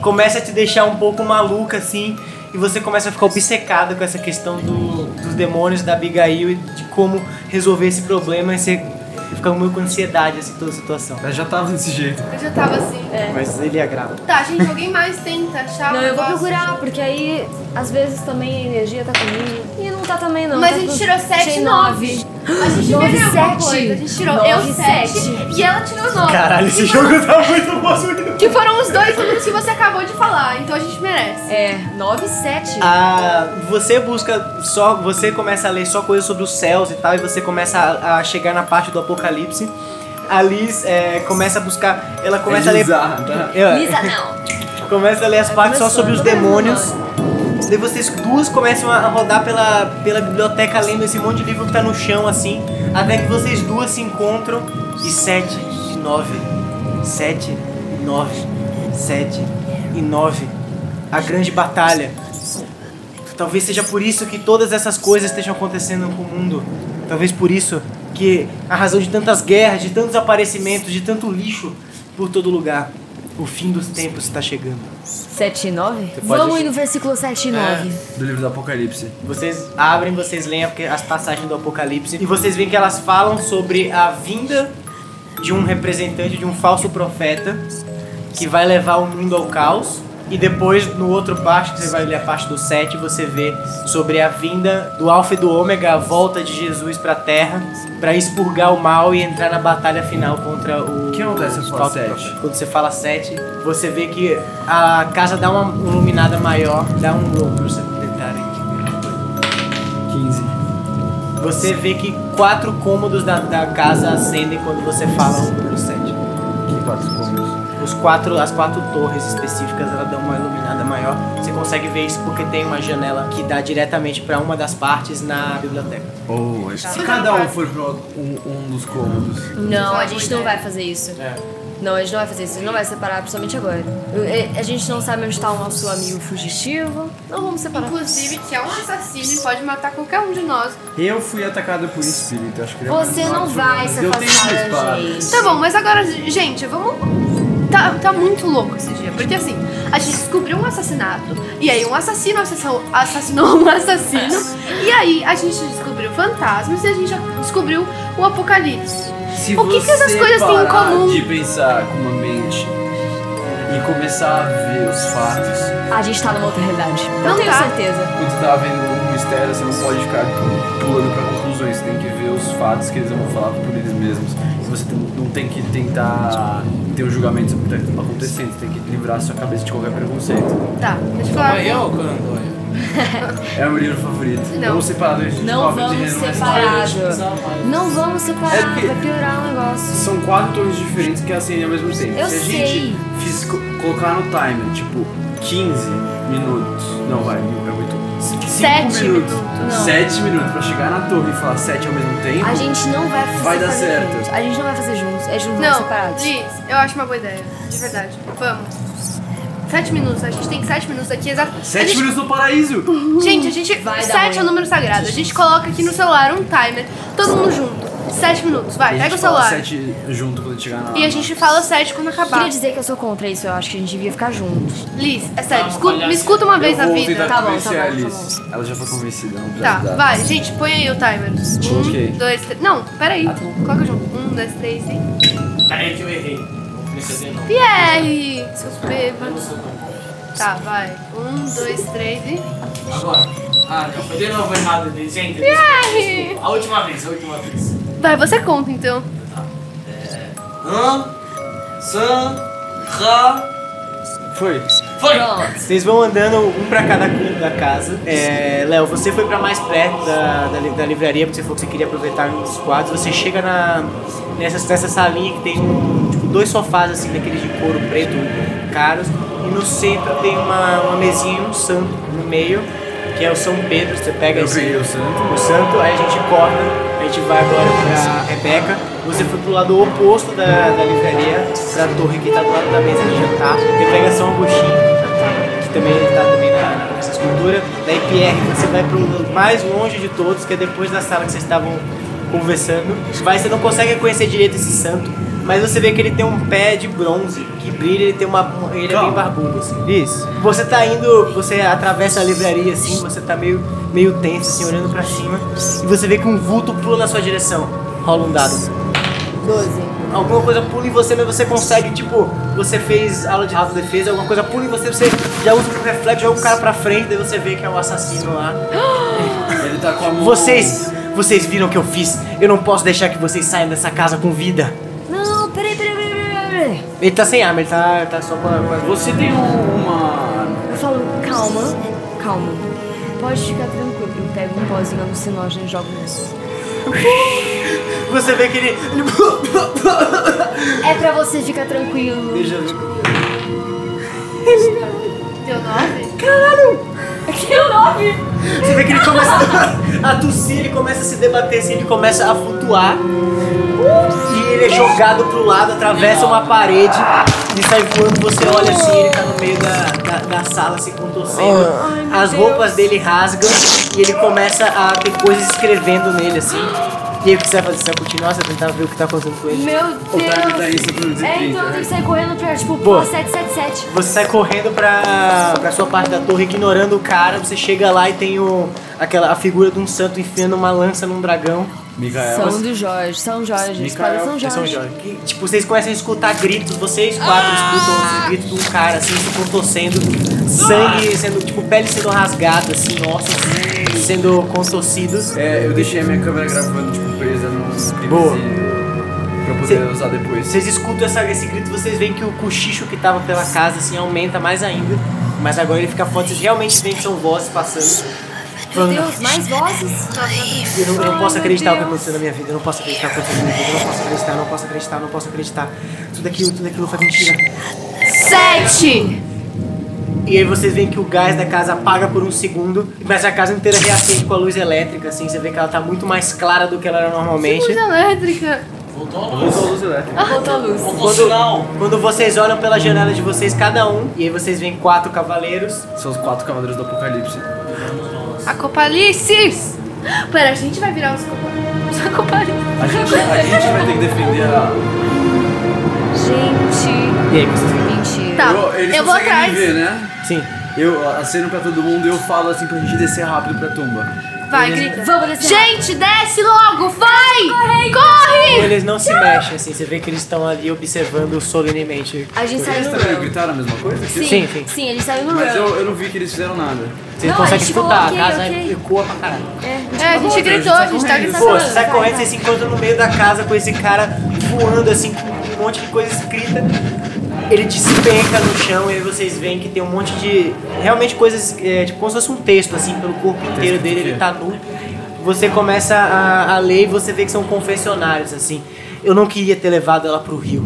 A: começa a te deixar um pouco maluca assim. E você começa a ficar obcecada com essa questão do- dos demônios, da Abigail e de como resolver esse problema. E você fica meio com ansiedade assim, toda a situação.
C: Ela já tava desse jeito.
D: Eu já tava assim.
A: Mas ele agrada.
D: Tá, gente, alguém mais tenta achar
B: É. Não,
D: o
B: eu vou
D: negócio?
B: procurar, porque aí às vezes também a energia tá comigo. E não tá também, não.
D: Mas
B: tá
D: a gente
B: tudo-
D: tirou 7 e
B: Tirei
D: 9. A gente viu
B: Nove,
D: alguma
B: sete.
D: coisa. A gente tirou
B: Nove,
D: eu 7
B: sete.
D: e ela tirou 9.
A: Caralho, esse jogo tá muito bom.
D: Que foram os dois números que você acabou de falar, então a gente merece.
B: É, 9 e 7.
A: Ah, você busca só, você começa a ler só coisas sobre os céus e tal, e você começa a, a chegar na parte do Apocalipse. A Liz é, começa a buscar, ela começa
C: é
A: a ler,
C: bizarro, tá?
A: É,
B: Lisa, não.
A: começa a ler as partes só
B: começando,
A: sobre os
B: tô vendo,
A: demônios. Daí vocês duas começam a rodar pela, pela biblioteca lendo esse monte de livro que tá no chão assim, até que vocês duas se encontram e sete e nove, sete e nove, sete e nove, a grande batalha. Talvez seja por isso que todas essas coisas estejam acontecendo com o mundo. Talvez por isso que a razão de tantas guerras, de tantos aparecimentos, de tanto lixo por todo lugar. O fim dos tempos está chegando.
B: 7 e 9?
A: Você pode-
B: Vamos ir no versículo 7 e 9.
C: Do livro do Apocalipse.
A: Vocês abrem, vocês leem a- as passagens do Apocalipse e vocês veem que elas falam sobre a vinda de um representante, de um falso profeta que vai levar o mundo ao caos. E depois, no outro parte, que você vai ler a parte do 7, você vê sobre a vinda do Alfa e do Ômega, a volta de Jesus pra Terra, pra expurgar o mal e entrar na batalha final contra o.
C: O que acontece
A: os
C: quando fala
A: falsos
C: sete?
A: profetas. Quando você fala 7, você vê que a casa dá uma iluminada maior, dá um glow pro secretário aqui.
C: 15.
A: Você vê que quatro cômodos da, da casa acendem quando você fala o número 7.
C: Que quatro pontos.
A: Os quatro, as quatro torres específicas ela dão uma iluminada maior. Você consegue ver isso porque tem uma janela que dá diretamente para uma das partes na biblioteca.
C: Oh, se cada um for pro um, um dos cômodos.
B: Não, a gente não vai fazer isso. Não, a gente não vai fazer isso. A gente não vai separar, principalmente agora. Eu- é, A gente não sabe onde está o nosso amigo fugitivo. Não Então vamos separar.
D: Inclusive, que é um assassino e pode matar qualquer um de nós.
C: Eu fui atacado por espírito, acho que ele é
B: Você
C: mais
B: não
C: mal
B: vai
C: jogado.
B: se
C: Eu tenho uma
B: afastar da
C: espada.
B: gente.
D: Tá bom, mas agora, gente, vamos. Tá, tá muito louco esse dia, porque assim, a gente descobriu um assassinato, e aí um assassino assassinou, assassinou um assassino, e aí a gente descobriu fantasmas e a gente já descobriu o apocalipse.
C: Se
D: O que que essas
C: você
D: coisas têm em
C: parar
D: comum?
C: De pensar com uma mente e começar a ver os fatos.
B: A gente tá numa outra realidade. Eu
D: Não
B: tenho
D: tá.
B: certeza.
C: Quando você tá vendo um mistério, você não pode ficar pulando pra conclusões. Você tem que ver os fatos que eles vão falar por eles mesmos. E você tem- não tem que tentar ter um julgamento sobre o que tá acontecendo. Você tem que livrar a sua cabeça de qualquer preconceito.
D: Tá, deixa eu falar.
E: Mas eu, Corandóia.
C: É o meu livro favorito.
D: Não.
C: Vamos separar dois de
B: Não
C: nove de
B: vamos
C: gênero, mas-
B: separado.
E: Não, mas-
B: Não vamos
C: É
B: separar,
C: porque-
B: vai piorar o negócio.
C: São quatro tons diferentes que acendem ao mesmo tempo.
B: Eu
C: Se a
B: sei.
C: gente fiz- co- colocar no timer, tipo, 15 minutos. Não, vai, não é muito. 7
D: Sete
C: minutos.
D: minutos, não.
C: 7 minutos pra chegar na torre e falar 7 ao mesmo tempo.
B: A gente não vai fazer
C: Vai dar
B: fazer
C: certo.
B: juntos. A gente não vai fazer juntos. É juntos
D: Não,
B: separados.
D: Liz, eu acho uma boa ideia, de verdade. Vamos. Sete minutos, a gente tem sete minutos aqui exato. a
C: 7
D: gente-
C: minutos no paraíso!
D: Gente, a gente.
B: Vai dar um ruim.
D: sete é o número sagrado. A gente coloca aqui no celular um timer, todo mundo junto. Sete minutos, vai,
C: a
D: pega
C: gente
D: o celular.
C: fala 7 junto quando chegar na.
D: E a gente fala sete quando acabar.
B: Queria dizer que eu sou contra isso. Eu acho que a gente devia ficar juntos.
D: Liz, é sério,
E: Não,
D: escuta-
E: olha,
D: me escuta uma vez
C: Eu
D: na
C: vou
D: vida.
C: tentar
D: Tá bom,
C: convencer
D: tá
C: a
D: bom.
C: Alice. Ela já foi convencida, não
D: Tá,
C: precisa dar.
D: vai, gente, põe aí o timer. Um,
C: Coloquei.
D: dois, três. Não, peraí.
C: Tá
D: Coloca junto. Um, dois, três e.
E: Peraí que eu errei. Não precisa não.
D: Pierre! Seus bêbados.
E: Nossa, Corandóia.
D: Tá, vai. Um, dois, três e.
E: Agora. Ah, não. Foi de novo errado. né? Gente,
D: Pierre!
E: desculpa. A última vez, a última vez.
D: Vai, você conta então.
E: Um, san, ra.
C: Foi.
E: Foi!
B: Pronto.
A: Vocês vão andando um pra cada canto da casa. É, Léo, você foi pra mais perto da, da, li- da livraria porque você falou que você queria aproveitar um dos quadros. Você chega na, nessa, nessa salinha que tem um, tipo, dois sofás assim, daqueles de couro preto caros. E no centro tem uma, uma mesinha e um santo no meio. que é o São Pedro. Você pega
C: Eu
A: esse,
C: peguei o santo.
A: o santo, aí a gente corta, a gente vai agora pra Rebeca. Você foi pro lado oposto da, da livraria, pra torre que tá do lado da mesa de jantar. E pega um São Agostinho, que também tá também na, nessa escultura. Daí Pierre, você vai pro mais longe de todos, que é depois da sala que vocês estavam conversando. Vai, você não consegue conhecer direito esse santo, mas você vê que ele tem um pé de bronze que brilha, ele tem uma. ele é bem
C: Calma.
A: barbudo, assim. Isso. Você tá indo, você atravessa a livraria assim, você tá meio, meio tenso, assim, olhando pra cima. E você vê que um vulto pula na sua direção. Rola um dado.
B: 12.
A: Alguma coisa pula em você, mas você consegue, tipo, você fez aula de autodefesa, alguma coisa pula em você, você já usa o reflexo, joga o cara pra frente, daí você vê que é o assassino lá.
C: Ele tá com a mão.
A: Vocês, vocês viram o que eu fiz. Eu não posso deixar que vocês saiam dessa casa com vida.
B: Não, peraí, peraí, peraí, peraí, peraí.
A: Ele tá sem arma, ele tá, tá só com a... com a-
C: Você tem um- uma.
B: Eu falo, calma, calma. Pode ficar tranquilo. Eu pego um pozinho alucinógeno e jogo nisso.
A: Você vê que ele...
B: É pra você ficar tranquilo.
A: Deixa eu ver.
D: Deu nove?
B: Que nome?
A: Você vê que ele começa a tossir, ele começa a se debater assim, ele começa a flutuar. E ele é jogado pro lado, atravessa uma parede e sai voando. Você olha assim, ele tá no meio da, da, da sala se contorcendo. As roupas dele rasgam e ele começa a ter coisas escrevendo nele assim. E aí o que você vai fazer? Você vai continuar? Você vai tentar ver o que tá acontecendo com ele?
B: Meu
C: Pra tá isso
B: Deus.
C: pro
B: É, então eu tenho que sair correndo pra, tipo,
A: Boa.
B: pô, 777.
A: Você sai correndo pra, pra sua parte da torre, ignorando o cara. Você chega lá e tem o, aquela, a figura de um santo enfiando uma lança num dragão.
C: Micael.
B: São do Jorge, São Jorge, espada São
A: É
B: Jorge.
A: São Jorge. Que, tipo, vocês começam a escutar gritos, vocês quatro
B: Ah!
A: escutam os gritos de um cara, assim, se contorcendo,
B: Ah!
A: sangue sendo, tipo, pele sendo rasgada, assim, ossos sendo contorcidos.
C: É, eu deixei a minha câmera gravando, tipo, presa nos clipes
A: Boa.
C: e- pra poder
A: Cê-
C: usar depois.
A: Vocês escutam essa- esse grito, vocês veem que o cochicho que tava pela casa, assim, aumenta mais ainda. Mas agora ele fica forte, vocês realmente veem que são vozes passando.
B: Meu
A: Falando,
B: Deus, mais vozes?
A: Eu não, eu não posso
B: Ai,
A: acreditar o que
B: meu
A: aconteceu na minha vida. Eu não posso acreditar o que aconteceu na minha vida. Eu não posso acreditar, não posso acreditar, não posso acreditar. Tudo aquilo, tudo aquilo foi mentira.
D: Sete!
A: E aí vocês veem que o gás da casa apaga por um segundo, mas a casa inteira reacende com a luz elétrica, assim. Você vê que ela tá muito mais clara do que ela era normalmente.
B: é
D: Coisa elétrica.
E: Voltou a
C: Usou a
E: luz.
C: luz elétrica.
B: Voltou a luz.
E: Voltou o sinal.
A: Quando vocês olham pela janela de vocês, cada um, e aí vocês veem quatro cavaleiros.
C: São os quatro cavaleiros do apocalipse.
D: Acopalices! Pera, a gente vai virar os copa- os acopalices.
C: A gente, a gente vai ter que defender a.
B: Gente,
A: E aí vocês veem.
B: mentira.
D: Tá,
C: Eu, eles
D: eu vou
C: conseguem
D: atrás.
C: me ver, né?
A: Sim.
C: Eu aceno pra todo mundo e eu falo assim pra gente descer rápido pra tumba.
D: Vai, grita.
B: Vamos descer.
D: Gente, desce logo, vai! Corre!
A: Eles não se mexem, assim. Você vê que eles estão ali observando solenemente.
B: A gente saiu
C: Eles
B: no
C: também
B: round.
C: gritaram a mesma coisa?
A: Sim, sim.
B: Sim, ele saiu no
C: Mas
B: round.
C: eu, eu não vi que eles fizeram nada.
A: Vocês
B: Não, a
A: conseguem
B: gente falou,
A: escutar,
B: ok,
A: a casa
B: ok.
A: ecoa pra caralho.
D: É, a gente gritou, a gente tá gritando.
A: Pô, você sai correndo, você se encontra no meio da casa com esse cara voando assim, com um monte de coisa escrita. Ele despenca no chão e aí vocês veem que tem um monte de. Realmente coisas. É, tipo, como se fosse um texto, assim, pelo corpo inteiro
C: do
A: dele,
C: quê?
A: ele tá nu. Você começa a, a ler e você vê que são confessionários, assim. Eu não queria ter levado ela pro rio,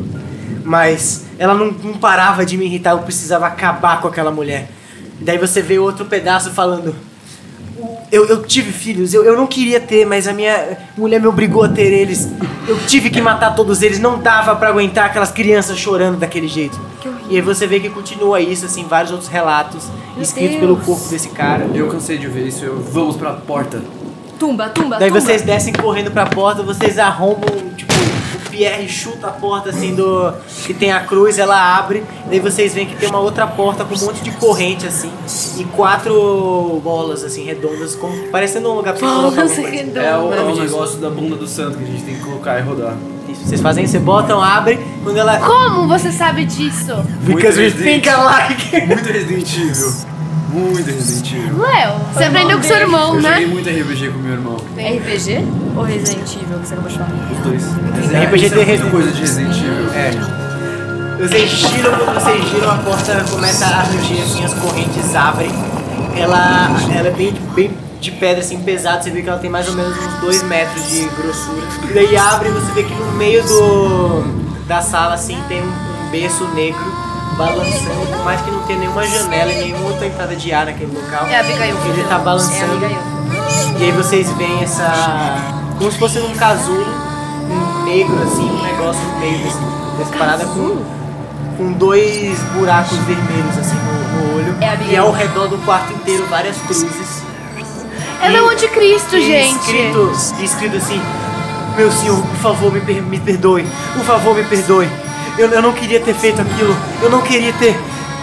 A: mas ela não, não parava de me irritar, eu precisava acabar com aquela mulher. Daí você vê outro pedaço falando. Eu, eu tive filhos, eu, eu não queria ter, mas a minha mulher me obrigou a ter eles. Eu tive que matar todos eles, não dava pra aguentar aquelas crianças chorando daquele jeito. E aí você vê que continua isso, assim, vários outros relatos escritos pelo
B: Deus.
A: corpo desse cara.
C: Eu cansei de ver isso, eu vamos pra porta.
B: Tumba,
D: Tá
B: tumba,
A: Daí
B: tumba.
A: vocês descem correndo pra porta, vocês arrombam, tipo, o Pierre chuta a porta assim do. que tem a cruz, ela abre, daí vocês veem que tem uma outra porta com um monte de corrente assim, e quatro bolas assim, redondas, como parecendo um lugar pra você colocar alguma coisa.
C: É o, é o negócio da bunda do santo que a gente tem que colocar e rodar.
A: Isso, vocês fazem, você botam, abre, quando ela.
D: Como você sabe disso?
A: Because we
C: Resident-
A: think alike.
C: Muito Resident Evil. Muito Resident Evil.
D: Léo, você aprendeu com seu irmão,
C: Eu joguei
D: né?
C: muito RPG com meu irmão.
B: RPG ou Resident Evil que você acabou de falar?
C: Os dois. Mas
A: RPG
C: isso
A: tem
C: é muita
A: Resident-
C: coisa de Resident Evil. É.
A: Vocês giram, quando vocês giram, a porta começa a rugir assim, as correntes abrem. Ela, ela é bem, bem de pedra, assim, pesada, você vê que ela tem mais ou menos uns 2 metros de grossura. E daí abre e você vê que no meio do, da sala, assim, tem um, um berço negro balançando, por mais que não tenha nenhuma janela e nenhuma outra entrada de ar naquele local.
D: É a Abigail.
A: Ele tá
B: É,
A: balançando.
B: amiga, eu.
A: E aí vocês veem essa. como se fosse um casulo um negro, assim, um negócio no meio desse, dessa parada com, com dois buracos vermelhos, assim, no, no olho.
B: É a Bíblia.
A: e ao redor do quarto inteiro várias cruzes.
D: Ela é o anticristo,
A: E
D: gente.
A: Escrito, e escrito assim: Meu senhor, por favor, me, per- me perdoe. Por favor, me perdoe. Eu, eu não queria ter feito aquilo. Eu não queria ter.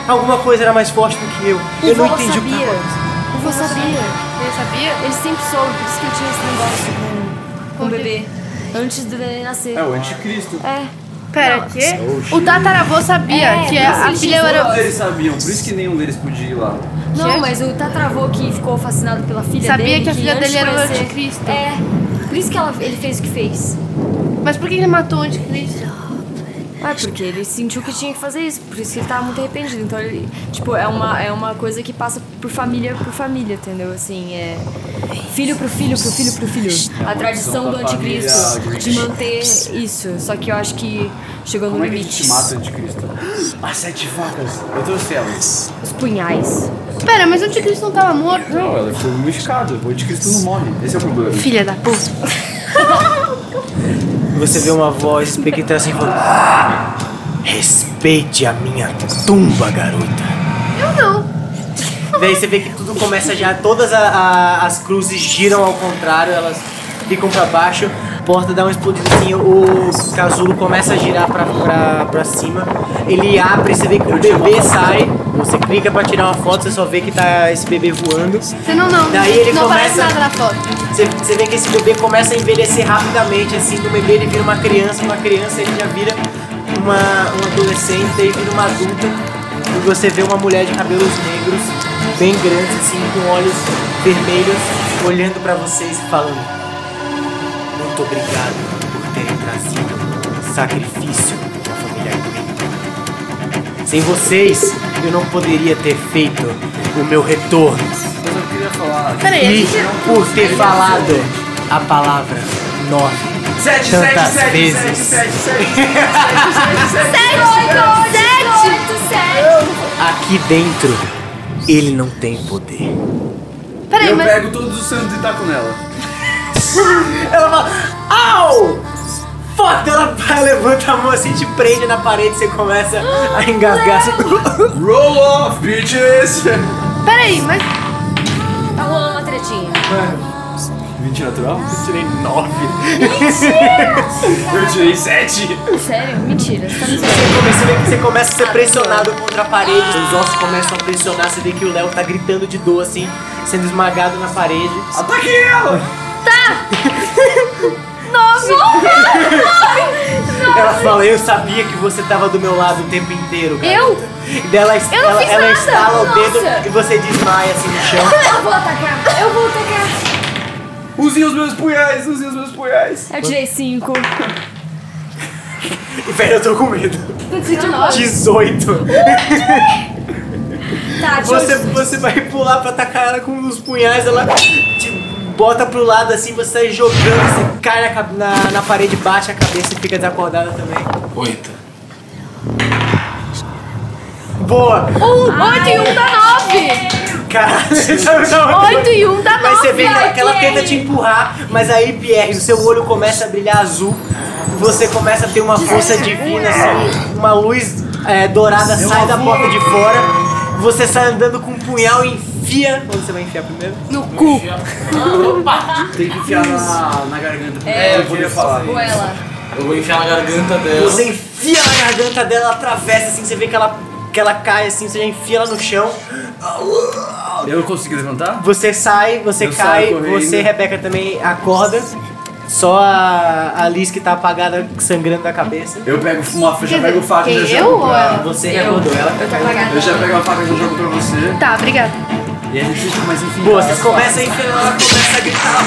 A: Alguma coisa era mais forte do que eu. eu não
B: vô
A: entendi o que tá
B: sabia.
A: aconteceu.
B: O vô sabia.
D: Você sabia?
B: Ele sempre soube, por isso que ele tinha esse negócio com, com o bebê. Antes do neném nascer.
C: É o anticristo.
B: É.
D: Pera, quê? O tataravô sabia
B: É,
D: que
B: por isso
D: a, a
B: ele
D: filha
B: tinha
D: era.
C: Todos eles sabiam, por isso que nenhum deles podia ir lá.
B: Não,
D: Gente.
B: mas o tatravô que ficou fascinado pela filha
D: Sabia
B: dele.
D: que a filha
B: antes
D: dele
B: de
D: era o
B: conhecer-
D: anticristo.
B: É. Por isso que ela- ele fez o que fez.
D: Mas por que ele matou o anticristo?
B: É, porque ele sentiu que tinha que fazer isso, por isso que ele tava muito arrependido. Então ele, tipo, é uma, é uma coisa que passa por família por família, entendeu? Assim, é. Filho pro filho, pro filho pro filho. A tradição do
C: É da família,
B: anticristo
C: de-
B: de manter isso. Só que eu acho que chegou no
C: Como é que a gente
B: limite.
C: mata o anticristo? As sete facas. Eu trouxe elas.
B: Os punhais.
D: Pera, mas o anticristo não tava morto?
C: Não, ela foi mumificada. O anticristo não morre. Esse é o problema.
D: Filha da puta.
A: Você vê uma voz espectral assim falando: "Ah, Respeite a minha tumba, garota.
D: Eu não.
A: Daí você vê que tudo começa já, todas a- a- as cruzes giram ao contrário, elas ficam pra baixo, a porta dá um explodidinho, o casulo começa a girar pra, pra, pra cima, ele abre, você vê que o bebê sai, você clica pra tirar uma foto, você só vê que tá esse bebê voando.
D: Você não, não.
A: Daí ele
D: não aparece
A: começa-
D: nada na foto.
A: Você, você vê que esse bebê começa a envelhecer rapidamente, assim, do bebê ele vira uma criança, uma criança ele já vira uma, um adolescente, daí vira uma adulta. E você vê uma mulher de cabelos negros, bem grande, assim, com olhos vermelhos, olhando pra vocês e falando: Muito obrigado por terem trazido sacrifício pra família Green. Sem vocês, eu não poderia ter feito o meu retorno
C: Mas eu queria falar.
D: Peraí, a
A: e
D: gente.
A: por ter falado a palavra nove
F: Sete,
A: tantas
F: sete, sete,
A: vezes.
F: sete, sete, sete.
A: Aqui dentro, ele não tem poder.
D: Peraí,
C: Eu
D: mas.
C: pego todos os santos e taco nela.
A: Ela fala, au! Foda, ela pá, levanta a mão assim, te prende na parede, você começa a engasgar.
C: Roll off, bitches!
D: Peraí, mas.
B: Tá rolando uma tretinha.
C: 20 natural?
A: Eu tirei nove.
C: Eu tirei 7.
B: Sério? Mentira. Você tá me zoando.
A: Você vê que você começa a ser pressionado contra a parede, os ossos começam a pressionar, você vê que o Léo tá gritando de dor assim, sendo esmagado na parede.
C: Ataque ela!
A: Ela fala, eu sabia que você tava do meu lado o tempo inteiro. Cara.
B: Eu?
A: Dela,
B: Eu não
A: ela,
B: fiz
A: ela
B: nada.
A: estala o dedo
B: Nossa.
A: e você desmaia assim no chão.
B: Eu vou atacar! Eu vou atacar!
C: Usem os meus punhais, usem os meus punhais.
B: Eu tirei cinco.
A: Velho, eu tô com medo.
B: De nove.
A: 18.
B: Tá, deixa eu-
A: Você, você vai pular pra atacar ela com uns punhais, ela te bota pro lado assim, você sai jogando, você cai na, ca- na, na parede, bate a cabeça e fica desacordada também.
E: Oito.
A: Boa!
D: Um, oito e um dá nove.
A: Caralho, sabe não?
D: Oito e um dá
A: Mas
D: nove.
A: você vê que ela, que ela tenta te empurrar, mas aí, Pierre, o seu olho começa a brilhar azul. Você começa a ter uma força divina, assim, uma luz é, dourada sai da porta de fora. Você sai andando com um punhal e enfia. Onde você vai enfiar primeiro?
D: No cu.
C: Tem que enfiar na, na garganta.
E: É,
C: eu queria falar.
B: Ou ela.
E: Eu vou enfiar na garganta dela.
A: Você enfia na garganta dela, ela atravessa assim, você vê que ela, que ela cai assim, você já enfia ela no chão.
C: Eu consegui levantar?
A: Você sai, você
C: Eu
A: cai,
C: saio correndo.
A: você, Rebeca, também acorda. Só a, a Liz que tá apagada, sangrando da cabeça.
C: Eu pego uma faca, já
D: Quer
C: pego o
D: dizer,
C: faca, já
D: eu
C: jogo
D: ou
C: pra...
D: ela?
A: Você acordou ela.
C: Eu já pego a faca, já jogo pra você.
D: Tá, obrigada.
C: E a gente fica mais enfim.
A: Boa, vocês começam a enfiar, ela começa a gritar.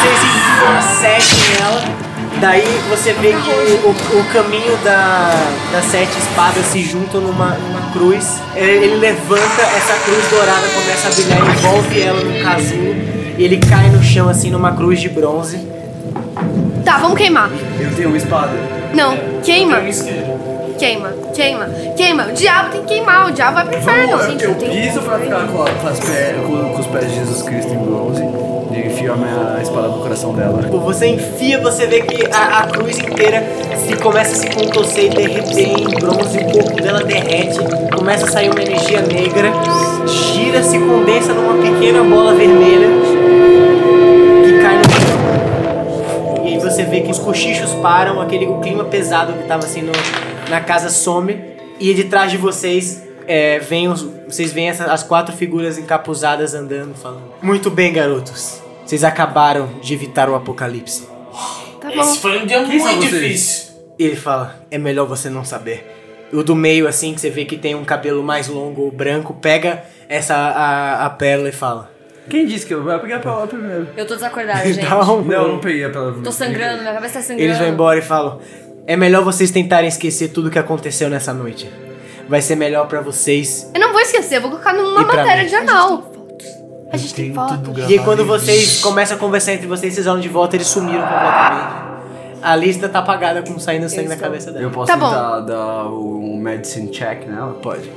A: Vocês enfiam a sete nela. Daí você vê que o, o- o caminho da, das sete espadas se juntam numa, numa cruz. É, Ele levanta essa cruz dourada, começa a brilhar, envolve ela num casulo. E ele cai no chão assim numa cruz de bronze.
D: Tá, vamos queimar.
C: Eu tenho uma espada.
D: Não, queima.
E: Esquerda.
D: Queima, queima, queima. O diabo tem que queimar, o diabo vai pro inferno.
C: Eu, é eu piso pra ficar com, a- com as pé- com- com os pés de Jesus Cristo em bronze e enfio a minha espada no coração dela.
A: Tipo, Você enfia, você vê que a, a cruz inteira se começa a se contorcer e derreter em bronze, o corpo dela derrete, começa a sair uma energia negra, gira, se condensa numa pequena bola vermelha que cai no chão. E aí você vê que os cochichos param, aquele o clima pesado que tava assim no- na casa some, e de trás de vocês. é, vem os- vocês veem essa- as quatro figuras encapuzadas andando, falando. Muito bem, garotos. Vocês acabaram de evitar o apocalipse.
D: Tá bom.
E: Esse foi um dia muito
C: são vocês?
E: difícil.
A: E ele fala: é melhor você não saber. O do meio, assim, que você vê que tem um cabelo mais longo, branco, pega essa a, a pérola e fala:
C: Quem disse que eu vou pegar pra lá primeiro?
B: Eu tô desacordada, gente.
A: dá um.
C: Não, eu não peguei a palavra.
B: Tô sangrando, minha cabeça tá sangrando.
A: Eles vão embora e falam: é melhor vocês tentarem esquecer tudo que aconteceu nessa noite. Vai ser melhor pra vocês.
D: Eu não vou esquecer, eu vou colocar numa
A: E pra
D: matéria
A: mim?
D: de jornal. A gente tem fotos.
A: E aí,
C: tá
A: quando vocês começam a conversar entre vocês, vocês olham de volta, eles sumiram completamente. A lista tá apagada com saindo sangue na cabeça
C: Eu
A: dela.
C: posso
D: Tá bom.
C: tentar dar um medicine check nela? Pode.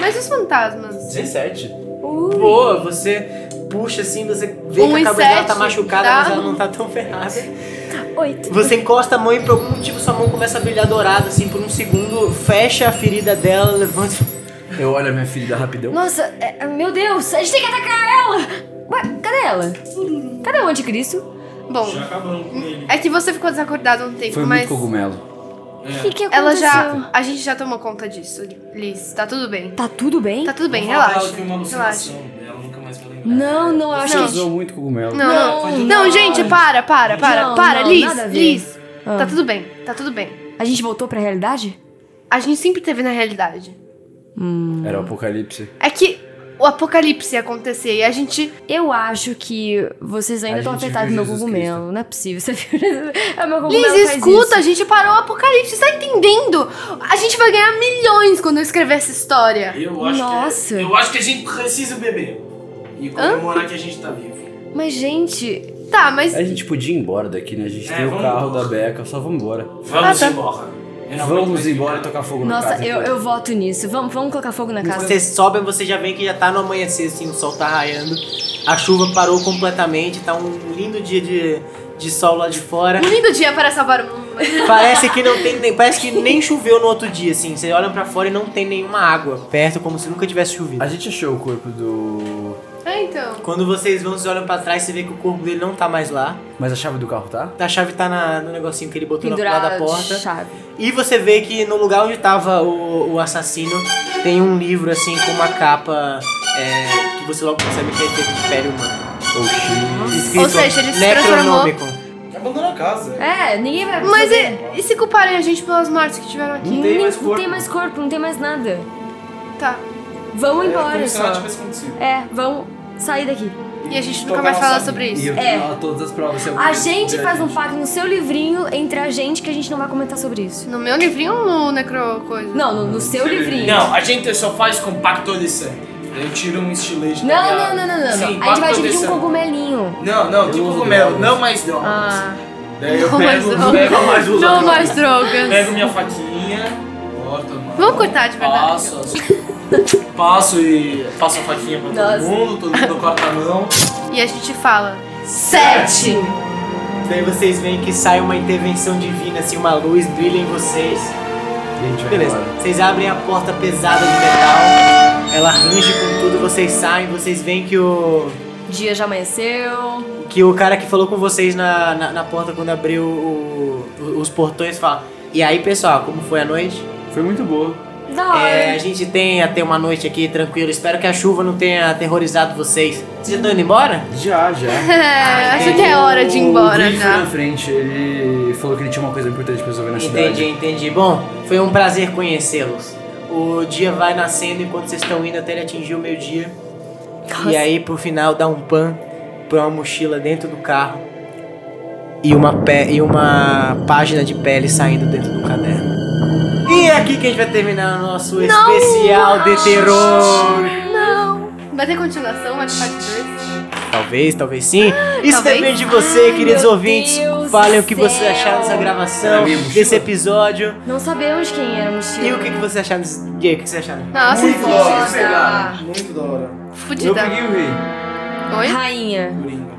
D: Mas os fantasmas.
A: 17? Boa, você puxa assim, você vê
D: Um
A: que
D: e
A: a cabeça dela tá
D: sete,
A: machucada,
D: tá?
A: mas ela não tá tão ferrada.
B: Oito.
A: Você encosta a mão e por algum motivo sua mão começa a brilhar dourada, assim, por um segundo, fecha a ferida dela, levanta.
C: Eu olho a minha filha rapidão.
B: Nossa, é- é- meu Deus, a gente tem que atacar ela! Ué, cadê ela? Cadê o anticristo?
D: Bom,
F: Já acabamos com ele.
D: é que você ficou desacordado um tempo,
C: Foi muito
D: mas.
C: cogumelo.
B: O que, que aconteceu?
D: Ela já. A gente já tomou conta disso, Liz. Tá tudo bem.
B: Tá tudo bem?
D: Tá tudo bem,
E: Vou falar pra
D: relaxa.
E: Ela, teve uma
D: Relaxa.
E: alucinação. ela nunca mais vai lembrar.
B: Não, não, eu acho
D: Não.
B: que.
C: Usou muito cogumelo.
D: Não, não,
B: Não,
D: não, gente, para, para, para,
B: Não,
D: para,
B: não,
D: Liz,
B: nada a ver.
D: Liz.
B: Ah.
D: Tá tudo bem, tá tudo bem.
B: A gente voltou pra realidade?
D: A gente sempre teve na realidade.
C: Era o apocalipse.
D: É que o apocalipse ia acontecer e a gente.
B: Eu acho que vocês ainda
C: A
B: estão
C: gente
B: afetados
C: viu
B: no meu
C: Jesus
B: cogumelo. Não é possível. Você viu? É o meu cogumelo.
D: Liz,
B: faz
D: escuta, a
B: isso.
D: gente parou o apocalipse, você tá entendendo? A gente vai ganhar milhões quando eu escrever essa história.
E: Eu acho
B: Nossa.
E: Que, é- eu acho que a gente precisa beber. E comemorar que a gente tá vivo.
B: Mas, gente,
D: Tá, mas.
C: A gente podia ir embora daqui, né? A gente
E: É,
C: tem o
E: vamos
C: carro
E: embora.
C: da Beca, só vamos embora.
E: Vamos
D: tá.
E: embora. Eu não aguento mais
C: Vamos
E: ficar.
C: embora e tocar fogo então. no
B: nossa,
C: carro.
B: eu, eu voto nisso. Vamos, vamos colocar fogo na casa.
A: Vocês sobem, você já vê que já tá no amanhecer, assim, o sol tá raiando. A chuva parou completamente, tá um lindo dia de, de sol lá de fora.
D: Um lindo dia para salvar o mundo.
A: Parece que não tem nem, parece que nem choveu no outro dia, assim. Vocês olham pra fora e não tem nenhuma água perto, como se nunca tivesse chovido.
C: A gente achou o corpo do...
D: É, então.
A: Quando vocês vão, vocês olham pra trás, você vê que o corpo dele não tá mais lá.
C: Mas a chave do carro tá?
A: A chave tá na- no negocinho que ele botou no lado da
B: Pendurar
A: porta.
B: a chave.
A: E você vê que no lugar onde tava o, o assassino tem um livro assim com uma capa é, que você logo percebe que é feito de pele humana.
C: Oxi.
A: Escrito
D: seja, ele se
A: Necronomicon.
F: Abandonou a casa.
B: É, ninguém vai.
D: Mas
B: saber.
D: e, e se culparem a gente pelas mortes que tiveram aqui?
C: Não tem mais
B: Não tem
C: corpo.
B: mais corpo, não tem mais nada.
D: Tá.
C: É,
B: Vamos
F: como
B: embora
F: se nada
B: só.
F: tivesse acontecido.
B: É, vamos sair daqui.
D: E a gente nunca
F: Tocar
D: mais
F: na
D: fala
F: salinha.
D: sobre
C: E
D: isso.
C: eu
B: É.
C: tenho todas as provas. se eu-
B: A gente faz um pacto no seu livrinho entre a gente que a gente não vai comentar sobre isso.
D: No meu livrinho ou no necro coisa?
B: Não, no, no seu livrinho.
E: Não, a gente só faz com pacto de sangue. Eu tiro um estilete da
B: Não,
E: minha-
B: não, não, não, não.
E: Sim,
B: não. A gente vai
E: pacto de
B: dividir um
E: sangue.
B: cogumelinho.
E: Não, não, tipo cogumelo, não mais drogas.
B: Ah.
E: Daí eu
D: Não mais
E: pego,
D: drogas.
E: pego mais o
D: Não mais drogas.
E: Pego minha faquinha, corto, mano.
D: Vamos cortar de verdade.
E: Passo, passo e passo a faquinha pra
B: Nossa.
E: todo mundo, todo mundo corta a mão.
D: E a gente fala.
B: Sete!
A: Daí vocês veem que sai uma intervenção divina, assim, uma luz brilha em vocês.
C: E a gente vai
A: Beleza.
C: embora.
A: Vocês abrem a porta pesada de metal, ela range com tudo, vocês saem, vocês veem que o.
B: Dia já amanheceu.
A: que o cara que falou com vocês na, na, na porta quando abriu o- o- os portões fala. E aí, pessoal, como foi a noite?
C: Foi muito boa.
B: Da hora.
A: É, a gente tem até uma noite aqui tranquilo. Espero que a chuva não tenha aterrorizado vocês. Vocês estão indo embora?
C: Já, já.
D: É, acho que é hora de ir
C: O
D: embora
C: Gui foi
D: já.
C: na frente, ele falou que ele tinha uma coisa importante pra resolver na
A: Entendi,
C: cidade.
A: entendi. Bom, foi um prazer conhecê-los. O dia vai nascendo enquanto vocês estão indo até ele atingir o meio-dia. E aí, pro final, dá um pan, põe uma mochila dentro do carro e uma, pe- e uma página de pele saindo dentro do caderno. E é aqui que a gente vai terminar o nosso especial de terror.
D: Não. Vai ter continuação, vai ter parte 2.
A: Talvez, talvez sim. Isso
D: Talvez.
A: depende de você, queridos
B: meu
A: ouvintes.
B: Deus
A: Falem
B: do
A: o que vocês
B: céu.
A: acharam dessa gravação,
C: Era minha mochila?
A: desse episódio.
B: Não sabemos quem era o mochila.
A: E o que, que vocês acharam? desse- E aí, o que vocês acharam?
D: Nossa,
F: Muito
D: fudida.
F: da hora, pegaram. Muito da hora.
C: Eu
D: Fudida.
C: peguei o rei.
D: Oi?
B: Rainha.
F: Coringa.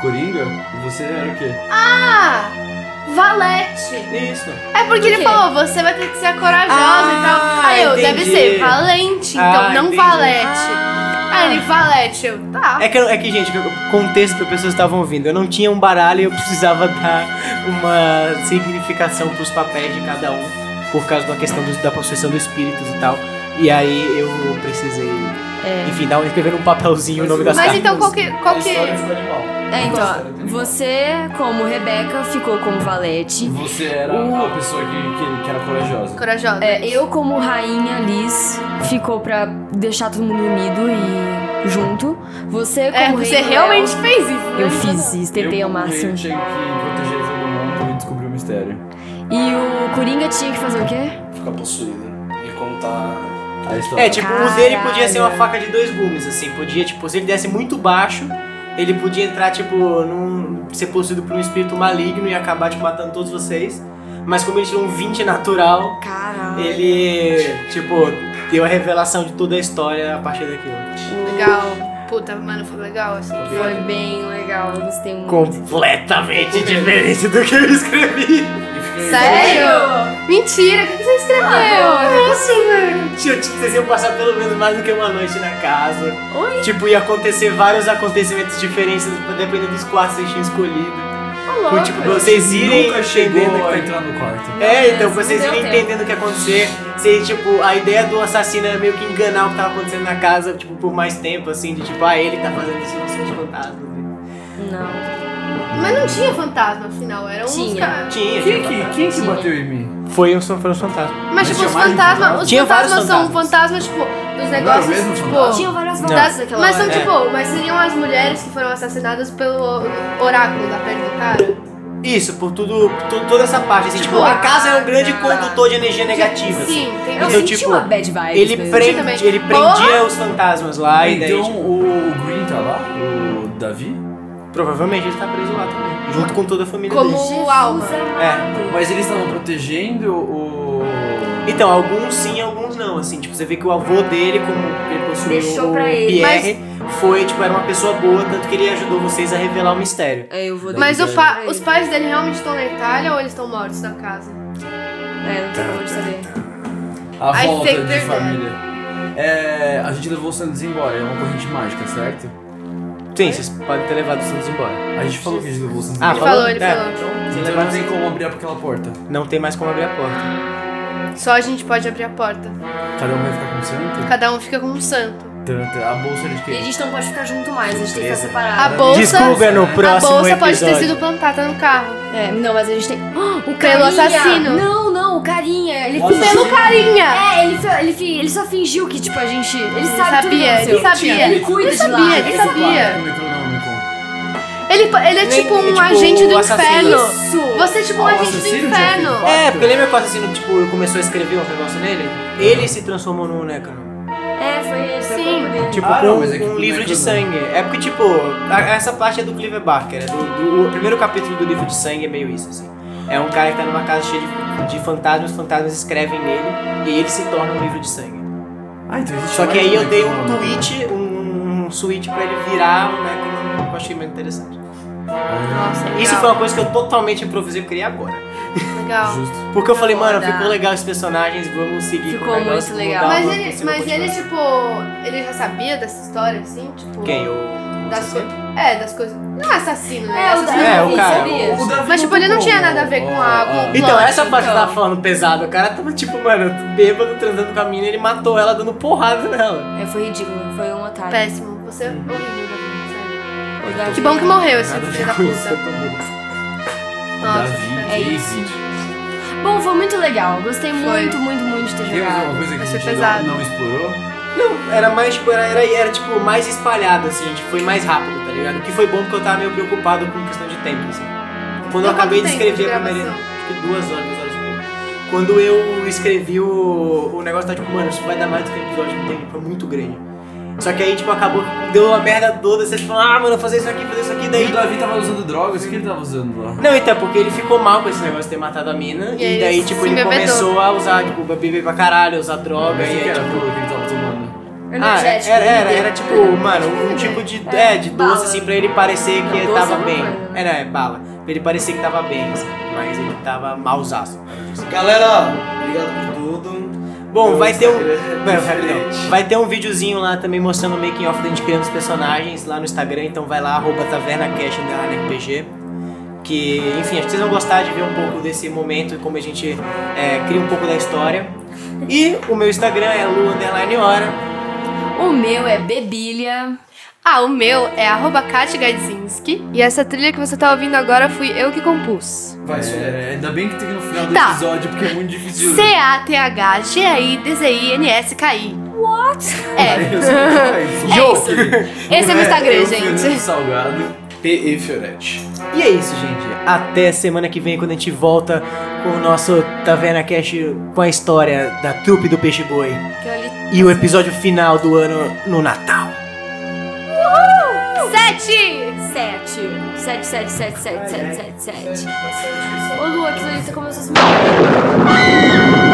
C: Coringa? Você era o quê?
D: Ah! Valete!
A: Isso.
D: É porque
B: Por quê?
D: ele falou, você vai ter que ser corajosa e
A: Ah,
D: tal. Aí eu, deve
A: entendi.
D: ser valente, então,
A: Ah,
D: não
A: entendi.
D: valete. Aí ele, valete, eu, tá.
A: É que, eu- é que, gente, o contexto que as pessoas estavam ouvindo. Eu não tinha um baralho e eu precisava dar uma significação pros papéis de cada um, por causa da questão do- da possessão dos espíritos e tal. E aí eu precisei, enfim, dar um, escrever num papelzinho o nome das
D: Mas
A: cartas.
D: então, qual que... Qual que...
B: É, então, você, como Rebeca, ficou como Valete.
C: Você era a pessoa que, que, que era corajosa.
D: Corajosa.
B: É, eu, como Rainha Liz, ficou pra deixar todo mundo unido e junto. Você, como
D: É,
B: Rei
D: você
B: Noel,
D: realmente fez isso. né?
B: Eu fiz isso, tentei
C: eu,
B: ao
C: como rei,
D: assim.
B: máximo.
C: tinha que proteger todo mundo e descobrir o mistério.
B: E o Coringa tinha que fazer o quê?
E: Ficar possuído. E contar.
C: A história.
A: É, tipo, o dele podia ser uma
B: Caralho.
A: faca de dois gumes, assim. Podia, tipo, se ele desse muito baixo, ele podia entrar, tipo, num. ser possuído por um espírito maligno e acabar, tipo, matando todos vocês. Mas como ele tirou um 20 natural,
B: Caralho.
A: ele, tipo, deu a revelação de toda a história a partir daquilo.
D: Legal. Puta, mano, foi legal, assim.
B: Foi bem legal, eu gostei muito.
A: Completamente diferente do que eu escrevi.
D: Sério? Mentira, o que que você escreveu?
A: Tinha- tinha- Vocês iam passar pelo menos mais do que uma noite na casa. Tipo, ia acontecer vários acontecimentos diferentes dependendo dos quartos que vocês tinham escolhido. Por, tipo, vocês irem
C: Nunca chegou
A: entendendo
C: a
A: que-
C: entrar no quarto.
A: É, então
B: Não
A: vocês
B: deu
A: irem
B: tempo.
A: entendendo o que ia acontecer. Vocês, tipo, a ideia do assassino era meio que enganar o que tava acontecendo na casa, tipo, por mais tempo, assim, de tipo, ah, ele que tá fazendo isso, não são os fantasmas. né?
B: Não.
D: Mas não tinha fantasma, afinal. Era uns
B: Tinha.
D: caras...
A: Tinha,
C: Quem
A: tinha.
C: que, quem que bateu em mim?
A: Foi um foram os fantasmas.
D: Mas,
C: Mas
D: tipo,
C: tinha
D: os
C: mais
D: fantasmas.
C: fantasmas?
D: Os
A: Tinha vários
D: fantasmas são
A: fantasmas.
D: fantasmas, tipo, dos negócios,
C: mesmo
D: tipo.
C: fantasma?
B: Tinha várias
A: Não.
B: vozes naquela
D: Mas são
A: É.
B: hora.
D: tipo, mas seriam as mulheres que foram assassinadas pelo oráculo da pele do cara?
A: Isso, por tudo, por to- toda essa parte. Assim, tipo,
D: Tipo,
A: a casa é um grande
D: ah,
A: condutor de energia negativa.
D: Sim,
A: assim.
D: tem
B: Eu
A: Então,
B: senti
A: tipo,
B: uma bad vibe.
A: Ele, prende-
D: também.
A: ele prendia os fantasmas lá e daí,
C: então
A: tipo,
C: o o Green tá lá? O Davi?
A: provavelmente ele tá preso lá também. Junto com toda a família
D: Como
A: dele.
D: o alma.
A: É.
C: Mas eles estavam protegendo o.
A: Então, alguns sim, alguns não, assim, tipo, você vê que o avô dele, como ele possuiu
B: Deixou
A: o
B: pra ele,
A: Pierre, foi, tipo, era uma pessoa boa, tanto que ele ajudou vocês a revelar o mistério.
B: É, eu vou
D: Mas
B: deixar
D: o pa-
B: pra ele.
D: os pais dele realmente estão na Itália ou eles estão mortos na casa?
B: É, não tenho como saber.
C: A
D: I
C: volta
D: think
C: de
D: they're
C: família. É, a gente levou o Santos embora, é uma corrente mágica, certo?
A: Sim, vocês podem ter levado os Santos embora.
C: A gente falou que a gente levou o Santos
A: Ah,
D: Ele
C: embora.
A: falou?
D: falou, ele
A: É.
D: falou.
A: Vocês
C: Então não
A: levaram
C: tem como abrir aquela porta.
A: Não tem mais como abrir a porta.
D: Só a gente pode abrir a porta.
C: Cada um vai ficar com o Santos?
D: Cada um fica com um santo.
C: Tanta. A bolsa de
B: E a
C: quê?
B: gente não pode ficar junto mais, a gente tem que ficar
A: Beleza.
D: A
B: separado.
D: bolsa.
A: Desculpa é no
D: a
A: próximo
D: bolsa
A: episódio.
D: pode ter sido plantada no carro.
B: É, não, mas a gente tem. Ah, o
D: Pelo
B: carinha!
D: assassino.
B: Não, não, o carinha. Ele
C: Nossa,
B: fez-
D: Pelo carinha!
B: É, ele, fi- ele, fi- ele só fingiu que, tipo, a gente. Ele, sabe tudo que
D: sabia,
B: aconteceu.
D: ele sabia.
B: Ele cuida
D: Ele
B: de
D: sabia,
C: Ah,
B: lá.
D: ele
B: Ele
D: sabia.
C: Com o Necronômico.
D: Ele, ele é
A: Ele-
D: tipo um
A: é tipo
D: agente do
A: o assassino.
D: inferno.
B: Isso.
D: Você é tipo um
C: Ah, o
D: agente do
C: assassino tinha
D: inferno.
C: feito
A: É, porque lembra que o assassino, tipo, começou a escrever um negócio nele? Ele se transformou num né, Necron.
B: É, foi ele. foi o
D: Sim.
B: corpo dele.
A: Tipo,
C: Ah,
A: com
C: não, mas é que
A: um
C: pro
A: livro de
C: Necron-
A: sangue. É porque, tipo, a- essa parte é do Clive Barker, é do, do- o primeiro capítulo do livro de sangue é meio isso, assim. É um cara que tá numa casa cheia de, de fantasmas, os fantasmas escrevem nele e ele se torna um livro de sangue.
C: Ah, então existe
A: Só que
C: mais
A: aí eu
C: um
A: dei um
C: Necronômico.
A: tweet, um, um switch pra ele virar um Necron, que eu achei muito interessante.
D: Nossa, legal.
A: Isso foi uma coisa que eu totalmente improvisei e criei agora.
D: legal.
C: Justo.
A: Porque eu falei, mano,
B: Foda.
A: ficou legal os personagens, vamos seguir com
B: Ficou
A: o negócio,
B: muito
A: vamos
B: legal.
A: dar
D: Mas
A: uma-
D: ele,
A: assim,
D: mas
A: vamos
D: ele,
A: continuar.
D: tipo, ele já sabia dessa história, assim? Tipo,
A: Quem? O...
D: Das coisas. É, das coisas. Não é assassino, né?
B: É, o
D: assassino.
B: Davi,
A: É, o cara.
B: sabia?
C: O Davi
D: Mas, tipo, ele não tinha nada a ver com a- com-
C: Ah,
A: Então,
D: Lógico,
A: essa parte que eu tava
B: então.
A: falando pesada, o cara tava tipo, mano, bêbado, transando com a mina, ele matou ela dando porrada nela.
B: É, foi ridículo. Foi um otário.
D: Péssimo. Você é horrível, Davi, sério.
B: O Davi-
D: Que bom que morreu esse
A: Nada a
D: filho
A: ver
D: da
A: com isso, eu
D: puta.
A: tô muito-
D: Nossa,
C: Davi,
D: é
C: David.
B: Bom, foi muito legal. Gostei
D: Foi.
B: muito, muito, muito de ter
C: Tem mais alguma
B: jogado.
C: coisa que a
D: Vai ser
C: gente
D: pesado.
C: não, não explorou?
A: Não, era mais, tipo, era, era, era, tipo, mais espalhado, assim, tipo, foi mais rápido, tá ligado? O que foi bom porque eu tava meio preocupado com questão de tempo, assim. Quando eu
D: Deu
A: acabei de
D: quanto tempo
A: escrever a primeira.
D: gravação?
A: Acho que duas horas, duas horas e pouco. Quando eu escrevi o, o negócio, tá tipo, mano, isso vai dar mais do que um episódio inteiro, foi muito grande. Só que aí, tipo, acabou, que deu uma merda toda, você falou, ah, mano, fazer isso aqui, fazer isso aqui,
C: E
A: daí...
C: o Davi tava usando drogas, o que ele tava usando lá?
A: Não, então, porque ele ficou mal com esse negócio de ter matado a mina,
D: E
A: e,
D: aí
A: daí,
D: ele
A: tipo,
D: se
A: ele
D: embebedou.
A: começou a usar, tipo, beber pra caralho, usar droga,
C: Mas o
A: e
C: que
A: aí,
C: era a
A: tipo...
C: pílula que ele tava tomando?
A: Ah,
B: Energético.
A: era, era, era tipo, mano, um tipo de, é, de doce,
B: né? Bala.
A: assim, pra ele parecer que
B: Não,
A: ele
B: doce é
A: tava
B: uma
A: bem.
B: coisa, né?
A: Era, é, bala. Pra ele parecer que tava bem, assim, mas ele tava mausaço.
F: Galera, obrigado por tudo.
A: Bom,
F: Meu
A: vai ter um.
F: Instagram
A: Vai,
F: é
A: rapidão.
F: diferente.
A: Vai ter um videozinho lá também mostrando o making off da gente criando os personagens lá no Instagram, então vai lá, arroba tavernacash underline RPG. Que, enfim, acho que vocês vão gostar de ver um pouco desse momento e como a gente é, cria um pouco da história. E o meu Instagram é lu underline hora.
B: O meu é bebilha.
D: Ah, o meu é arroba Kati Gadzinski. E essa trilha que você tá ouvindo agora fui eu que compus.
C: Vai, é, ainda bem que tem no final do
D: Tá.
C: episódio, porque é muito difícil.
D: C-A-T-H-G-I-D-Z-I-N-S-K-I. What? É.
C: Eu sei que faz.
D: É isso. Esse é meu Instagram,
C: Eu, Fernando
D: gente.
C: Salgado.
F: P.E. Fioretti.
A: E é isso, gente. Até semana que vem, quando a gente volta com o nosso Taverna Cash com a história da trupe do Peixe Boi
B: Que eu li
A: e o episódio final do ano no Natal.
D: Sete!
B: 7. 7, 7, 7, 7, 7, 7, 7. Ô Lu, aquilo ali tá como se fosse uma.